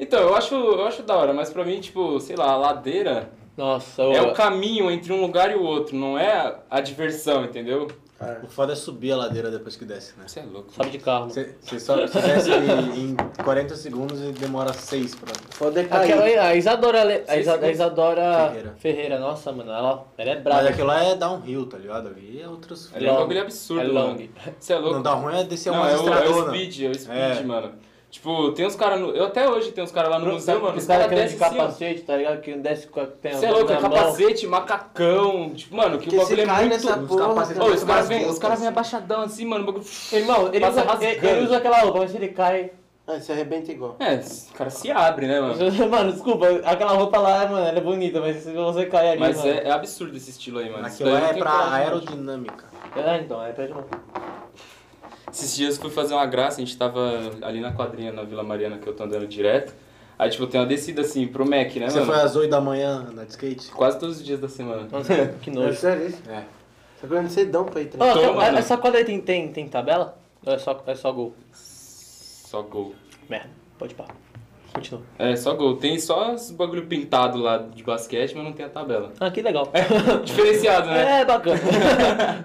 Speaker 4: Então, eu acho, eu acho da hora, mas pra mim, tipo, sei lá, a ladeira
Speaker 2: Nossa,
Speaker 4: é
Speaker 2: ô,
Speaker 4: o caminho entre um lugar e o outro, não é a- a diversão, entendeu?
Speaker 1: Ah.
Speaker 3: O foda é subir a ladeira depois que desce, né?
Speaker 4: Você é louco.
Speaker 2: Sobe de carro. mano.
Speaker 3: Você você só você desce em 40 segundos e demora 6 pra.
Speaker 1: Foda é cair.
Speaker 2: Aquela, a Isadora, Le- a Isa- a Isadora
Speaker 3: Ferreira.
Speaker 2: Ferreira. nossa, mano, ela, ela é
Speaker 3: Mas
Speaker 2: brava.
Speaker 3: aquilo lá é downhill, tá ligado? Ali é outros
Speaker 4: Ali é um
Speaker 2: Long.
Speaker 4: bagulho absurdo,
Speaker 2: É long.
Speaker 4: mano. Você é louco.
Speaker 3: Não dá ruim é descer
Speaker 4: Não,
Speaker 3: uma
Speaker 4: é o, é o
Speaker 3: estradona.
Speaker 4: speed, é o speed,
Speaker 3: É.
Speaker 4: mano. Tipo, tem uns caras no... Eu até hoje tenho uns caras lá no
Speaker 2: Pro-
Speaker 4: museu, mano.
Speaker 2: Os
Speaker 4: Os caras
Speaker 2: caras que andam de
Speaker 4: descem assim, ó.
Speaker 2: capacete, tá ligado? Que desce com a perna
Speaker 4: Você é louco, é
Speaker 2: na mão.
Speaker 4: capacete, macacão. Tipo, mano, que
Speaker 1: Porque
Speaker 4: o
Speaker 1: você
Speaker 4: bagulho é
Speaker 1: cai
Speaker 4: muito...
Speaker 1: nessa
Speaker 3: os
Speaker 1: porra.
Speaker 3: capacetes
Speaker 4: Ô, os caras
Speaker 3: Mas
Speaker 4: vêm os caras vêm
Speaker 3: assim.
Speaker 4: abaixadão assim, mano. o Bagulho...
Speaker 2: Irmão, ele
Speaker 4: Passa
Speaker 2: usa, ele,
Speaker 4: rasgando.
Speaker 2: ele usa aquela roupa, mas se ele cai...
Speaker 1: Ah, se arrebenta igual.
Speaker 4: É, os caras se abrem, né, mano?
Speaker 2: Mano, desculpa, aquela roupa lá, mano, ela é bonita, mas se você cair ali,
Speaker 4: Mas
Speaker 2: mano...
Speaker 4: é, é absurdo esse estilo aí, mano. Isso
Speaker 3: Aquilo
Speaker 4: daí
Speaker 3: lá
Speaker 4: eu
Speaker 3: é
Speaker 4: tenho
Speaker 3: pra
Speaker 4: coragem, não.
Speaker 3: aerodinâmica.
Speaker 2: Ah, então, é
Speaker 4: <laughs>
Speaker 2: pra de novo.
Speaker 4: Esses dias eu fui fazer uma graça, a gente tava ali na quadrinha, na Vila Mariana, que eu tô andando direto. Aí, tipo, tem uma descida assim pro Mac, né,
Speaker 3: Você
Speaker 4: mano?
Speaker 3: foi às 8 da manhã andar de skate?
Speaker 4: Quase todos os dias da semana.
Speaker 2: Mano,
Speaker 1: É
Speaker 4: <laughs>
Speaker 2: que nojo.
Speaker 1: sério isso?
Speaker 3: É.
Speaker 1: Tá comendo sedão pra ir
Speaker 2: Ó,
Speaker 1: treinar.
Speaker 2: é,
Speaker 4: Tô,
Speaker 2: essa-
Speaker 4: Então, mano.
Speaker 2: essa quadra aí tem, tem, tem tabela? Ou é só, é só gol?
Speaker 4: Só gol.
Speaker 2: Merda, pode pá. Continua.
Speaker 4: É, só gol. Tem só os bagulho pintado lá de basquete, mas não tem a tabela.
Speaker 2: Ah, que legal.
Speaker 4: Diferenciado, É, né? <laughs>
Speaker 2: É, bacana.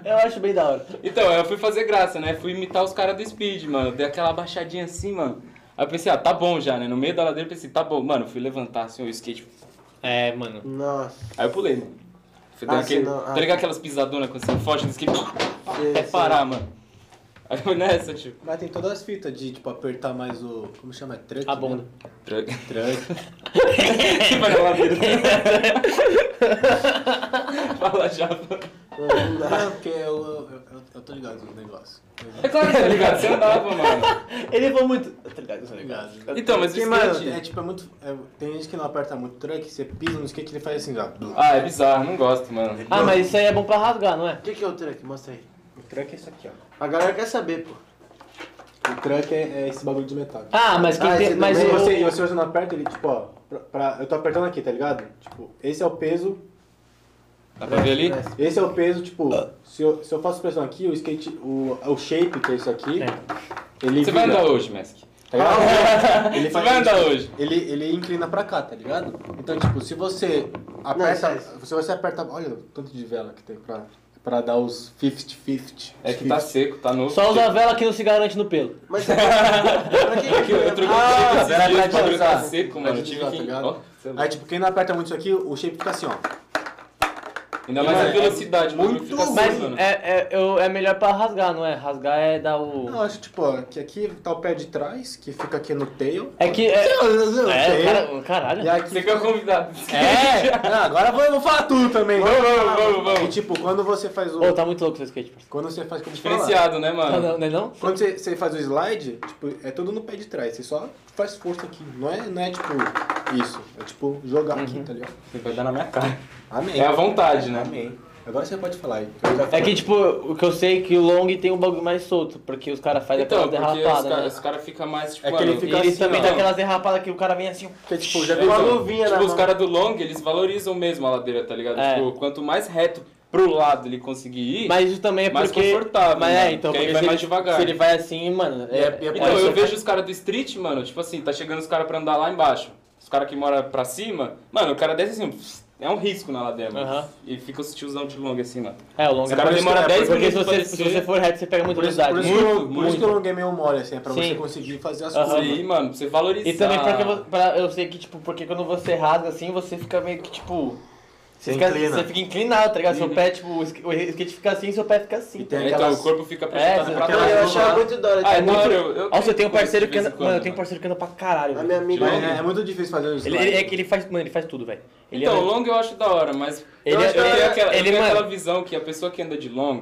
Speaker 2: Eu acho bem da hora.
Speaker 4: Então, eu fui fazer graça, né? Fui imitar os caras do Speed, mano. Dei aquela baixadinha assim, mano. Aí eu pensei, ah, tá bom já, né? No meio da ladeira eu pensei, tá bom. Mano, eu fui levantar assim o skate.
Speaker 2: É, mano.
Speaker 1: Nossa.
Speaker 4: Aí eu pulei, mano. Fui dar
Speaker 1: Ah,
Speaker 4: aquele,
Speaker 1: sim, não, ah.
Speaker 4: Tá ligado aquelas pisadonas quando você foge do skate? Até
Speaker 1: sim.
Speaker 4: parar, mano. Aí foi nessa, tipo.
Speaker 3: Mas tem todas as fitas de, tipo, apertar mais o... Como chama? É truck?
Speaker 2: A bunda.
Speaker 3: né?
Speaker 4: Tranca. <laughs>
Speaker 3: Truck.
Speaker 4: Vai na ladeira. Fala já, mano.
Speaker 3: Não, É, porque eu, eu, eu, eu tô ligado nos negócios.
Speaker 4: É claro que tá ligado, você andava, mano.
Speaker 2: Ele foi muito. Tá ligado, tá
Speaker 3: Tô
Speaker 2: ligado.
Speaker 3: ligado.
Speaker 4: Então, mas o
Speaker 3: Porque, mano,
Speaker 4: skate-
Speaker 3: é tipo, é muito... é, tem gente que não aperta muito truck, você pisa no skate e ele faz assim, ó.
Speaker 4: Ah, é bizarro, não gosto, mano.
Speaker 2: Ah, mas isso aí é bom pra rasgar, não é?
Speaker 1: O que, que é o truck? Mostra aí.
Speaker 3: O truck é isso aqui, ó.
Speaker 1: A galera quer saber, pô.
Speaker 3: O truck é, é esse bagulho de metal.
Speaker 2: Ah, mas quem
Speaker 1: Ah,
Speaker 2: tem.
Speaker 1: esse
Speaker 4: é
Speaker 2: Mas
Speaker 3: Mas e
Speaker 1: também.
Speaker 2: o-
Speaker 3: você, e você hoje não aperta ele, tipo, ó, pra, pra- eu tô apertando aqui, tá ligado? Tipo, esse é o peso,
Speaker 4: Dá pra ver ali?
Speaker 1: Presta.
Speaker 3: esse é o peso, tipo, se eu, se eu faço pressão aqui, o skate, o, o shape, que é isso aqui, ele
Speaker 4: Você vai
Speaker 3: vira,
Speaker 4: andar hoje, Mask.
Speaker 3: tá ligado? Ele
Speaker 4: Você vai andar
Speaker 3: tipo,
Speaker 4: hoje.
Speaker 3: Ele, ele inclina pra cá, tá ligado? Então, tipo, se você
Speaker 1: isso
Speaker 3: aperta,
Speaker 1: é
Speaker 3: se você aperta, olha o tanto de vela que tem pra, pra dar os 50-50.
Speaker 4: É que tá seco, tá novo.
Speaker 2: Só usa a vela que não se garante no pelo.
Speaker 1: Mas é pra que
Speaker 4: Eu
Speaker 1: que
Speaker 4: troquei
Speaker 1: Ah,
Speaker 4: ah,
Speaker 3: era
Speaker 4: esses dias,
Speaker 3: pra
Speaker 4: o bagulho tá
Speaker 3: deslizar.
Speaker 4: seco,
Speaker 3: Pra
Speaker 4: mano. Eu tive
Speaker 3: deslizar,
Speaker 4: que...
Speaker 3: tá ligado?
Speaker 4: Ó, você é louco.
Speaker 3: Aí, tipo, quem não aperta muito isso aqui, o shape fica assim, ó.
Speaker 4: Ainda mais a
Speaker 3: Mas-
Speaker 4: velocidade, mano. Fica assim,
Speaker 2: Mas
Speaker 4: mano.
Speaker 2: é, é, eu, é melhor pra rasgar, não é? Rasgar é dar
Speaker 3: Não,
Speaker 2: o.
Speaker 3: acho, tipo, ó, que aqui tá o pé de trás, que fica aqui no tail.
Speaker 2: É que. É, é
Speaker 3: Tail.
Speaker 2: cara, caralho.
Speaker 3: E aqui
Speaker 4: Você que é o convidado.
Speaker 3: É! Não, agora eu vou, eu vou falar tudo também.
Speaker 4: Vamos, <laughs> vamos, vamos,
Speaker 3: E
Speaker 4: vamos.
Speaker 3: tipo, quando você faz o.
Speaker 2: <laughs> Ô, tá muito louco seu skate, parceiro.
Speaker 3: Quando você faz. Como te falar?
Speaker 4: Diferenciado, né,
Speaker 2: Não,
Speaker 4: mano?
Speaker 2: não, não é não?
Speaker 3: Quando você, você faz o slide, tipo, é tudo no pé de trás. Você só faz força aqui. Não é, não é tipo isso. É tipo jogar aqui, tá ligado?
Speaker 4: Uhum. Você vai dar na minha cara.
Speaker 3: Amém.
Speaker 4: É a vontade, né?
Speaker 3: Amém. Agora você pode falar aí. que eu já
Speaker 2: É
Speaker 3: falei.
Speaker 2: que, tipo, o que eu sei é que o long tem um bagulho mais solto, porque os caras fazem
Speaker 4: Então,
Speaker 2: aquelas
Speaker 4: porque os
Speaker 2: derrapadas,
Speaker 4: caras
Speaker 2: né?
Speaker 4: cara ficam mais, tipo,
Speaker 3: É que ele
Speaker 4: mano,
Speaker 2: E
Speaker 3: fica
Speaker 2: eles
Speaker 3: assim,
Speaker 2: também
Speaker 3: ó.
Speaker 2: dá aquelas derrapadas que o cara vem assim...
Speaker 3: Porque, tipo, já
Speaker 4: É,
Speaker 3: vi.
Speaker 1: Uma
Speaker 4: então,
Speaker 1: luvinha na
Speaker 4: tipo, os
Speaker 1: mão.
Speaker 4: caras do long, eles valorizam mesmo a ladeira, tá ligado?
Speaker 2: É.
Speaker 4: Tipo, quanto mais reto pro lado ele conseguir ir...
Speaker 2: <laughs> Mas isso também é
Speaker 4: Mais
Speaker 2: porque...
Speaker 4: confortável,
Speaker 2: Mas é,
Speaker 4: mano,
Speaker 2: então,
Speaker 4: porque aí
Speaker 2: porque
Speaker 4: vai
Speaker 2: se
Speaker 4: mais
Speaker 2: ele-
Speaker 4: devagar.
Speaker 2: Se ele vai assim, mano...
Speaker 3: E é- e é por
Speaker 4: Então,
Speaker 3: isso
Speaker 4: eu vejo os caras do street, mano, tipo assim, tá chegando os caras pra andar lá embaixo. Os caras que moram pra cima, mano, o cara desce assim, pss, é um risco na ladeira, mano.
Speaker 2: Aham.
Speaker 4: E fica os tiozão de longa assim, mano.
Speaker 2: É, o long
Speaker 4: Os
Speaker 2: é
Speaker 4: caras
Speaker 2: mais-
Speaker 4: demoram
Speaker 3: é,
Speaker 4: 10
Speaker 2: Porque se
Speaker 4: minutos pra
Speaker 2: você, se você
Speaker 4: descer.
Speaker 2: for reto, você pega muita
Speaker 3: Por isso, por
Speaker 2: velocidade.
Speaker 3: isso que eu-
Speaker 4: Muito,
Speaker 3: por isso que eu
Speaker 4: muito.
Speaker 3: longuei meio mole, assim, é pra você
Speaker 2: Sim.
Speaker 3: conseguir fazer as
Speaker 2: Aham.
Speaker 3: coisas.
Speaker 4: Sim, mano, pra você valorizar.
Speaker 2: E também porque vo- pra, eu sei que, tipo, porque quando você rasga assim, você fica meio que, tipo... Você,
Speaker 6: Você
Speaker 2: fica,
Speaker 6: inclina.
Speaker 2: você fica inclinado, tá
Speaker 4: Uhum.
Speaker 2: ligado? Seu pé, tipo, o sk- o skate fica assim, seu pé fica assim.
Speaker 6: E tem
Speaker 4: É,
Speaker 6: aquelas-
Speaker 4: Então o corpo fica
Speaker 2: É,
Speaker 4: projetado pra
Speaker 6: aquelas-
Speaker 4: trás.
Speaker 1: eu achava muito da hora.
Speaker 4: Ah, é
Speaker 1: tipo,
Speaker 4: da hora. Eu, eu,
Speaker 2: Nossa, eu tenho um parceiro
Speaker 4: de
Speaker 2: que
Speaker 4: vez
Speaker 2: anda.
Speaker 4: em
Speaker 2: Mano, eu tenho
Speaker 4: quando, né?
Speaker 2: um parceiro que anda pra caralho.
Speaker 1: a
Speaker 2: velho.
Speaker 1: minha amiga.
Speaker 4: Longo.
Speaker 3: É, é muito difícil fazer o
Speaker 2: Ele,
Speaker 3: slide.
Speaker 2: ele, é que ele faz, mano, ele faz tudo, velho. Ele
Speaker 4: Então, o
Speaker 2: anda-
Speaker 4: long eu acho da hora, mas
Speaker 2: Ele- é-
Speaker 4: eu, acho que eu
Speaker 2: ele-
Speaker 4: tenho aquela, eu
Speaker 2: ele,
Speaker 4: tenho
Speaker 2: mano-
Speaker 4: aquela visão que a pessoa que anda de long...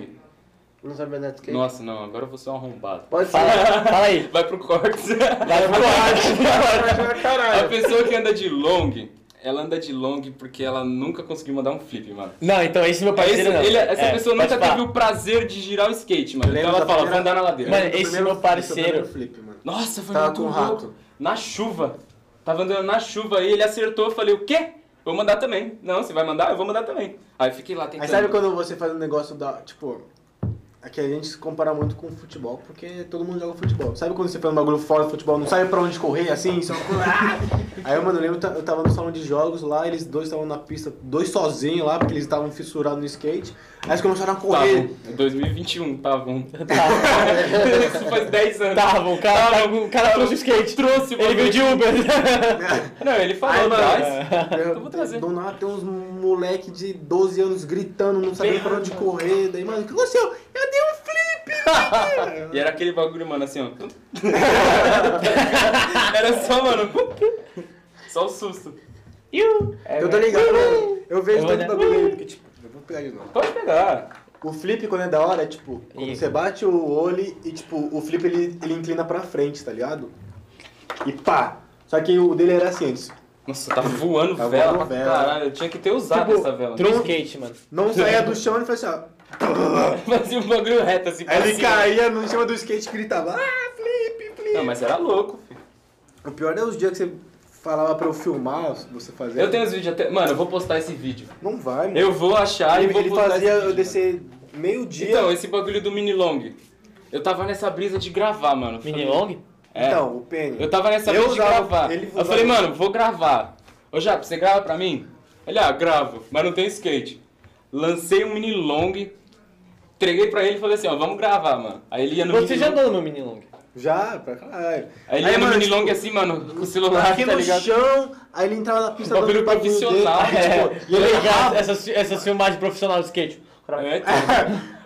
Speaker 1: Não sabe andar de skate?
Speaker 4: Nossa, não, agora eu vou ser um arrombado.
Speaker 1: Pode
Speaker 2: <laughs>
Speaker 1: ser.
Speaker 2: Fala, fala aí.
Speaker 4: Vai pro
Speaker 2: <laughs>
Speaker 4: cortes.
Speaker 2: Vai pro
Speaker 4: é
Speaker 2: <laughs>
Speaker 1: Pode
Speaker 2: corte.
Speaker 1: pra
Speaker 4: a
Speaker 1: caralho.
Speaker 4: pessoa que anda de long, ela anda de long porque ela nunca conseguiu mandar um flip, mano.
Speaker 2: Não, então esse meu parceiro
Speaker 4: Esse-
Speaker 2: não.
Speaker 4: ele- essa
Speaker 2: É,
Speaker 4: pessoa
Speaker 2: pode
Speaker 4: nunca
Speaker 2: falar.
Speaker 4: teve o prazer de girar o skate, mano.
Speaker 3: lembro
Speaker 4: Então ela
Speaker 3: da
Speaker 4: fala, vou
Speaker 3: primeira-
Speaker 4: andar na ladeira.
Speaker 2: Mano,
Speaker 3: Do
Speaker 2: esse
Speaker 3: primeiro-
Speaker 2: meu parceiro-
Speaker 3: do primeiro Flip, mano.
Speaker 4: Nossa, foi
Speaker 3: Tava
Speaker 4: muito
Speaker 3: com um
Speaker 4: louco.
Speaker 3: rato.
Speaker 4: Na chuva. Tava andando na chuva aí, ele acertou, eu falei, o quê? Vou mandar também. Não, você vai mandar? Eu vou mandar também. Aí eu fiquei lá tentando.
Speaker 3: Aí sabe quando você faz um negócio da. Tipo. É que a gente se compara muito com futebol, porque todo mundo joga futebol. Sabe quando você faz um bagulho fora do futebol, não sabe pra onde correr, assim, só... Aí, mano, eu lembro, que eu tava no salão de jogos lá, eles dois estavam na pista, dois sozinhos lá, porque eles estavam fissurados no skate. Aí eles começaram a
Speaker 4: Tava,
Speaker 3: correr.
Speaker 4: 2021, tava.
Speaker 3: <laughs>
Speaker 4: <laughs>
Speaker 2: Tá,
Speaker 4: Isso faz 10 anos.
Speaker 2: tá, bom, o cara, tá, o cara trouxe o skate.
Speaker 4: Trouxe o
Speaker 2: Ele veio de <laughs> Uber.
Speaker 4: Não, ele falou,
Speaker 3: Aí, mano,
Speaker 4: mas...
Speaker 3: Eu
Speaker 4: vou trazer.
Speaker 3: Do nada tem uns moleque de 12 anos gritando, não sabendo pra onde correr. Daí, mano, o que aconteceu? Eu dei um flip!
Speaker 4: E era aquele bagulho, mano, assim, ó. <laughs> era só, mano. Só o susto.
Speaker 2: É,
Speaker 3: eu tô ligado, mano. Eu vejo
Speaker 2: Eu
Speaker 3: tanto
Speaker 2: olho-
Speaker 3: bagulho aí, porque, tipo, eu vou pegar de novo.
Speaker 4: Pode pegar.
Speaker 3: O flip, quando é da hora, é tipo, quando
Speaker 2: Isso.
Speaker 3: você bate o olho e, tipo, o flip ele, ele inclina pra frente, tá ligado? E pá! Só que o dele era assim antes.
Speaker 4: Nossa, tá voando
Speaker 3: Tá
Speaker 4: vela
Speaker 3: voando
Speaker 4: pra
Speaker 3: vela.
Speaker 4: caralho. Eu tinha que ter usado
Speaker 3: Tipo,
Speaker 4: essa vela.
Speaker 2: Trouxe o skate, mano.
Speaker 3: Não saía do chão e fazia assim, ó.
Speaker 4: <laughs> Fazia um bagulho reto assim pra
Speaker 3: Aí ele
Speaker 4: cima.
Speaker 3: caía no cima do skate e gritava, ah, flip, flip!
Speaker 4: Não, mas era louco. filho.
Speaker 3: O pior é os dias que você falava pra eu filmar, você fazia.
Speaker 4: Eu tenho os vídeos até. Mano, eu vou postar esse vídeo.
Speaker 3: Não vai, mano.
Speaker 4: Eu vou achar e
Speaker 3: ele
Speaker 4: vou
Speaker 3: ele
Speaker 4: postar
Speaker 3: fazia
Speaker 4: esse vídeo,
Speaker 3: eu descer meio-dia.
Speaker 4: Então, esse bagulho do mini long. Eu tava nessa brisa de gravar, mano.
Speaker 2: Mini long?
Speaker 4: É.
Speaker 3: Então, o Penny.
Speaker 4: Eu tava nessa
Speaker 3: Eu
Speaker 4: brisa de
Speaker 3: usava-
Speaker 4: gravar.
Speaker 3: ele
Speaker 4: Eu
Speaker 3: usava-
Speaker 4: falei, mano, vou gravar. Ô Japa, você grava pra mim? Ele, ah, gravo, mas não tem skate. Lancei um mini long, entreguei pra ele e falei assim, ó, vamos gravar, mano. Aí ele ia no
Speaker 2: Você
Speaker 4: mini
Speaker 2: já
Speaker 4: long.
Speaker 2: andou no meu mini long?
Speaker 3: Já, pra caralho.
Speaker 4: Aí ele ia no
Speaker 3: mano,
Speaker 4: mini
Speaker 3: tipo,
Speaker 4: long assim, mano, com o celular,
Speaker 3: Aqui
Speaker 4: tá
Speaker 3: no
Speaker 4: ligado? Um
Speaker 3: chão, aí ele entrava na pista
Speaker 4: Bagulho
Speaker 3: dando o bagulho
Speaker 4: profissional, <laughs>
Speaker 3: dele,
Speaker 2: É,
Speaker 3: tipo, e ele errava.
Speaker 2: essas, essas filmagens profissional de skate.
Speaker 4: É, então.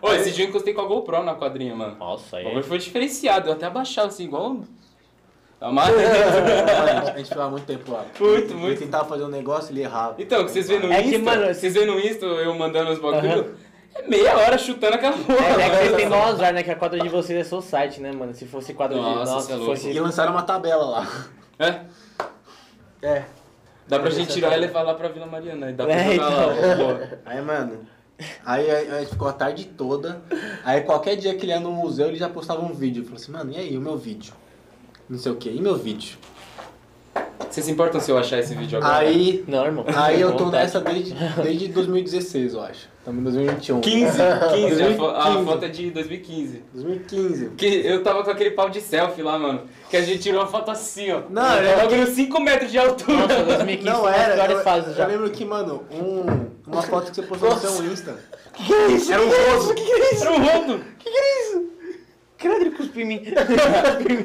Speaker 4: Ô, esse dia eu encostei com a GoPro na quadrinha, mano.
Speaker 2: Nossa,
Speaker 4: O
Speaker 3: é.
Speaker 2: aí. é
Speaker 4: bagulho foi diferenciado, eu até abaixava assim, igual... um- Amado.
Speaker 2: <laughs>
Speaker 3: Mano, A gente ficava muito tempo lá.
Speaker 4: Muito,
Speaker 3: Ele
Speaker 4: muito.
Speaker 3: tentava fazer um negócio, ele errava.
Speaker 4: Então, o que vocês veem no
Speaker 2: É que,
Speaker 4: Insta,
Speaker 2: mano,
Speaker 4: vocês veem no Insta eu mandando os bagulhos,
Speaker 2: Aham.
Speaker 4: é meia hora chutando aquela porra.
Speaker 2: É, né, que vocês
Speaker 4: mano. <laughs>
Speaker 2: têm mó azar, né? Que a quadra de vocês é society, né, mano? Se fosse quadra de...
Speaker 4: Nossa,
Speaker 2: Nossa,
Speaker 4: cê é
Speaker 2: se
Speaker 4: louco.
Speaker 2: fosse...
Speaker 3: E lançaram uma tabela lá.
Speaker 4: É?
Speaker 3: É.
Speaker 4: Dá pra gente tirar e levar lá pra Vila Mariana. E dá pra
Speaker 2: É,
Speaker 4: jogar lá.
Speaker 2: então.
Speaker 4: ó, pô.
Speaker 3: Aí, mano. Aí, aí, aí ficou a tarde toda. Aí qualquer dia que ele ia no museu, ele já postava um vídeo. Eu falei assim, mano, e aí, o meu vídeo? Não sei o que, e meu vídeo?
Speaker 4: Vocês se importam se eu achar esse vídeo agora?
Speaker 3: Aí.
Speaker 2: Não, irmão.
Speaker 3: Aí eu tô
Speaker 2: Vontade.
Speaker 3: nessa desde, desde 2016, eu acho. Estamos em 2021.
Speaker 4: 15, 15. A, fo- a
Speaker 3: 2015.
Speaker 4: foto é de 2015.
Speaker 3: 2015.
Speaker 4: Que eu tava com aquele pau de selfie lá, mano. Que a gente tirou uma foto assim, ó.
Speaker 3: Não,
Speaker 4: eu
Speaker 3: eu-
Speaker 4: bagulho 5 metros de altura.
Speaker 2: Nossa, 2015
Speaker 3: Não
Speaker 2: foi uma das
Speaker 3: era,
Speaker 2: piores
Speaker 3: eu,
Speaker 2: fases
Speaker 3: eu
Speaker 2: já.
Speaker 3: lembro que, mano, um- uma foto que você postou no seu Insta.
Speaker 2: Era um rodo. Que que é
Speaker 4: <laughs>
Speaker 2: isso?
Speaker 4: Era um rodo.
Speaker 2: Que que é isso? Credo, ele cuspiu em
Speaker 3: <laughs>
Speaker 2: mim.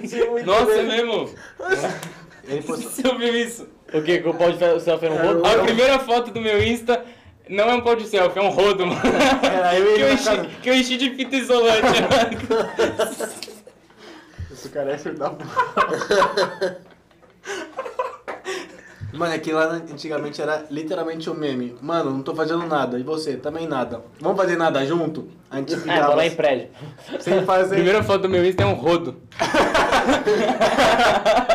Speaker 2: Cuspiu em mim.
Speaker 4: Nossa, é mesmo.
Speaker 3: É. Ele postou.
Speaker 4: Você ouviu isso?
Speaker 2: <laughs> O que? Que o pau de fe- selfie era um rodo?
Speaker 4: A primeira foto do meu Insta não é um pau de selfie, é um rodo, mano.
Speaker 3: Era eu e
Speaker 4: Que eu
Speaker 3: É. ele na
Speaker 4: enchi, que eu enchi de fita isolante, mano.
Speaker 3: <laughs> Esse cara é filho da puta. <laughs> Mano, aquilo lá antigamente era literalmente um meme. Mano, não tô fazendo nada. E você? Também nada. Vamos fazer nada junto? A gente
Speaker 2: É,
Speaker 3: ficava
Speaker 2: morar em prédio.
Speaker 3: sem fazer.
Speaker 4: Primeira foto do meu Insta é um rodo.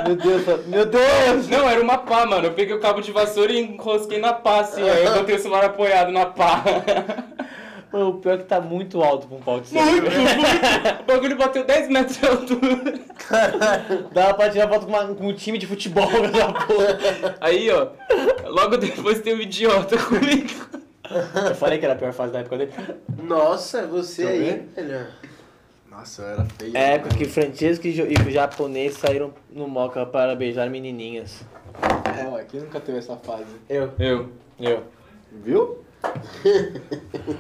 Speaker 2: Meu Deus, meu Deus!
Speaker 4: Não, era uma pá, mano. Eu peguei o cabo de vassoura e enrosquei na pá, assim, ó. Eu botei o celular apoiado na
Speaker 2: <laughs>
Speaker 4: pá.
Speaker 2: Mano, o pior é que tá muito alto pra um pau de selfie.
Speaker 4: Muito, muito. O bagulho bateu 10 metros de altura.
Speaker 2: Dava pra tirar foto com, uma- com um time de futebol <laughs> da porra.
Speaker 4: Aí, ó, logo depois tem o idiota <laughs> comigo.
Speaker 2: Eu falei que era a pior fase da época dele.
Speaker 1: Nossa, você
Speaker 3: Deixa eu
Speaker 1: aí,
Speaker 3: ver.
Speaker 1: velho.
Speaker 3: Nossa, eu era feio.
Speaker 2: É a época
Speaker 3: mano.
Speaker 2: que Francesco e jo- e o japonês saíram no moca para beijar menininhas.
Speaker 3: É, ué, quem nunca teve essa fase?
Speaker 1: Eu.
Speaker 4: Eu,
Speaker 2: Eu.
Speaker 3: Viu?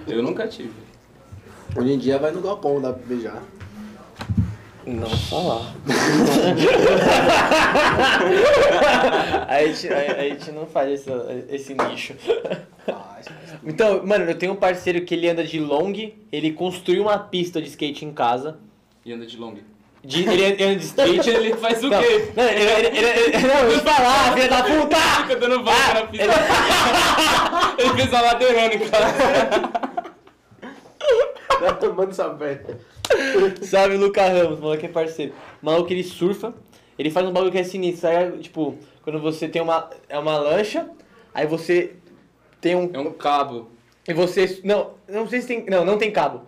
Speaker 4: eu nunca tive.
Speaker 3: Hoje em dia vai no galpão dar pra <laughs> beijar.
Speaker 2: Não <laughs> falar. a, gente, a, a gente não faz esse, esse nicho.
Speaker 3: Faz, faz.
Speaker 2: Então, mano, eu tenho um parceiro que ele anda de long, ele construiu uma pista de skate em casa.
Speaker 4: E anda de long.
Speaker 2: De, ele anda- anda de skate.
Speaker 4: Gente,
Speaker 2: <laughs>
Speaker 4: ele faz o
Speaker 2: Não,
Speaker 4: quê?
Speaker 2: não, ele, ele, ele, ele- não, eu ia falar, filha da puta!
Speaker 4: Fica dando
Speaker 2: Ah,
Speaker 4: volta na pista. <laughs> Ele fez a ladeirona em casa.
Speaker 1: Tá tomando essa merda.
Speaker 2: Sabe o Luca Ramos, o moleque é parceiro. O maluco ele surfa, ele faz um bagulho que é sinistro. Sabe, tipo, quando você tem uma, é uma lancha, aí você tem um.
Speaker 4: É um cabo.
Speaker 2: E você. Não, não sei se tem. Não, não tem cabo.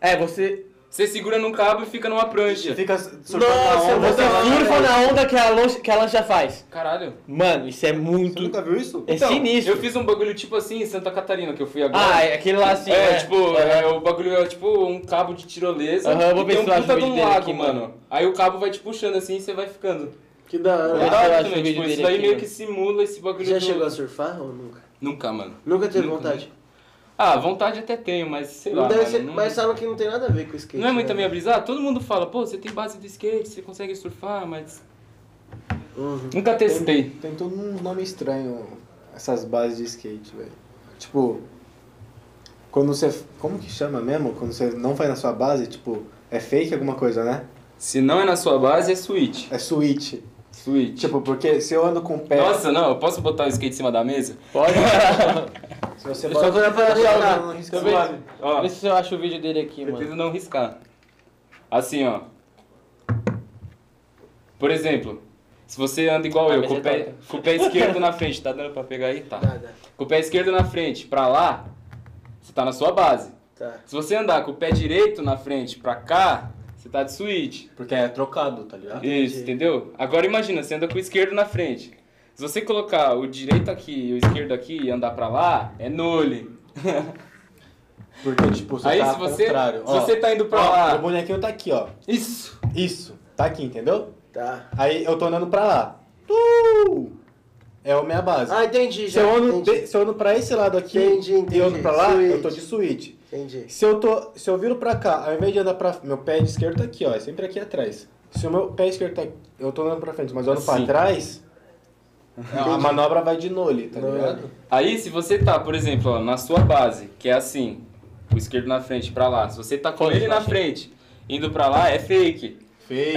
Speaker 2: É, você.
Speaker 4: Você segura num cabo e fica numa prancha.
Speaker 3: Fica surfando
Speaker 1: Nossa,
Speaker 3: a onda.
Speaker 2: Você
Speaker 1: da hora,
Speaker 2: surfa na onda que a, lancha, que a lancha faz.
Speaker 4: Caralho.
Speaker 2: Mano, isso é
Speaker 3: Você
Speaker 2: muito.
Speaker 3: nunca viu isso? Então,
Speaker 2: É sinistro.
Speaker 4: Eu fiz um bagulho tipo assim em Santa Catarina que eu fui agora.
Speaker 2: Ah, é aquele lá assim.
Speaker 4: é,
Speaker 2: né?
Speaker 4: tipo,
Speaker 2: É.
Speaker 4: é, o bagulho é tipo um cabo de tirolesa.
Speaker 2: Aham, eu vou
Speaker 4: e
Speaker 2: ver
Speaker 4: tem um
Speaker 2: se eu acho
Speaker 4: puta
Speaker 2: o
Speaker 4: de
Speaker 2: vídeo
Speaker 4: um
Speaker 2: dele
Speaker 4: lago,
Speaker 2: aqui, mano.
Speaker 4: mano. Aí o cabo vai te puxando assim e você vai ficando.
Speaker 1: Que da
Speaker 4: É
Speaker 2: Eu
Speaker 1: hora.
Speaker 2: acho-
Speaker 4: da
Speaker 2: eu
Speaker 4: hora
Speaker 2: acho o
Speaker 4: também,
Speaker 2: vídeo
Speaker 4: tipo, isso
Speaker 2: dele
Speaker 4: daí
Speaker 2: aqui,
Speaker 4: meio
Speaker 2: mano.
Speaker 4: que simula esse bagulho
Speaker 1: Já
Speaker 4: do-
Speaker 1: chegou a surfar ou nunca?
Speaker 4: Nunca, mano.
Speaker 1: Nunca teve
Speaker 4: Nunca,
Speaker 1: vontade.
Speaker 3: né?
Speaker 4: Ah, vontade até tenho, mas sei
Speaker 1: Não
Speaker 4: lá.
Speaker 1: deve
Speaker 4: mano,
Speaker 1: ser,
Speaker 4: não-
Speaker 1: mas falam que não tem nada a ver com skate.
Speaker 4: Não é muito
Speaker 1: né?
Speaker 4: a minha brisa. Ah, todo mundo fala, pô, você tem base de skate, você consegue surfar, mas.
Speaker 1: Uhum.
Speaker 4: Nunca testei.
Speaker 3: Tem todo um nome estranho essas bases de skate, velho. Tipo, quando você. Como que chama mesmo? Quando você não faz na sua base, tipo, é fake alguma coisa, né?
Speaker 4: Se não é na sua base, é switch.
Speaker 3: É switch.
Speaker 4: Switch.
Speaker 3: Tipo, porque se eu ando com o pé.
Speaker 4: Nossa, não, eu posso botar o skate em cima da mesa? <laughs>
Speaker 2: Pode.
Speaker 3: se você
Speaker 2: Eu só tô olhando pra deixar
Speaker 3: não risca
Speaker 2: Também.
Speaker 3: nada.
Speaker 4: Ó,
Speaker 2: Vê se eu acho o vídeo dele aqui, mano.
Speaker 4: preciso não riscar. Assim, ó. Por exemplo, se você anda igual
Speaker 2: Ah,
Speaker 4: eu,
Speaker 2: mas
Speaker 4: com o,
Speaker 2: é
Speaker 4: pé,
Speaker 2: torta.
Speaker 4: com o pé esquerdo
Speaker 3: <laughs>
Speaker 4: na frente, tá dando pra pegar aí? Tá.
Speaker 1: Tá, tá,
Speaker 4: Com o pé esquerdo na frente, pra lá, você tá na sua base.
Speaker 1: tá.
Speaker 4: Se você andar com o pé direito na frente pra cá, você tá de switch.
Speaker 3: Porque é trocado, tá ligado?
Speaker 4: Isso, entendeu? Agora imagina, você anda com o esquerdo na frente. Se você colocar o direito aqui e o esquerdo aqui e andar pra lá, é nole.
Speaker 3: Porque, tipo, você
Speaker 4: Aí
Speaker 3: tá
Speaker 4: se
Speaker 3: ao
Speaker 4: você,
Speaker 3: contrário.
Speaker 4: se
Speaker 3: ó.
Speaker 4: você tá indo pra
Speaker 3: Ó,
Speaker 4: lá,
Speaker 3: O bonequinho tá aqui, ó.
Speaker 4: isso.
Speaker 3: Isso. Tá aqui, entendeu?
Speaker 1: tá.
Speaker 3: Aí eu tô andando pra lá. Tu! É a minha base.
Speaker 1: Ah, entendi
Speaker 3: Se
Speaker 1: já.
Speaker 3: eu, ando,
Speaker 1: entendi.
Speaker 3: de- se eu ando pra esse lado aqui
Speaker 1: Entendi, entendi.
Speaker 3: e eu ando pra lá,
Speaker 1: Switch.
Speaker 3: eu tô de switch.
Speaker 1: entendi.
Speaker 3: Se eu, tô, se eu viro pra cá, ao invés de andar pra... Meu pé esquerdo tá aqui, ó. É sempre aqui atrás. Se o meu pé esquerdo tá... Eu tô andando pra frente, mas eu ando pra
Speaker 4: Assim.
Speaker 3: <laughs> trás, a manobra vai de nole, tá
Speaker 1: Nole.
Speaker 3: ligado?
Speaker 4: Aí se você tá, por exemplo, ó, na sua base, que é assim, o esquerdo na frente pra lá, se você tá com
Speaker 2: Foda-se,
Speaker 4: ele na
Speaker 2: achei.
Speaker 4: frente, indo pra lá, é fake.
Speaker 3: <laughs> Fake.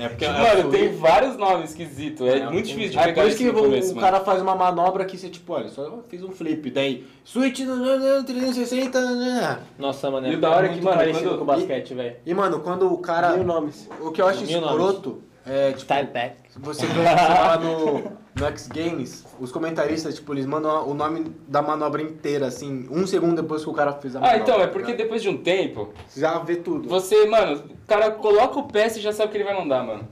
Speaker 3: É porque...
Speaker 4: Tipo, Mano, tem vários nomes esquisitos, é, muito difícil de
Speaker 3: Aí por
Speaker 4: pegar
Speaker 3: isso
Speaker 4: isso
Speaker 3: que
Speaker 4: no
Speaker 3: o,
Speaker 4: começo,
Speaker 3: o
Speaker 4: mano.
Speaker 3: cara faz uma manobra que você, tipo, olha, só fiz um flip, daí... Switch no- no- no- 360... né?
Speaker 2: Nossa, mano.
Speaker 4: E
Speaker 2: é
Speaker 4: o da hora é que,
Speaker 2: muito
Speaker 4: mano,
Speaker 2: parecido
Speaker 4: quando-
Speaker 2: com o basquete, velho.
Speaker 3: E, mano, quando o cara...
Speaker 1: Mil nomes.
Speaker 3: O que eu acho
Speaker 2: Mil nomes.
Speaker 3: escroto é, tipo...
Speaker 2: Style back.
Speaker 3: Você ganha sei lá no, no X Games, os comentaristas, tipo, eles mandam o nome da manobra inteira, assim, um segundo depois que o cara fez a
Speaker 4: Ah,
Speaker 3: manobra.
Speaker 4: então, é porque
Speaker 3: né?
Speaker 4: depois de um tempo,
Speaker 3: Já vê tudo.
Speaker 4: você, mano, o cara coloca o pé e já sabe o que ele vai mandar, mano.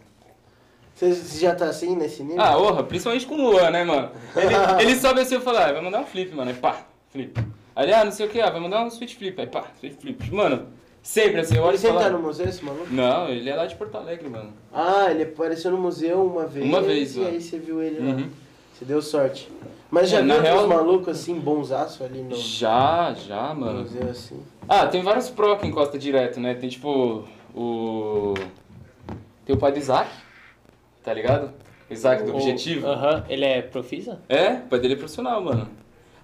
Speaker 1: Você você já tá assim nesse nível?
Speaker 4: Ah, orra, principalmente com o Luan, né, mano?
Speaker 1: <laughs>
Speaker 4: Ele, ele sobe assim e fala, ah, vai mandar um flip, mano, aí pá, flip. Aí, ah, não sei o que, ah, vai mandar um switch flip, aí pá, switch flip. Mano, sempre assim, eu
Speaker 1: ele
Speaker 4: olho e falo...
Speaker 1: sempre tá
Speaker 4: ah,
Speaker 1: no museu, esse maluco?
Speaker 4: Não, ele é lá de Porto Alegre, mano.
Speaker 1: Ah, ele apareceu no museu uma vez.
Speaker 4: Uma vez,
Speaker 1: E
Speaker 4: ó.
Speaker 1: aí você viu ele lá.
Speaker 4: Uhum.
Speaker 1: Você deu sorte. Mas já
Speaker 4: É, na
Speaker 1: viu
Speaker 4: real-
Speaker 1: uns malucos assim, bonsaço ali no
Speaker 4: Já, já,
Speaker 1: no
Speaker 4: mano.
Speaker 1: museu assim?
Speaker 4: Ah, tem vários pro que encosta direto, né? Tem tipo o. Tem o pai do Isaac, tá ligado? O Isaac do
Speaker 2: O-
Speaker 4: Objetivo.
Speaker 2: Aham, ele é profissa?
Speaker 4: É, o pai dele é profissional, mano.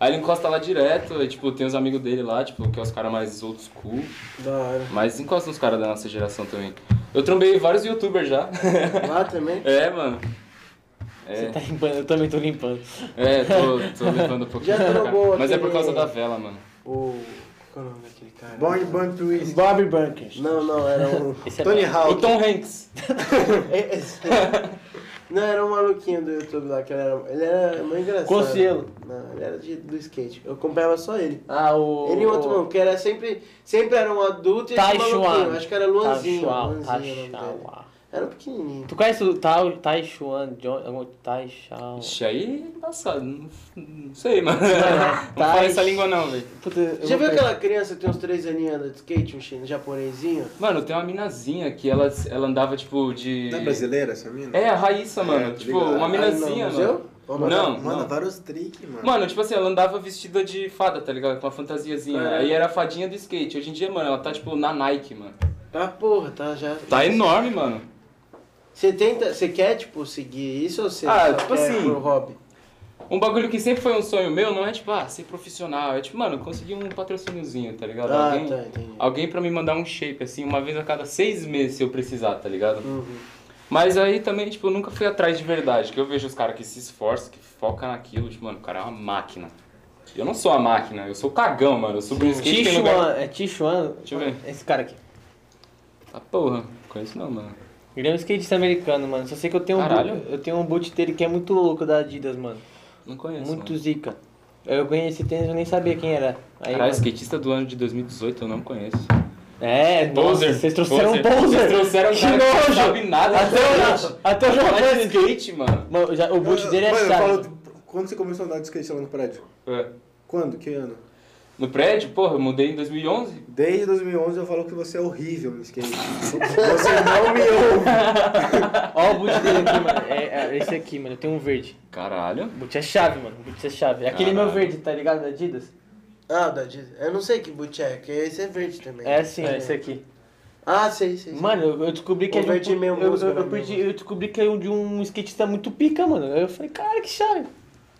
Speaker 4: Aí ele encosta lá direto, e, tipo, tem os amigos dele lá, tipo, que é os caras mais old school.
Speaker 1: Da hora.
Speaker 4: Mas encosta uns caras da nossa geração também. Eu trombei vários youtubers já. <laughs>
Speaker 1: Lá também?
Speaker 4: é, mano.
Speaker 2: Você
Speaker 4: É,
Speaker 2: tá limpando, eu também tô limpando.
Speaker 4: é tô, tô levando um pouquinho.
Speaker 1: Já trombou
Speaker 4: Mas é por
Speaker 1: aquele-
Speaker 4: causa da vela, mano.
Speaker 1: O. Qual é o nome daquele cara?
Speaker 3: Born Born to Win.
Speaker 2: Bob Bunkers.
Speaker 1: Não, não, era um.
Speaker 2: Esse é
Speaker 3: Tony
Speaker 2: bom.
Speaker 4: O
Speaker 3: Hawk.
Speaker 4: Tom Hanks.
Speaker 1: É, esse- Não, era um maluquinho do YouTube lá, que ele era, ele era muito engraçado.
Speaker 2: Cossielo.
Speaker 1: Não, ele era de- do skate. Eu acompanhava só ele.
Speaker 2: Ah, o.
Speaker 1: Ele e outro mano, que era sempre, sempre era um adulto e esse maluquinho.
Speaker 2: Taishuan.
Speaker 1: Acho que era Luanzinho.
Speaker 2: Taishuan.
Speaker 1: Luanzinho
Speaker 4: é
Speaker 1: era o nome dele.
Speaker 2: Taishuan.
Speaker 1: Era um pequenininho.
Speaker 2: Tu conhece o Tai- Taishuan? John- algum- Taishuan.
Speaker 4: Ixi, aí é embaçado. Não, não sei, mano. Não
Speaker 2: tá.
Speaker 4: fala essa língua não, velho.
Speaker 2: Puta, eu
Speaker 1: Já
Speaker 2: vou
Speaker 1: viu
Speaker 2: pegar.
Speaker 1: aquela criança que tem uns três aninhos anda de skate, um chinês, japonesinho?
Speaker 4: Mano, tem uma minazinha que ela, ela andava, tipo, de...
Speaker 3: Não é brasileira essa mina?
Speaker 4: É, a Raíssa, mano.
Speaker 3: É, tô
Speaker 4: tipo,
Speaker 3: ligado.
Speaker 4: uma minazinha,
Speaker 1: Ah, não,
Speaker 4: mano.
Speaker 1: museu? Ou não?
Speaker 4: Não.
Speaker 3: Manda vários tricks, mano.
Speaker 4: Mano, tipo assim, ela andava vestida de fada, tá ligado? Com uma fantasiazinha.
Speaker 1: É.
Speaker 4: Aí era a fadinha do skate. Hoje em dia, mano, ela tá, tipo, na Nike, mano.
Speaker 1: Tá porra, tá já.
Speaker 4: Tá enorme, mano.
Speaker 1: Você tenta, você quer, tipo, seguir isso ou você
Speaker 4: Ah,
Speaker 1: só
Speaker 4: tipo
Speaker 1: quer
Speaker 4: assim,
Speaker 1: pro hobby?
Speaker 4: um bagulho que sempre foi um sonho meu não é tipo, ah, ser profissional. É tipo, mano, conseguir um patrocíniozinho, tá ligado?
Speaker 1: Ah,
Speaker 4: alguém,
Speaker 1: tá, entendi.
Speaker 4: alguém pra me mandar um shape, assim, uma vez a cada seis meses se eu precisar, tá ligado?
Speaker 1: Uhum.
Speaker 4: Mas aí também, tipo, eu nunca fui atrás de verdade. Que eu vejo os caras que se esforçam, que focam naquilo. Tipo, mano, o cara é uma máquina. Eu não sou a máquina, eu sou o cagão, mano. Eu subo no skate tem lugar.
Speaker 2: Tichuan, é Tichuan.
Speaker 4: Deixa eu ver.
Speaker 2: Esse cara aqui.
Speaker 4: Ah, porra, conheço não, mano.
Speaker 2: Ele é um skatista americano, mano. Só sei que eu tenho um
Speaker 4: Caralho.
Speaker 2: boot, eu tenho um boot dele que é muito louco da Adidas, mano.
Speaker 4: Não conheço.
Speaker 2: muito
Speaker 4: mano.
Speaker 2: zica. Eu ganhei esse tênis, eu nem sabia quem era. Aí,
Speaker 4: Caralho,
Speaker 2: mano-
Speaker 4: skatista do ano de 2018, eu não conheço.
Speaker 2: É, nossa,
Speaker 4: Bowser.
Speaker 2: vocês trouxeram
Speaker 4: Bowser.
Speaker 2: Bowser.
Speaker 4: Vocês trouxeram um
Speaker 2: que
Speaker 4: cara que não
Speaker 2: nojo.
Speaker 4: sabe nada de
Speaker 2: Até o,
Speaker 4: skate.
Speaker 2: até o
Speaker 4: Não é de
Speaker 2: Giovanni.
Speaker 4: skate, mano.
Speaker 2: Mano, já- o boot dele é
Speaker 3: Mano, eu
Speaker 2: chato.
Speaker 3: falo, Quando você começou a andar de skate lá no prédio?
Speaker 4: É.
Speaker 3: Quando? Que ano?
Speaker 4: No prédio, porra, eu mudei em 2011.
Speaker 3: Desde 2011 eu falo que você é horrível no skate. você não me ouve.
Speaker 2: Ó o boot dele aqui, mano. É, é esse aqui, mano. Eu tenho um verde.
Speaker 4: Caralho.
Speaker 2: O boot é chave, mano. O boot é chave. É Aquele
Speaker 4: Caralho.
Speaker 2: meu verde, tá ligado? Da Adidas?
Speaker 1: Ah, o da Disney. Eu não sei que boot é, porque esse é verde também.
Speaker 2: É assim, ó, esse aqui.
Speaker 1: Ah, sei, sei. sei.
Speaker 2: Mano, eu- eu descobri
Speaker 1: O
Speaker 2: que é de um.
Speaker 1: verde
Speaker 2: pu-
Speaker 1: meio
Speaker 2: eu, eu,
Speaker 1: musgo,
Speaker 2: eu
Speaker 1: né,
Speaker 2: perdi-
Speaker 1: meio
Speaker 2: eu descobri que é um de um skatista muito pica, mano. Aí Eu falei, cara, que chave.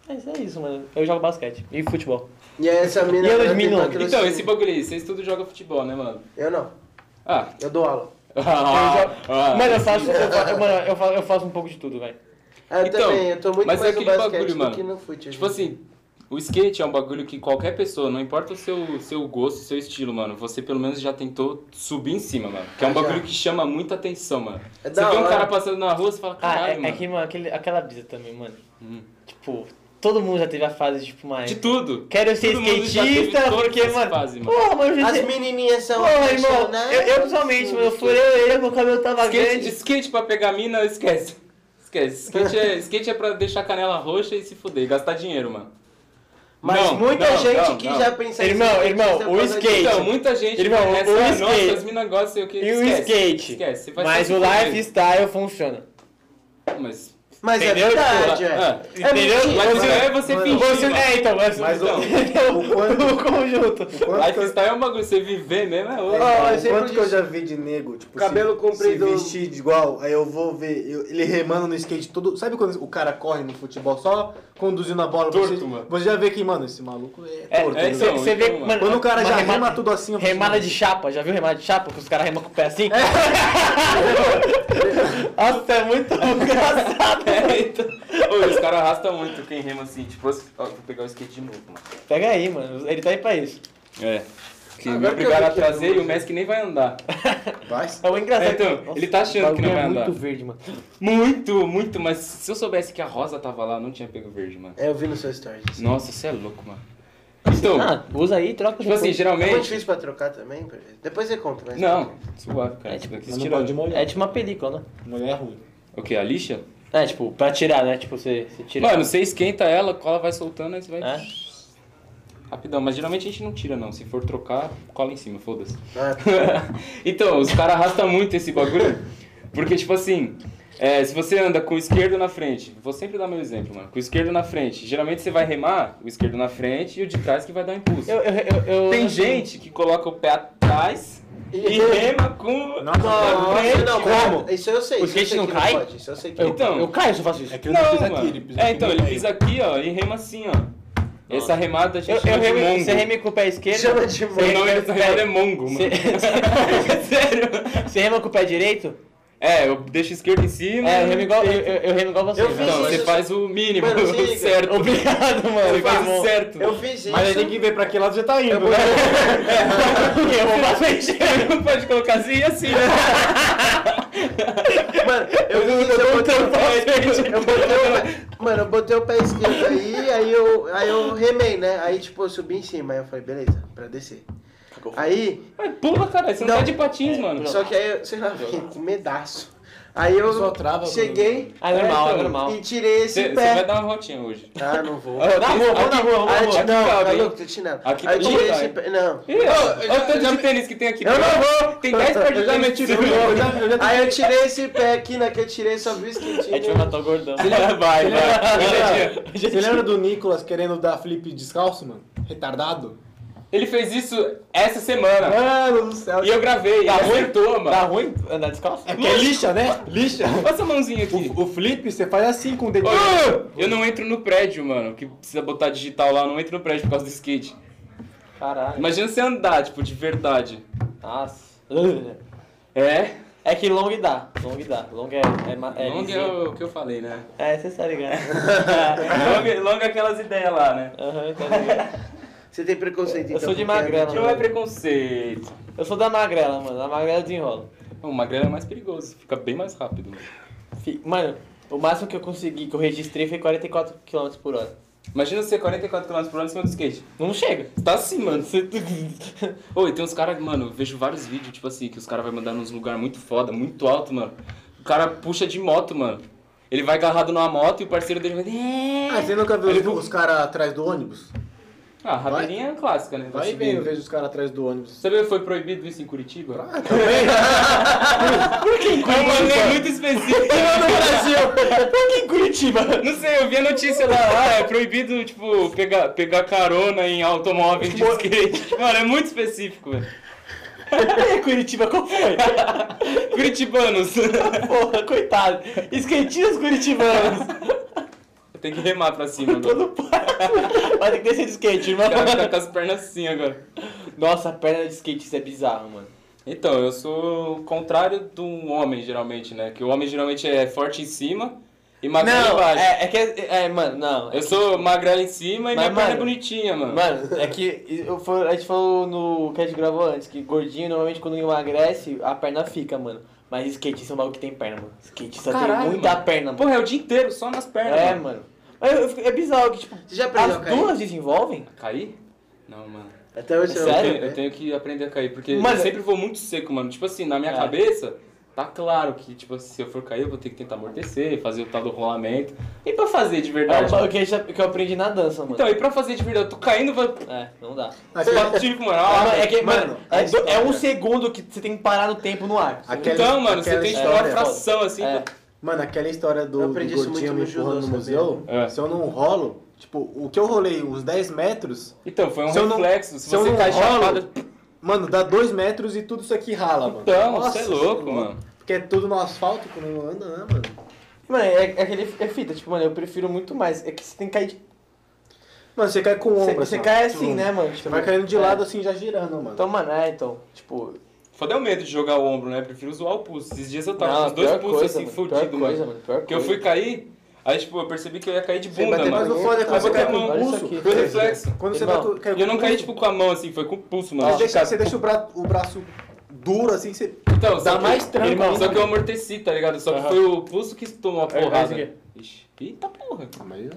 Speaker 2: Mas é isso, mano. Eu jogo basquete e futebol.
Speaker 1: E aí essa mina. tá
Speaker 2: E eu
Speaker 1: ela tem
Speaker 2: 2009?
Speaker 1: patrocínio.
Speaker 4: Então, esse bagulho aí, vocês tudo jogam futebol, né, mano?
Speaker 1: um- Eu não.
Speaker 4: Ah.
Speaker 1: Eu dou aula.
Speaker 4: <laughs> ah,
Speaker 2: mano, eu faço, eu, fa- mano, eu faço, eu faço um pouco de tudo, velho.
Speaker 1: Eu
Speaker 4: Então,
Speaker 1: também, eu tô muito
Speaker 4: mas é
Speaker 1: mais no
Speaker 4: aquele
Speaker 1: basquete
Speaker 4: bagulho,
Speaker 1: do
Speaker 4: mano.
Speaker 1: que no fute.
Speaker 4: Tipo assim, o skate é um bagulho que qualquer pessoa, não importa o seu, seu gosto, seu estilo, mano, você pelo menos já tentou subir em cima, mano. Que é um
Speaker 1: Ah, Já.
Speaker 4: bagulho que chama muita atenção, mano.
Speaker 1: É
Speaker 4: você
Speaker 1: da
Speaker 4: vê um
Speaker 1: hora.
Speaker 4: cara passando na rua, você fala,
Speaker 2: Ah,
Speaker 4: caralho,
Speaker 2: é, é
Speaker 4: mano.
Speaker 2: que, mano, aquele, aquela brisa também, mano.
Speaker 4: Hum.
Speaker 2: Tipo, todo mundo já teve a fase, tipo, mais.
Speaker 4: De tudo.
Speaker 2: Quero ser
Speaker 4: Todo mundo já teve
Speaker 2: skatista,
Speaker 4: todas
Speaker 2: porque,
Speaker 4: essas
Speaker 2: mano.
Speaker 4: fases, mano.
Speaker 2: Porra, mano, eu já
Speaker 1: As
Speaker 2: sei-
Speaker 1: menininhas são.
Speaker 2: Porra, irmão,
Speaker 1: apaixonadas.
Speaker 2: eu, eu pessoalmente, mano, eu furei a orelha, meu cabelo tava
Speaker 4: Skate,
Speaker 2: grande.
Speaker 4: skate pra pegar mina, esquece. Esquece. Skate é, skate é pra deixar a canela roxa e se fuder, e gastar dinheiro, mano.
Speaker 1: Mas
Speaker 4: Não,
Speaker 1: muita
Speaker 4: não,
Speaker 1: gente
Speaker 4: não,
Speaker 1: que
Speaker 4: não.
Speaker 1: já pensa em
Speaker 2: Irmão,
Speaker 1: ser
Speaker 2: irmão,
Speaker 1: skatista
Speaker 2: o
Speaker 1: por causa
Speaker 2: skate-
Speaker 4: Então, muita gente
Speaker 2: Irmão,
Speaker 4: conhece,
Speaker 2: o
Speaker 4: ah,
Speaker 2: skate-
Speaker 4: nossa, as minas gostam, sei o que.
Speaker 2: E o
Speaker 4: esquece,
Speaker 2: skate.
Speaker 4: Esquece. Você vai
Speaker 2: Mas
Speaker 4: só
Speaker 2: o
Speaker 4: se fuder.
Speaker 2: lifestyle funciona.
Speaker 4: Mas,
Speaker 1: disso. Mas
Speaker 2: Entendeu?
Speaker 1: é verdade,
Speaker 4: Tipo,
Speaker 1: é.
Speaker 4: ah,
Speaker 1: É
Speaker 2: entendeu?
Speaker 1: mentira.
Speaker 4: mas o é você
Speaker 3: Mano,
Speaker 4: fingir.
Speaker 2: Você,
Speaker 4: mano.
Speaker 2: é, então, mas,
Speaker 3: Mas,
Speaker 4: ó,
Speaker 2: entendeu?
Speaker 3: o quanto-
Speaker 2: o conjunto.
Speaker 3: Quanto que eu-
Speaker 4: Lifestyle é um bagulho, você viver mesmo é outro. <laughs>
Speaker 1: Ó, eu
Speaker 3: Quanto,
Speaker 1: sempre
Speaker 3: que eu
Speaker 1: disse.
Speaker 3: já vi de nego, tipo,
Speaker 1: Cabelo
Speaker 3: se,
Speaker 1: comprido.
Speaker 3: se vestir de igual, aí eu vou ver, eu- ele remando no skate todo. Sabe quando o cara corre no futebol só conduzindo a bola?
Speaker 4: Torto,
Speaker 3: você,
Speaker 4: mano.
Speaker 3: você já vê que, mano, esse maluco é
Speaker 2: É,
Speaker 3: torto.
Speaker 4: é,
Speaker 3: né?
Speaker 4: isso então,
Speaker 2: você vê,
Speaker 4: então,
Speaker 2: mano,
Speaker 3: Quando o cara
Speaker 2: uma
Speaker 3: já
Speaker 2: remada-
Speaker 3: rema tudo assim, eu falo,
Speaker 2: Remada
Speaker 3: mano,
Speaker 2: de chapa, já viu remada de chapa? Que os caras remam com o pé
Speaker 3: É.
Speaker 2: assim? <laughs> Nossa, é
Speaker 3: <laughs>
Speaker 2: muito engraçado.
Speaker 4: É, então. Ô, os caras arrastam muito quem rema assim. Tipo, ó, vou pegar o skate de novo, mano.
Speaker 2: Pega aí, mano. Ele tá aí pra isso.
Speaker 4: É. Que é
Speaker 1: Agora
Speaker 4: me
Speaker 1: que eu
Speaker 4: obrigaram a
Speaker 1: vi que
Speaker 4: trazer
Speaker 1: eu-
Speaker 4: e o Messi que nem vai andar.
Speaker 3: Vai.
Speaker 2: É o engraçado.
Speaker 4: É, então, ele tá achando que não
Speaker 2: o bagulho
Speaker 4: vai
Speaker 2: é
Speaker 4: andar.
Speaker 2: muito verde, mano.
Speaker 4: Muito, muito, mas se eu soubesse que a Rosa tava lá, eu não tinha pego verde, mano.
Speaker 1: É, eu vi no seu stories. isso.
Speaker 4: Nossa, você é louco, mano. Então,
Speaker 2: Ah, usa aí, troca
Speaker 4: tipo assim,
Speaker 2: depois.
Speaker 1: É muito
Speaker 4: geralmente.
Speaker 1: difícil né? pra trocar também, pra ver. depois você conta, mas.
Speaker 4: Não, suave, cara.
Speaker 2: É,
Speaker 4: Isso
Speaker 2: tipo,
Speaker 4: daqui se
Speaker 3: Mas não
Speaker 4: tira.
Speaker 3: pode molhar.
Speaker 2: É tipo uma película, né?
Speaker 3: Mulher é ruim.
Speaker 4: O que? A lixa?
Speaker 2: É, tipo, pra tirar, né? Tipo, você, você tira.
Speaker 4: Mano, você esquenta ela, cola vai soltando, aí você vai.
Speaker 2: É.
Speaker 4: Rapidão, mas geralmente a gente não tira, não. Se for trocar, cola em cima, foda-se.
Speaker 2: <laughs>
Speaker 1: Ah,
Speaker 4: então, os caras arrastam muito esse bagulho. Porque, tipo assim, é, se você anda com o esquerdo na frente, vou sempre dar meu exemplo, mano. Com o esquerdo na frente, geralmente você vai remar, o esquerdo na frente e o de trás que vai dar o impulso.
Speaker 2: eu, eu, eu, eu-
Speaker 4: Tem gente que coloca o pé atrás
Speaker 2: <laughs>
Speaker 4: e rema com.
Speaker 3: Nossa,
Speaker 1: Não,
Speaker 4: Frente,
Speaker 1: não,
Speaker 2: como?
Speaker 1: Isso eu sei.
Speaker 2: O
Speaker 1: isso eu
Speaker 2: skate
Speaker 1: sei
Speaker 2: não
Speaker 1: que
Speaker 2: cai?
Speaker 1: pode, Isso eu sei que
Speaker 2: Eu,
Speaker 1: não
Speaker 4: Então.
Speaker 2: eu caio se eu faço isso.
Speaker 3: É que ele
Speaker 4: Não,
Speaker 3: pisa
Speaker 4: mano.
Speaker 3: aqui, ele pisa
Speaker 4: é,
Speaker 3: aqui
Speaker 4: então,
Speaker 3: no
Speaker 4: ele
Speaker 3: meio.
Speaker 4: pisa aqui, ó, e rema assim, ó. Essa remada a gente
Speaker 2: Eu,
Speaker 4: chama
Speaker 2: eu
Speaker 4: de
Speaker 2: remo,
Speaker 4: mongo.
Speaker 2: você reme com o pé esquerdo.
Speaker 1: Chama de
Speaker 2: você
Speaker 1: mongo.
Speaker 4: O
Speaker 2: reme-
Speaker 4: nome dessa remada é mongo, mano. <laughs> Sério?
Speaker 2: Você rema com o pé direito?
Speaker 4: É, eu deixo o esquerdo em cima.
Speaker 2: É, eu remo igual, eu,
Speaker 4: Então,
Speaker 2: eu, eu remo igual você. <laughs>
Speaker 1: Eu
Speaker 2: mano.
Speaker 1: fiz isso.
Speaker 4: você faz o mínimo,
Speaker 1: Mano, se
Speaker 4: <laughs> o
Speaker 1: liga.
Speaker 4: certo.
Speaker 2: Obrigado, mano.
Speaker 4: Você
Speaker 2: Foi
Speaker 4: faz
Speaker 2: bom.
Speaker 4: o certo.
Speaker 1: Eu <laughs> fiz isso.
Speaker 3: Mas aí tem que ver pra que lado você tá indo, né?
Speaker 2: Eu vou pra frente.
Speaker 4: Você não pode colocar assim e assim.
Speaker 1: Mano, eu fiz isso. Eu botei o pé. Eu botei o pé. Mano, eu botei o pé esquerdo aí, aí eu, aí eu remei, né? Aí, tipo, eu subi em cima. Aí eu falei, beleza, pra descer. Aí,
Speaker 4: Mas pula, caralho. Você não,
Speaker 1: Não.
Speaker 4: tá de patins, mano.
Speaker 1: só que aí, eu, sei lá, fiquei com medaço. Aí eu
Speaker 3: Só trava,
Speaker 1: cheguei
Speaker 2: Ah, é normal, é
Speaker 4: Então,
Speaker 2: normal.
Speaker 1: e tirei esse
Speaker 4: Você você vai
Speaker 1: pé.
Speaker 4: dar uma voltinha hoje.
Speaker 1: Ah, não vou.
Speaker 4: Na rua,
Speaker 2: vou na rua, vou na
Speaker 1: Ah,
Speaker 2: rua.
Speaker 1: ti-
Speaker 4: Aqui
Speaker 1: Não,
Speaker 4: cabe,
Speaker 1: tá
Speaker 4: hein?
Speaker 1: louco, tô tirando.
Speaker 4: Aqui
Speaker 1: Aí eu
Speaker 4: tá
Speaker 1: tirei
Speaker 4: bom,
Speaker 1: esse
Speaker 4: tá,
Speaker 1: pé. Não.
Speaker 4: Ih, Olha o tanto de tênis que tem aqui. Eu não vou. Tem 10 pares de tênis metido.
Speaker 3: Eu já- eu já-
Speaker 1: Aí eu tirei esse pé aqui, né? Que eu tirei, só vi o
Speaker 2: A gente vai
Speaker 1: esquentinho.
Speaker 2: matar o gordão.
Speaker 4: <laughs> Vai, vai. Hoje é dia.
Speaker 3: Você lembra do Nicolas querendo dar flip descalço, mano? Retardado?
Speaker 4: Ele fez isso essa semana.
Speaker 3: Mano do céu.
Speaker 4: E eu gravei.
Speaker 2: Tá
Speaker 4: Tá
Speaker 2: ruim?
Speaker 4: acertou, mano.
Speaker 2: Tá ruim andar descalço?
Speaker 3: É que é lixa, né? Lixa.
Speaker 4: Passa a mãozinha aqui.
Speaker 3: O, o flip, você faz assim com o dedinho.
Speaker 4: Ô, Ah! Eu não entro no prédio, mano. Que precisa botar digital lá, eu não entro no prédio por causa do skate.
Speaker 2: Caralho.
Speaker 4: Imagina você andar, tipo, de verdade.
Speaker 2: Nossa. Ugh.
Speaker 4: É?
Speaker 2: É que long dá. Long dá. Long é. É, ma- é,
Speaker 4: Longa é
Speaker 2: lisinho.
Speaker 4: o que eu falei, né?
Speaker 2: é você tá ligado. <laughs>
Speaker 4: Longa, longa é aquelas ideias lá, né?
Speaker 2: Aham, tá ligado.
Speaker 1: Você tem preconceito, então?
Speaker 2: Eu sou de
Speaker 1: porque a
Speaker 2: magrela.
Speaker 4: Não é preconceito.
Speaker 2: Eu sou da magrela, mano. Da magrela eu desenrolo.
Speaker 4: Não, O magrelo é mais perigoso, fica bem mais rápido. mano.
Speaker 2: Fi- Mano, o máximo que eu consegui, que eu registrei, foi 44 km por hora.
Speaker 4: Imagina você 44 km por hora em cima do skate.
Speaker 2: Não chega. <laughs>
Speaker 4: Você Tá assim, mano. Você... <laughs> Oi, tem uns caras, mano, eu vejo vários vídeos, tipo assim, que os caras vai mandar nos lugares muito foda, muito alto, mano. O cara puxa de moto, mano. Ele vai agarrado numa moto e o parceiro dele vai. "É,
Speaker 3: Ah, você nunca viu os, os caras atrás do ônibus?
Speaker 4: Ah, rabeirinha é clássica, né?
Speaker 3: Vai ver, eu vejo os caras atrás do ônibus.
Speaker 4: Sabe que foi proibido isso em Curitiba? <laughs>
Speaker 2: Ah, Por que em
Speaker 4: É um rolê muito
Speaker 2: <laughs>
Speaker 4: específico.
Speaker 2: Brasil? Por que em Curitiba?
Speaker 4: Não sei, eu vi a notícia lá, ah, é proibido, tipo, pegar, pegar carona em automóvel de skate. <laughs> Mano, é muito específico, velho.
Speaker 2: E Curitiba, qual foi? <laughs>
Speaker 4: Curitibanos. <laughs>
Speaker 2: Porra, coitado. Skatinhos curitibanos.
Speaker 4: Tem que remar pra cima agora.
Speaker 2: Todo passo. <laughs> Vai ter que descer de skate, irmão.
Speaker 4: O cara fica com as pernas assim agora.
Speaker 2: Nossa, a perna de skate, isso é bizarro, mano.
Speaker 4: Então, eu sou o contrário do homem, geralmente, né? Que o homem geralmente é forte em cima e magrelo
Speaker 2: Não,
Speaker 4: embaixo.
Speaker 2: é, é que... É, é, mano, não.
Speaker 4: Eu sou magrelo em cima e
Speaker 2: Mas,
Speaker 4: minha perna é
Speaker 2: mano,
Speaker 4: bonitinha, mano.
Speaker 2: Mano, é que eu fal- a gente falou no que a gente gravou antes, que gordinho normalmente quando emagrece, a perna fica, mano. Mas skatista é um bagulho que tem perna, mano. Skatista tem
Speaker 4: Caralho,
Speaker 2: muita
Speaker 4: mano.
Speaker 2: perna, mano.
Speaker 4: Porra, é o dia inteiro, só nas pernas.
Speaker 2: É,
Speaker 4: mano.
Speaker 2: mano. Mas eu fico- é bizarro que, tipo,
Speaker 1: Você já aprendeu
Speaker 2: as
Speaker 1: a cair?
Speaker 2: duas desenvolvem? É
Speaker 4: Cair? Não, mano.
Speaker 1: Até hoje eu não né?
Speaker 2: Sério?
Speaker 4: Eu tenho- Eu tenho que aprender a cair, porque
Speaker 2: Mano,
Speaker 4: eu sempre vou muito seco, mano. Tipo assim, na minha
Speaker 2: É.
Speaker 4: cabeça, tá claro que, tipo, se eu for cair, eu vou ter que tentar amortecer, fazer o tal do rolamento. E pra fazer de
Speaker 2: É um
Speaker 4: verdade?
Speaker 2: bagulho que, a gente- que eu aprendi na dança, mano.
Speaker 4: Então, e pra fazer de verdade? Eu tô caindo, vai.
Speaker 2: É, não dá.
Speaker 3: Mas
Speaker 4: Bate tipo, mano.
Speaker 2: É,
Speaker 4: ah,
Speaker 2: mano, é que,
Speaker 3: mano,
Speaker 2: mano,
Speaker 3: a
Speaker 2: é, do- é um
Speaker 3: história.
Speaker 2: segundo que você tem que parar no tempo no ar.
Speaker 3: Aquela-
Speaker 4: Então, mano, você
Speaker 3: aquela
Speaker 4: tem que
Speaker 3: história.
Speaker 4: uma fração assim.
Speaker 2: É.
Speaker 3: Mano, aquela história do,
Speaker 1: Eu
Speaker 3: do
Speaker 1: aprendi isso
Speaker 3: gordinho me
Speaker 1: muito no
Speaker 3: empurrando no
Speaker 1: judô,
Speaker 3: museu,
Speaker 4: sabia? É.
Speaker 3: se eu não rolo, tipo, o que eu rolei, uns 10 metros,
Speaker 4: Então, foi um
Speaker 3: Se eu não-
Speaker 4: reflexo. se
Speaker 3: se eu
Speaker 4: você
Speaker 3: não
Speaker 4: cai
Speaker 3: rolo-
Speaker 4: chapada.
Speaker 3: mano, dá 2 metros e tudo isso aqui rala, mano.
Speaker 4: Então,
Speaker 3: Nossa,
Speaker 4: você é louco, mano.
Speaker 3: Porque é tudo no asfalto quando não anda, né, mano?
Speaker 2: Mano, é, é aquele é fita, tipo, mano, eu prefiro muito mais. É que você tem que cair de.
Speaker 3: Mano, você cai com o ombro,
Speaker 2: Você, você
Speaker 3: assim, ó.
Speaker 2: cai assim,
Speaker 3: Tum.
Speaker 2: né, mano?
Speaker 3: Você vai caindo de lado
Speaker 2: É.
Speaker 3: assim, já girando, mano.
Speaker 2: Então, mano, é, então, tipo,
Speaker 4: Foda é o medo de jogar o ombro, né? Prefiro zoar o pulso. Esses dias eu tava com os
Speaker 2: a
Speaker 4: dois
Speaker 2: pior
Speaker 4: pulsos
Speaker 2: coisa,
Speaker 4: assim,
Speaker 2: mano,
Speaker 4: fudido,
Speaker 2: pior coisa,
Speaker 4: mano.
Speaker 2: mano. Pior
Speaker 4: Porque eu
Speaker 2: coisa.
Speaker 4: fui cair, aí, tipo, eu percebi que eu ia cair de
Speaker 1: Você
Speaker 4: bunda,
Speaker 1: bateu
Speaker 4: mano.
Speaker 3: mas o foda
Speaker 1: Vai
Speaker 3: é quando você
Speaker 4: botar
Speaker 3: cai
Speaker 4: a
Speaker 3: com
Speaker 4: mão
Speaker 3: o
Speaker 2: nisso
Speaker 3: pulso.
Speaker 2: aqui.
Speaker 4: Foi reflexo.
Speaker 3: Quando você
Speaker 2: Irmão,
Speaker 3: vai, cai
Speaker 4: E
Speaker 3: com
Speaker 4: eu não
Speaker 3: o
Speaker 4: caí,
Speaker 3: pulso,
Speaker 4: tipo, com a mão, assim, foi com o pulso, mano.
Speaker 3: Você deixa, você deixa o, bra- o braço duro assim, você.
Speaker 4: Então, só
Speaker 3: Dá
Speaker 4: que-
Speaker 3: mais tranco
Speaker 4: Irmão,
Speaker 3: ainda,
Speaker 4: só que eu
Speaker 3: mano.
Speaker 4: amorteci, tá ligado? Só que
Speaker 2: Aham.
Speaker 4: foi o pulso que tomou a
Speaker 2: Aí,
Speaker 4: porrada.
Speaker 2: faz o quê?
Speaker 4: Ixi, eita porra.
Speaker 2: Ah,
Speaker 3: mas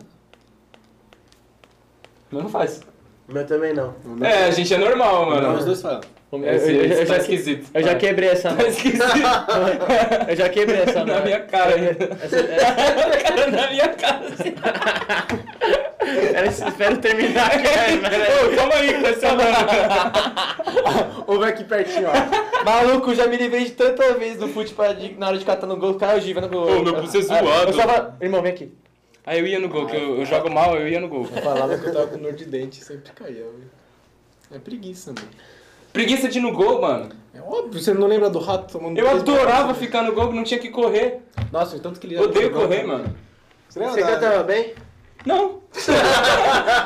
Speaker 4: Mas não faz.
Speaker 1: O meu também não.
Speaker 4: É, a gente é normal, mano.
Speaker 3: os dois falam.
Speaker 2: Eu,
Speaker 4: Eu, eu,
Speaker 2: eu-
Speaker 4: tá
Speaker 2: eu já,
Speaker 4: esquisito.
Speaker 2: eu já
Speaker 4: Tá.
Speaker 2: quebrei essa
Speaker 4: Tá <laughs>
Speaker 2: mão.
Speaker 4: esquisito
Speaker 2: Eu já quebrei essa mão.
Speaker 4: na minha cara.
Speaker 2: Essa- é-
Speaker 4: Cara, <laughs> na minha cara.
Speaker 2: Espera, espero
Speaker 4: <laughs>
Speaker 2: terminar. cara, mas-
Speaker 4: Ô, calma aí, que tá se amando.
Speaker 3: Ou vai aqui pertinho, ó.
Speaker 2: Maluco, já me livrei de tanta vez no fute pra, de- na hora de catar no gol, caiu giva no gol.
Speaker 4: Ô, meu pulso é
Speaker 2: Ah,
Speaker 4: zoado.
Speaker 2: Eu tava... Irmão, vem aqui.
Speaker 4: Aí eu ia no gol, que eu, eu jogo mal, eu ia no gol.
Speaker 3: <laughs> Falava que eu tava com dor de dente, sempre caía, velho. É preguiça, mano.
Speaker 4: Preguiça de ir no gol, mano.
Speaker 3: É óbvio, você não lembra do rato tomando.
Speaker 4: Eu
Speaker 3: três
Speaker 4: adorava
Speaker 3: bolas?
Speaker 4: ficar no gol, que não tinha que correr.
Speaker 3: Nossa, o tanto que ele né?
Speaker 4: Eu odeio correr, mano.
Speaker 3: Você lembra
Speaker 1: Você
Speaker 3: da-
Speaker 1: cantava bem?
Speaker 4: Não.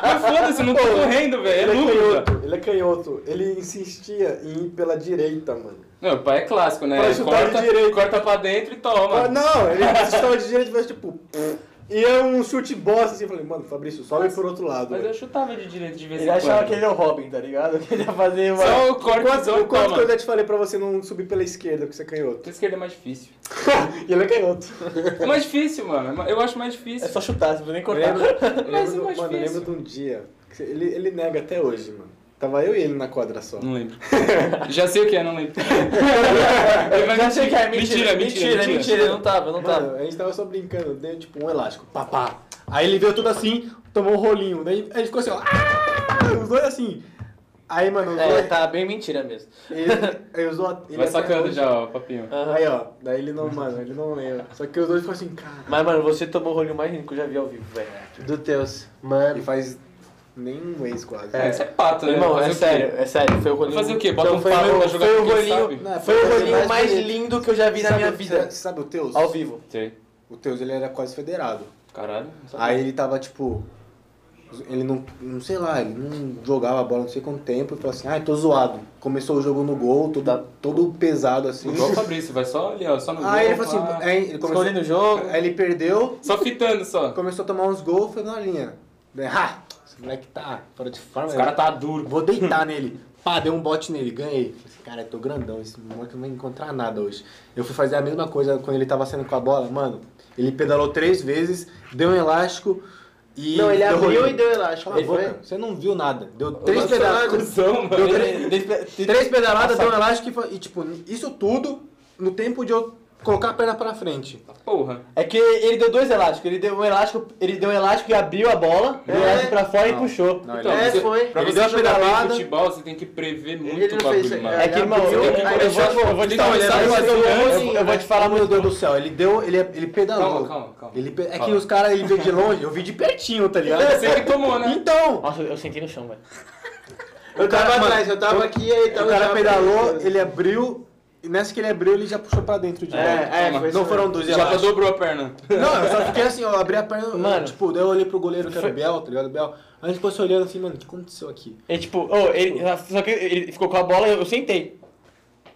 Speaker 4: Mas foda-se, eu não tô correndo, velho. É
Speaker 3: Ele é
Speaker 4: lucro.
Speaker 3: canhoto, ele é canhoto. Ele insistia em ir pela direita, mano.
Speaker 4: Não, pai é clássico, né?
Speaker 3: Pra chutar de
Speaker 4: corta,
Speaker 3: direito.
Speaker 4: corta pra dentro e toma.
Speaker 3: Ah, não, ele estava de direita e fez tipo. pff, E é um chute bosta assim. Eu falei, mano, Fabrício, sobe por outro lado.
Speaker 4: Mas
Speaker 3: velho.
Speaker 4: eu chutava de direito de vez em
Speaker 2: Ele
Speaker 4: quando.
Speaker 2: achava que ele é o Robin, tá ligado? Que ele ia fazer uma...
Speaker 4: Só o cortezão
Speaker 3: Quanto,
Speaker 4: e
Speaker 3: quanto que eu
Speaker 4: toma.
Speaker 3: já te falei pra você não subir pela esquerda, que você é canhoto?
Speaker 4: A esquerda é mais difícil.
Speaker 3: e ele é canhoto.
Speaker 4: É mais difícil, mano. Eu acho mais difícil.
Speaker 2: É só chutar, você não precisa nem
Speaker 3: Eu
Speaker 2: cortar.
Speaker 3: lembro, eu
Speaker 4: Mas é
Speaker 3: lembro,
Speaker 4: mais
Speaker 3: mano, eu
Speaker 4: difícil.
Speaker 3: lembro de um dia. que você- Ele, ele nega até hoje, mano. Tava eu e ele na quadra só.
Speaker 4: Não lembro. Já sei o que é, não lembro. Ele vai
Speaker 2: Já sei
Speaker 4: mentir.
Speaker 2: que é mentira,
Speaker 4: mentira, mentira,
Speaker 2: mentira, eu não tava, eu não tá.
Speaker 3: Mano,
Speaker 2: tava.
Speaker 3: a gente tava só brincando, deu tipo um elástico, papá. Aí ele veio tudo assim, tomou um rolinho, daí ele ficou assim, ó, "Ah!" os dois assim. Aí, mano, os
Speaker 2: É,
Speaker 3: dois,
Speaker 2: tá bem mentira mesmo.
Speaker 3: ele, aí os dois, ele
Speaker 4: Vai
Speaker 3: até
Speaker 4: sacando
Speaker 3: hoje-
Speaker 4: já, ó, papinho.
Speaker 2: Aham.
Speaker 3: Aí, ó, daí ele não, mano, ele não lembra. Só que os dois ficam assim, cara.
Speaker 2: Mas, mano, você tomou o rolinho mais rico que eu já vi ao vivo, velho.
Speaker 1: Do Teus.
Speaker 3: E
Speaker 1: Mano.
Speaker 3: faz Nem um mês quase.
Speaker 4: É. Isso é pato, né?
Speaker 2: Irmão,
Speaker 4: Fazer
Speaker 2: é
Speaker 4: o quê?
Speaker 2: sério, é sério. Foi o rolinho.
Speaker 4: Fazer o quê? Bota
Speaker 2: Então,
Speaker 4: um
Speaker 2: foi o
Speaker 4: pau
Speaker 2: meu-
Speaker 4: pra jogar
Speaker 2: Foi
Speaker 4: com
Speaker 2: o
Speaker 4: quem
Speaker 2: rolinho.
Speaker 4: sabe. É,
Speaker 3: Não, é
Speaker 2: Foi o
Speaker 3: fazer
Speaker 2: rolinho mais
Speaker 3: bonito.
Speaker 2: lindo que eu já vi na
Speaker 3: Sabe
Speaker 2: minha
Speaker 3: o-
Speaker 2: vida.
Speaker 3: Sabe o Teus?
Speaker 2: Ao vivo.
Speaker 4: Sei.
Speaker 3: O Teus ele era quase federado.
Speaker 4: Caralho. não sabia.
Speaker 3: Aí ele tava tipo. Ele não, não sei lá, ele não jogava a bola não sei quanto tempo e falou assim: ai, tô zoado. Começou o jogo no gol, todo, todo pesado assim.
Speaker 4: Igual o Fabrício, vai só ali, ó, só no
Speaker 3: Aí ele
Speaker 4: gol,
Speaker 3: falou
Speaker 4: pá.
Speaker 3: assim: aí ele começou,
Speaker 2: Escolhendo o jogo.
Speaker 3: aí ele perdeu,
Speaker 4: Só fitando só.
Speaker 3: começou a tomar uns gols, foi na linha. Daí, ah, esse moleque tá fora de forma.
Speaker 4: Os
Speaker 3: né?
Speaker 4: cara tá duro.
Speaker 3: Vou deitar nele. Pá, dei um bote nele, ganhei. Falei assim, Cara, eu tô grandão, esse moleque não vai encontrar nada hoje. Eu fui fazer a mesma coisa quando ele tava saindo com a bola, mano. Ele pedalou três vezes, deu um elástico e.
Speaker 1: Não, ele
Speaker 3: deu
Speaker 1: abriu
Speaker 3: rolê.
Speaker 1: e
Speaker 2: um
Speaker 1: deu elástico.
Speaker 3: Cala a
Speaker 1: Ele foi.
Speaker 3: boca, você não viu nada. Deu três
Speaker 1: Bolsonaro-
Speaker 3: pedaladas.
Speaker 4: Cusão, tá mano.
Speaker 3: Deu
Speaker 4: Ele-
Speaker 3: três, três pedaladas, deu um elástico e, fa- e, tipo, isso tudo no tempo de eu colocar a perna pra frente.
Speaker 4: Porra.
Speaker 2: É que ele deu dois elásticos. Ele deu um elástico, ele deu um elástico e abriu a bola, deu o
Speaker 1: É.
Speaker 2: elástico assim pra fora e
Speaker 3: Não.
Speaker 2: puxou.
Speaker 3: Não,
Speaker 4: Então,
Speaker 1: É,
Speaker 4: você-
Speaker 1: foi.
Speaker 4: Pra
Speaker 3: Ele
Speaker 4: você
Speaker 3: deu uma
Speaker 4: jogar bem
Speaker 3: pedalada.
Speaker 4: futebol, você tem que prever muito
Speaker 1: Ele não
Speaker 4: o
Speaker 1: fez
Speaker 4: bagulho,
Speaker 1: isso.
Speaker 4: mano.
Speaker 2: É que, irmão, eu,
Speaker 1: abriu,
Speaker 2: eu,
Speaker 1: aí
Speaker 2: vou, eu vou te dar um
Speaker 4: Então, ele abriu
Speaker 2: exemplo, eu
Speaker 4: a
Speaker 2: vou-
Speaker 4: jogada,
Speaker 2: eu vou te falar
Speaker 3: Meu
Speaker 2: muito.
Speaker 3: Deus do céu, ele deu, ele, ele pedalou.
Speaker 4: Calma, calma, calma.
Speaker 3: Ele pe- É que
Speaker 4: Calma.
Speaker 3: os caras, ele veio de longe, eu vi de pertinho, tá ligado?
Speaker 4: <laughs> Você que tomou, né?
Speaker 3: Então,
Speaker 2: Nossa, eu sentei no chão, velho.
Speaker 1: Eu tava
Speaker 3: Mano,
Speaker 1: atrás, eu tava aqui e aí
Speaker 3: o
Speaker 1: tava.
Speaker 3: cara
Speaker 1: já-
Speaker 3: pedalou, ele abriu, e nessa que ele abriu, ele já puxou pra dentro de volta.
Speaker 1: É, é,
Speaker 4: Toma.
Speaker 1: foi
Speaker 3: Não
Speaker 1: isso
Speaker 3: foram
Speaker 1: mesmo.
Speaker 3: dois
Speaker 4: Já
Speaker 3: elásticos.
Speaker 4: dobrou a perna.
Speaker 3: Não, eu só fiquei assim, eu abri a perna,
Speaker 2: Mano.
Speaker 3: tipo, daí eu olhei pro goleiro que era o Bel, tá ligado? O Bel. Aí a gente ficou se olhando assim, mano, o que aconteceu aqui?
Speaker 2: Ele, tipo, ô, ele, só que ele ficou com a bola, eu, eu sentei.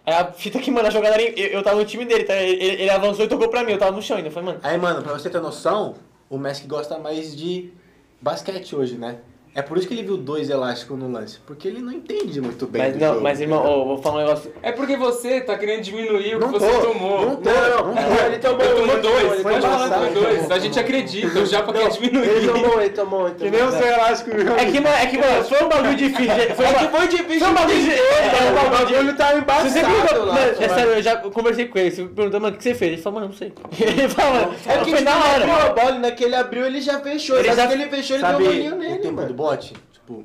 Speaker 2: Aí a fita que, mano, a jogada era. em- Eu, eu tava no time dele, tá? Ele, ele- ele avançou e tocou pra mim, eu tava no chão ainda. Eu falei, mano,
Speaker 3: Aí, mano, pra você ter noção, o Messi gosta mais de basquete hoje, né? É por isso que ele viu dois elásticos no lance, porque ele não entende muito bem.
Speaker 2: mas
Speaker 3: do
Speaker 2: não,
Speaker 3: jogo,
Speaker 2: mas irmão,
Speaker 3: entendeu?
Speaker 2: ô, vou falar um negócio.
Speaker 4: É porque você tá querendo diminuir o que
Speaker 3: Não
Speaker 4: você
Speaker 3: tô,
Speaker 4: tomou.
Speaker 3: não tô,
Speaker 1: Não,
Speaker 3: não
Speaker 1: não, ele
Speaker 3: tô.
Speaker 1: tomou.
Speaker 4: Ele tomou
Speaker 1: ele tomou,
Speaker 4: dois,
Speaker 1: ele tomou.
Speaker 4: pode falar que foi
Speaker 3: passar,
Speaker 4: dois. A gente acredita, o Japa quer
Speaker 1: Ele
Speaker 4: diminuir.
Speaker 1: tomou, ele tomou, ele tomou.
Speaker 3: Que nem o seu elástico, viu?
Speaker 2: É que, mano, é que, mano, foi um bagulho difícil. Foi um bagulho difícil. Foi um bagulho difícil. É, é um bagulho
Speaker 1: bagulho
Speaker 2: difícil.
Speaker 1: tá
Speaker 2: Se você perguntou,
Speaker 1: embaçado lá.
Speaker 2: mano, é
Speaker 1: mano.
Speaker 2: sério, eu já conversei com ele, você perguntou, mano, o que você fez? Ele falou, mano, não sei. <laughs> Ele falou, mano,
Speaker 1: É
Speaker 2: não,
Speaker 1: porque
Speaker 2: foi
Speaker 1: ele
Speaker 2: na hora.
Speaker 1: abriu a bola, e naquele abriu ele já fechou.
Speaker 2: Ele
Speaker 1: Ele
Speaker 2: já-
Speaker 1: já... que ele fechou, ele deu
Speaker 3: Sabe
Speaker 1: um bolinho
Speaker 3: o
Speaker 1: nele,
Speaker 3: tempo do
Speaker 1: mano.
Speaker 3: bote? Tipo,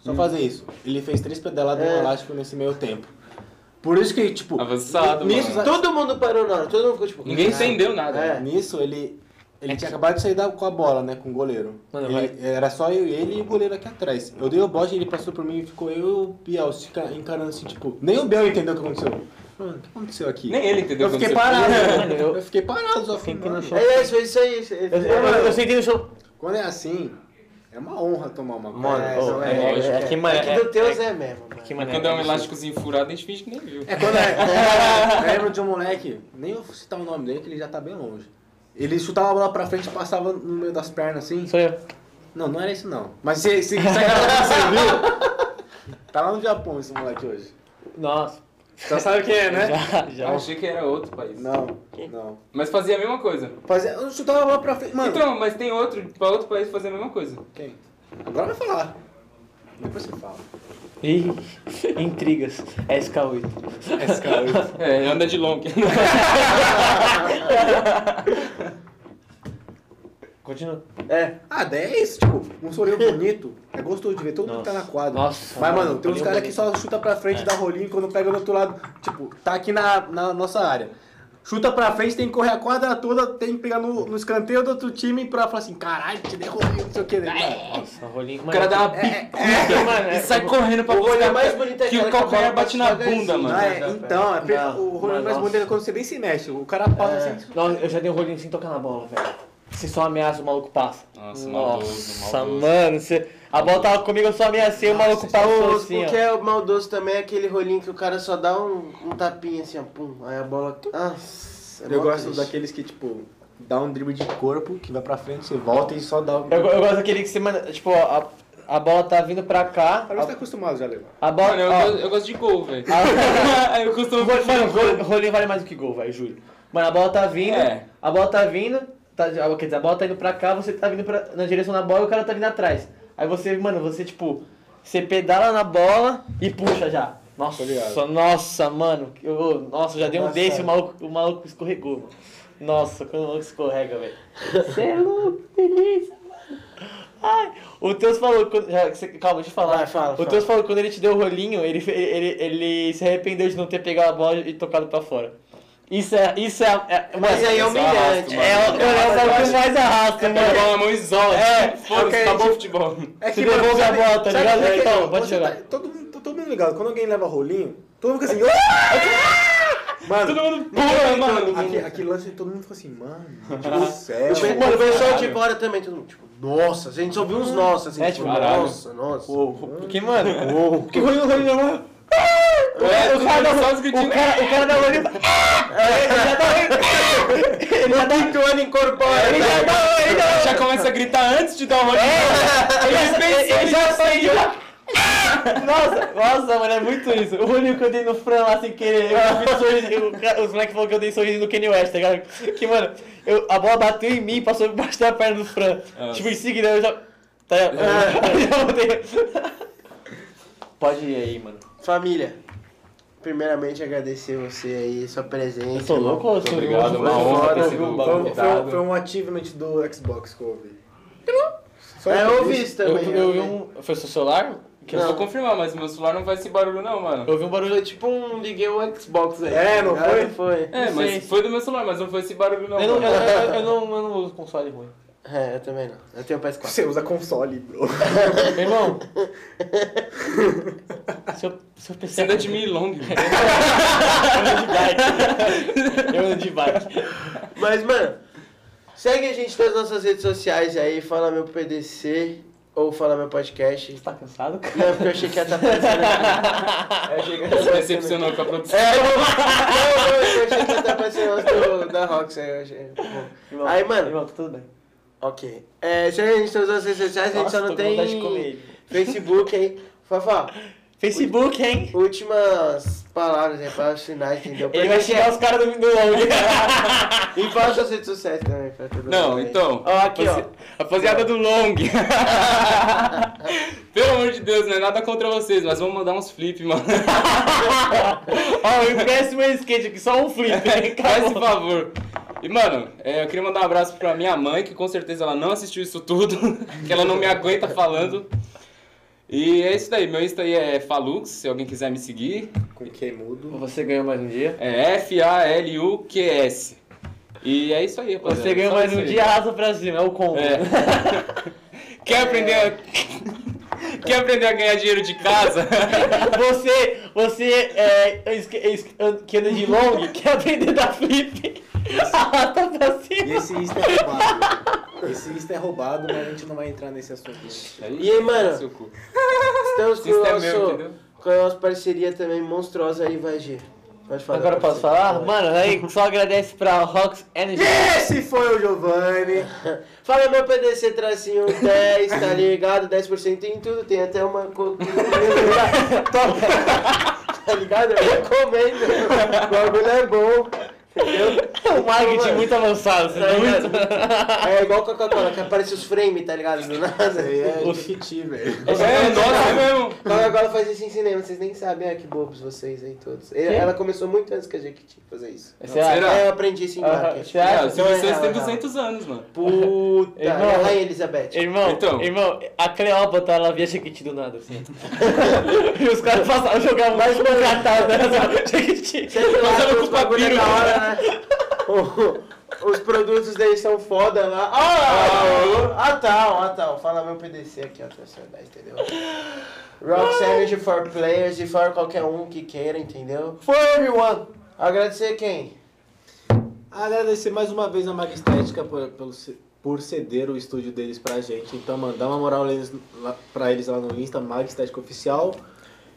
Speaker 3: só fazer isso. Ele fez três pedaladas no
Speaker 1: É.
Speaker 3: elástico nesse meio tempo. Por isso que,
Speaker 4: Ah,
Speaker 3: tipo,
Speaker 4: Avançado,
Speaker 3: nisso,
Speaker 4: mano.
Speaker 1: Todo mundo parou na hora, todo mundo ficou tipo...
Speaker 4: Ninguém
Speaker 1: "Caralho".
Speaker 4: entendeu nada.
Speaker 1: É.
Speaker 3: nisso ele, ele tinha acabado de sair da- com a bola, né, com o goleiro.
Speaker 2: Mano,
Speaker 3: Ele- era só eu e ele e o goleiro aqui atrás. Eu dei o bote, ele passou por mim e ficou eu e o Biel se enca- encarando assim, tipo, nem o Biel entendeu o que aconteceu. Mano, o que aconteceu aqui?
Speaker 4: Nem ele entendeu
Speaker 3: eu
Speaker 4: o que
Speaker 3: fiquei
Speaker 4: aconteceu.
Speaker 3: parado,
Speaker 2: Mano, eu-
Speaker 3: eu, eu fiquei parado, só
Speaker 2: Quem
Speaker 3: fiquei
Speaker 2: que não achou?
Speaker 1: É isso, é isso aí. isso-
Speaker 2: Eu, eu, eu, eu sentei no chão.
Speaker 3: Quando é assim, é uma honra tomar uma bola.
Speaker 2: Mano,
Speaker 1: É,
Speaker 2: ô,
Speaker 1: não
Speaker 2: é,
Speaker 1: é,
Speaker 2: é,
Speaker 4: lógico,
Speaker 2: é que, mano,
Speaker 1: É que do Teus é mesmo, mano.
Speaker 2: que, mano,
Speaker 4: Quando é um elásticozinho furado, a gente finge que nem viu.
Speaker 3: É quando é. Eu lembro de um moleque, nem eu vou citar o nome dele, que ele já tá bem longe. Ele chutava a bola pra frente e passava no meio das pernas assim.
Speaker 2: Sou eu.
Speaker 3: Não, não era isso não. Mas se, se, se a galera você viu. Tá lá no Japão esse moleque hoje.
Speaker 2: Nossa. <laughs>
Speaker 3: Já sabe quem é, né?
Speaker 2: Já, já.
Speaker 4: Eu achei que era outro país.
Speaker 3: Não, não.
Speaker 4: Mas fazia a mesma coisa.
Speaker 3: Fazia, eu chutava a bola pra frente. Mano,
Speaker 4: Então, mas tem outro, pra outro país fazer a mesma coisa.
Speaker 3: quem? Agora vai falar. Depois você fala.
Speaker 2: Ih, <laughs> intrigas. SK8.
Speaker 3: Esse cara aí.
Speaker 4: É, anda de long.
Speaker 2: Continua.
Speaker 1: É.
Speaker 3: Ah, daí é isso, tipo, um
Speaker 2: <laughs>
Speaker 3: sorriu bonito. É gostoso de ver, todo mundo
Speaker 2: Nossa.
Speaker 3: tá na quadra.
Speaker 2: Nossa.
Speaker 3: Mas, mano, tem uns
Speaker 2: Olhei
Speaker 3: caras
Speaker 2: bonito. É.
Speaker 3: que só chuta pra frente, dá rolinho, quando pega do outro lado, tipo, tá aqui na, na nossa área. Chuta pra frente, tem que correr a quadra toda, tem que pegar no, no escanteio do outro time pra falar assim, caralho, te dei rolinho, não sei o que. Né?
Speaker 2: Nossa,
Speaker 4: <laughs>
Speaker 2: rolinho.
Speaker 4: O cara dá uma
Speaker 3: É,
Speaker 4: pica
Speaker 2: <laughs> é, mano, é,
Speaker 4: e sai correndo pra
Speaker 1: O rolê
Speaker 4: buscar
Speaker 1: mais bonito é
Speaker 4: que o
Speaker 1: aquela que a
Speaker 4: calcanhar
Speaker 1: bola bate
Speaker 4: bate na
Speaker 1: devagarzinho,
Speaker 4: bunda, mano.
Speaker 3: Ah, é, então, é,
Speaker 2: Não,
Speaker 3: o rolinho
Speaker 2: mas
Speaker 3: mais
Speaker 2: nossa.
Speaker 3: bonito é quando você nem se mexe, o cara passa
Speaker 1: É.
Speaker 3: assim.
Speaker 2: Nossa, eu já dei um rolinho sem tocar na bola, velho. Você só ameaça, o maluco passa.
Speaker 4: Nossa, maldoso,
Speaker 2: Nossa,
Speaker 4: maldoso.
Speaker 2: mano, você... a bola tava comigo, eu só ameacei, o maluco passou
Speaker 1: Maldoso,
Speaker 2: assim,
Speaker 1: porque
Speaker 2: ó.
Speaker 1: é o maldoso também é aquele rolinho que o cara só dá um, um tapinha assim, ó, pum, aí a bola... Ah, é
Speaker 3: eu
Speaker 1: mó
Speaker 3: gosto
Speaker 1: triste.
Speaker 3: daqueles que, tipo, dá um drible de corpo, que vai pra frente, você volta e só dá. um
Speaker 2: Eu, eu gosto daquele que você, mano, tipo, ó, a, a bola tá vindo pra cá.
Speaker 3: Agora você tá acostumado já, Leandro.
Speaker 2: A, a bola.
Speaker 4: Mano, eu,
Speaker 2: ó,
Speaker 4: gosto- eu gosto de gol, velho. <laughs>
Speaker 2: Ah.
Speaker 4: eu costumo...
Speaker 2: Mano, mano, gol- rolinho vale mais do que gol, velho, juro. Mano, a bola tá vindo,
Speaker 4: É.
Speaker 2: a bola tá vindo, tá, ah, quer dizer, a bola tá indo pra cá, você tá vindo pra, na direção da bola e o cara tá vindo atrás. Aí você, mano, você tipo, você pedala na bola e puxa já. Nossa,
Speaker 3: Tô ligado.
Speaker 2: nossa, mano. que- ô, nossa, já dei um
Speaker 3: Nossa.
Speaker 2: desse, o maluco, o maluco escorregou, mano. Nossa, quando o maluco escorrega, velho. Você é louco, que delícia, mano. Ai, o Teus falou. quando- já, cê- calma, deixa eu falar.
Speaker 1: Vai, fala,
Speaker 2: o
Speaker 1: fala.
Speaker 2: Teus falou que quando ele te deu o rolinho, ele, fe- ele, ele se arrependeu de não ter pegado a bola e tocado pra fora. Isso é. Isso é. é mano,
Speaker 1: Mas aí é
Speaker 4: só
Speaker 1: humilhante.
Speaker 4: arrasto, mano.
Speaker 2: é, o- mano, é o bagulho que mais arrasta, mano.
Speaker 4: Futebol, a mão isola.
Speaker 2: É,
Speaker 4: Foda-se,
Speaker 1: ok,
Speaker 4: acabou o
Speaker 1: tipo-
Speaker 4: futebol.
Speaker 3: É
Speaker 2: Se devolve a bola, tá
Speaker 3: sabe
Speaker 2: ligado?
Speaker 3: como é que
Speaker 2: Então,
Speaker 3: é?
Speaker 2: pode
Speaker 3: Você
Speaker 2: jogar.
Speaker 3: tá- todo, mundo, tá todo mundo ligado. Quando alguém leva rolinho, todo mundo fica assim. "Ah!" mano,
Speaker 4: Todo mundo pula, mano.
Speaker 3: aqui, aquele lance todo mundo fica assim, mano, do céu.
Speaker 1: O pe- mano, o pessoal de fora também, todo mundo, tipo, nossa, a gente só ouviu uns nossa, assim,
Speaker 2: É,
Speaker 1: tipo,
Speaker 4: tipo, caralho.
Speaker 1: nossa, nossa.
Speaker 2: Porque, mano.
Speaker 1: Uou.
Speaker 2: Que ruim, ruim, ruim.
Speaker 4: É,
Speaker 2: O cara
Speaker 4: todo mundo
Speaker 2: da
Speaker 4: só
Speaker 2: o
Speaker 4: discutindo.
Speaker 2: cara, o cara da Rolinho. Ele já tá dá. Ele já dá.
Speaker 1: Pintuana incorpora.
Speaker 2: Ele já dá. Ele já
Speaker 4: Já começa a gritar antes de dar uma
Speaker 2: Ele- ele- ele já saiu de lá. Nossa, nossa, mano, é muito isso. O único que eu dei no Fran lá sem querer, eu vi sorriso, eu- o cara- os moleques falaram que eu dei sorriso no Kanye West, tá ligado? Que, mano, eu, a bola bateu em mim e passou embaixo da perna do Fran.
Speaker 4: Ah.
Speaker 2: Tipo, em seguida eu já. Tá ligado? Eu já botei. Pode ir aí, mano.
Speaker 1: Família, primeiramente agradecer você aí, sua presença.
Speaker 2: Eu sou
Speaker 1: irmão.
Speaker 2: louco ou sou
Speaker 4: Obrigado,
Speaker 2: louco?
Speaker 4: uma honra ter
Speaker 3: Foi,
Speaker 4: sido
Speaker 3: foi, foi,
Speaker 4: convidado.
Speaker 3: foi um achievement do Xbox que eu ouvi. Só
Speaker 1: É,
Speaker 3: isso.
Speaker 1: eu ouvi isso
Speaker 2: Eu,
Speaker 1: também. né,
Speaker 2: eu vi um. Foi seu celular? Que
Speaker 4: Eu vou confirmar, mas meu celular não faz esse barulho não, mano.
Speaker 2: Eu vi um barulho.
Speaker 1: Foi tipo um, liguei o Xbox aí.
Speaker 3: É, não
Speaker 1: tá ligado? Foi.
Speaker 4: É,
Speaker 2: não sei.
Speaker 4: mas foi do meu celular, mas não foi esse barulho não,
Speaker 2: Eu não, eu,
Speaker 4: mano.
Speaker 2: eu- eu não, eu não uso console ruim.
Speaker 1: É, eu também não. Eu tenho PS4.
Speaker 3: Você usa console, bro. <laughs>
Speaker 2: Meu irmão.
Speaker 4: <laughs>
Speaker 2: se eu, se eu pensar.
Speaker 4: Você anda de milong.
Speaker 2: <laughs> Eu ando
Speaker 4: né?
Speaker 2: de bike. <laughs> Eu ando de bike.
Speaker 1: Mas, mano, segue a gente nas nossas redes sociais aí, fala meu PDC ou fala meu podcast.
Speaker 2: Você tá cansado, cara?
Speaker 1: Não, é porque eu achei que ia estar aparecendo aqui.
Speaker 4: <laughs>
Speaker 1: Eu achei que ia tá
Speaker 4: Você
Speaker 1: aparecendo
Speaker 4: decepcionou com a produção.
Speaker 1: É, eu, eu, eu achei que ia estar aparecendo antes do, da Rox aí. Eu achei.
Speaker 2: Irmão,
Speaker 1: Aí, mano.
Speaker 2: Irmão, tá tudo bem.
Speaker 1: Ok. É, segue a gente nas nossas redes sociais, a gente só
Speaker 2: Nossa,
Speaker 1: não
Speaker 2: tô com vontade de
Speaker 1: tem
Speaker 2: comer.
Speaker 1: Facebook aí. Fafá,
Speaker 2: Facebook, hein?
Speaker 1: últimas palavras aí, para os finais, entendeu? Pra
Speaker 2: Ele
Speaker 4: é,
Speaker 2: vai
Speaker 1: gente
Speaker 2: xingar os caras do, né? do longe.
Speaker 4: <laughs>
Speaker 1: E fala suas redes sociais também, pra todo mundo.
Speaker 4: Não,
Speaker 1: aí.
Speaker 4: então.
Speaker 1: Ó, aqui, ó.
Speaker 4: rapazi- Rapaziada do
Speaker 2: <laughs>
Speaker 4: Long. <laughs> Pelo amor de Deus, não é nada contra vocês, mas vamos mandar uns flip, mano.
Speaker 2: Ó, eu conheço meu skate aqui, só um
Speaker 4: <laughs>
Speaker 2: flip.
Speaker 4: Faz esse
Speaker 2: Acabou.
Speaker 4: favor. E, mano, é, eu queria mandar um abraço pra minha mãe, que com certeza ela não assistiu isso tudo, <laughs> que ela não me aguenta falando. E é isso daí, meu Insta aí é Falux, se alguém quiser me seguir.
Speaker 3: Com que mudo.
Speaker 2: Você ganhou mais um dia.
Speaker 4: É F-A-L-U-Q-S. E é isso aí, rapaziada.
Speaker 2: Você ganhou
Speaker 4: Só
Speaker 2: mais
Speaker 4: isso
Speaker 2: um
Speaker 4: aí.
Speaker 2: dia, arrasa pra cima. É o combo.
Speaker 4: É. <laughs> Quer aprender a... Quer aprender a ganhar dinheiro de casa?
Speaker 2: <laughs> Você, você é, es- es- que anda de long, quer aprender da flip? <laughs> Arrasta pra
Speaker 3: E esse
Speaker 2: cima.
Speaker 3: Insta é roubado. Esse Insta é roubado, mas a gente não vai entrar nesse assunto. gente.
Speaker 1: E aí, mano?
Speaker 4: Seu cu.
Speaker 1: Estamos com, o
Speaker 4: Isso é
Speaker 1: nosso,
Speaker 4: meu, entendeu?
Speaker 1: com a nossa parceria também monstruosa aí, vai, G. Pode falar.
Speaker 2: Agora eu posso falar?
Speaker 1: Mano.
Speaker 2: Mano, aí só agradece pra Rox Energy.
Speaker 3: Esse foi o Giovanni.
Speaker 1: <laughs> Fala meu PDC tracinho 10,
Speaker 2: <laughs>
Speaker 1: tá ligado? 10% em tudo, tem até uma. co- <laughs> tá ligado? Eu recomendo. O bagulho é bom. Entendeu?
Speaker 2: O É um marketing
Speaker 1: Mano.
Speaker 2: muito avançado, você
Speaker 1: Tá
Speaker 2: viu?
Speaker 1: ligado? <laughs> É igual Coca-Cola, que aparece os frames, tá ligado? Do nada.
Speaker 3: Isso aí é
Speaker 2: Os-
Speaker 3: Jequiti, velho.
Speaker 4: É, nossa, mesmo.
Speaker 1: Coca-Cola faz isso em cinema, vocês nem sabem. Ah, que bobos vocês aí todos. Ela ela começou muito antes que a Jequiti fazer isso.
Speaker 2: Será?
Speaker 1: É, eu aprendi isso em
Speaker 2: Ah. Aham,
Speaker 1: marketing.
Speaker 2: você acha?
Speaker 4: Ah, o
Speaker 1: Não
Speaker 4: Silvio
Speaker 1: é
Speaker 4: Santos
Speaker 1: real,
Speaker 4: tem
Speaker 1: é real.
Speaker 4: 200 anos, mano.
Speaker 1: Puta,
Speaker 2: Irmão.
Speaker 1: ela é Elizabeth.
Speaker 2: Irmão,
Speaker 4: Então.
Speaker 2: irmão, a Cleópatra ela via Chiquiti do nada, assim. <laughs> e os caras passavam, jogavam mais uma catada, né? Chiquiti.
Speaker 4: Fazendo com
Speaker 1: Os bagulho
Speaker 4: papiro.
Speaker 1: da hora, né? O- Os produtos deles são foda lá. Ah, ah, ah, tal, ah, tal. Fala meu PDC aqui, ó, tração 10, entendeu? Rocks Energy for Players e for qualquer um que queira, entendeu?
Speaker 2: For everyone.
Speaker 1: Agradecer quem?
Speaker 3: Agradecer mais uma vez a Magistética por, pelo ce- por ceder o estúdio deles pra gente. Então, mandar uma moral eles, lá- pra eles lá no Insta, Magistética Oficial.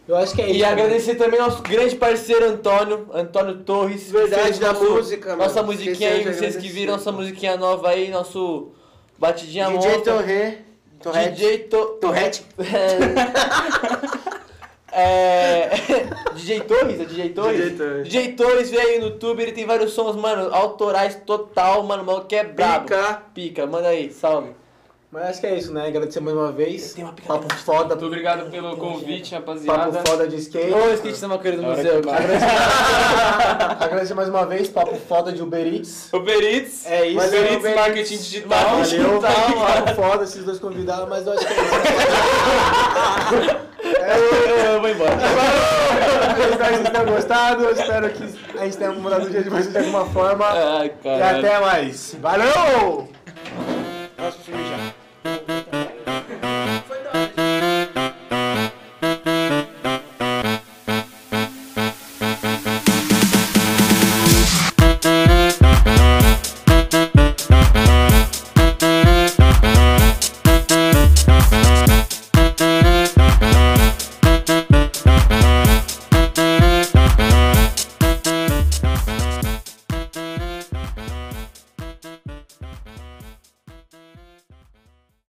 Speaker 3: Eu acho que é isso.
Speaker 2: E
Speaker 3: né?
Speaker 2: agradecer também ao nosso grande parceiro Antônio, Antônio Torres.
Speaker 1: Verdade,
Speaker 2: fez
Speaker 1: da
Speaker 2: nosso-
Speaker 1: música, mano.
Speaker 2: Nossa musiquinha
Speaker 1: Esqueci
Speaker 2: aí,
Speaker 1: de
Speaker 2: vocês que
Speaker 1: agradecer.
Speaker 2: viram nossa musiquinha nova aí, nosso Batidinha
Speaker 1: DJ
Speaker 2: Monta.
Speaker 1: Torre. Torrete.
Speaker 2: DJ To-
Speaker 1: Torrete.
Speaker 2: <laughs> É... <laughs> DJ Torres, é DJ Torres?
Speaker 1: DJ Torres.
Speaker 2: DJ Torres veio aí no YouTube, ele tem vários sons, mano, autorais total, mano, o maluco que é brabo.
Speaker 1: Pica.
Speaker 2: Pica, manda aí, salve.
Speaker 3: Mas acho que é isso, né? Agradecer mais uma vez.
Speaker 2: tenho uma
Speaker 3: Papo foda,
Speaker 4: Muito obrigado pelo convite,
Speaker 3: papo
Speaker 4: rapaziada.
Speaker 3: foda de skate.
Speaker 2: Ô, skate da maconha do
Speaker 4: Na hora
Speaker 2: museu.
Speaker 4: que
Speaker 2: cara.
Speaker 3: Agradecer mais uma vez, papo foda de Uber Eats.
Speaker 4: Uber Eats.
Speaker 3: É isso.
Speaker 4: Uber Eats
Speaker 1: Uber
Speaker 4: Marketing Digital.
Speaker 2: Marketing.
Speaker 3: Valeu,
Speaker 2: Tá,
Speaker 3: papo foda esses dois convidados, mas eu acho que é isso.
Speaker 2: Eu, eu- eu vou embora.
Speaker 3: Mas <laughs> espero que vocês tenham gostado. Eu espero que a gente tenha mudado o dia de vocês de alguma forma.
Speaker 4: Ai,
Speaker 3: E
Speaker 4: cara.
Speaker 3: até mais. Valeu!
Speaker 6: Nossa,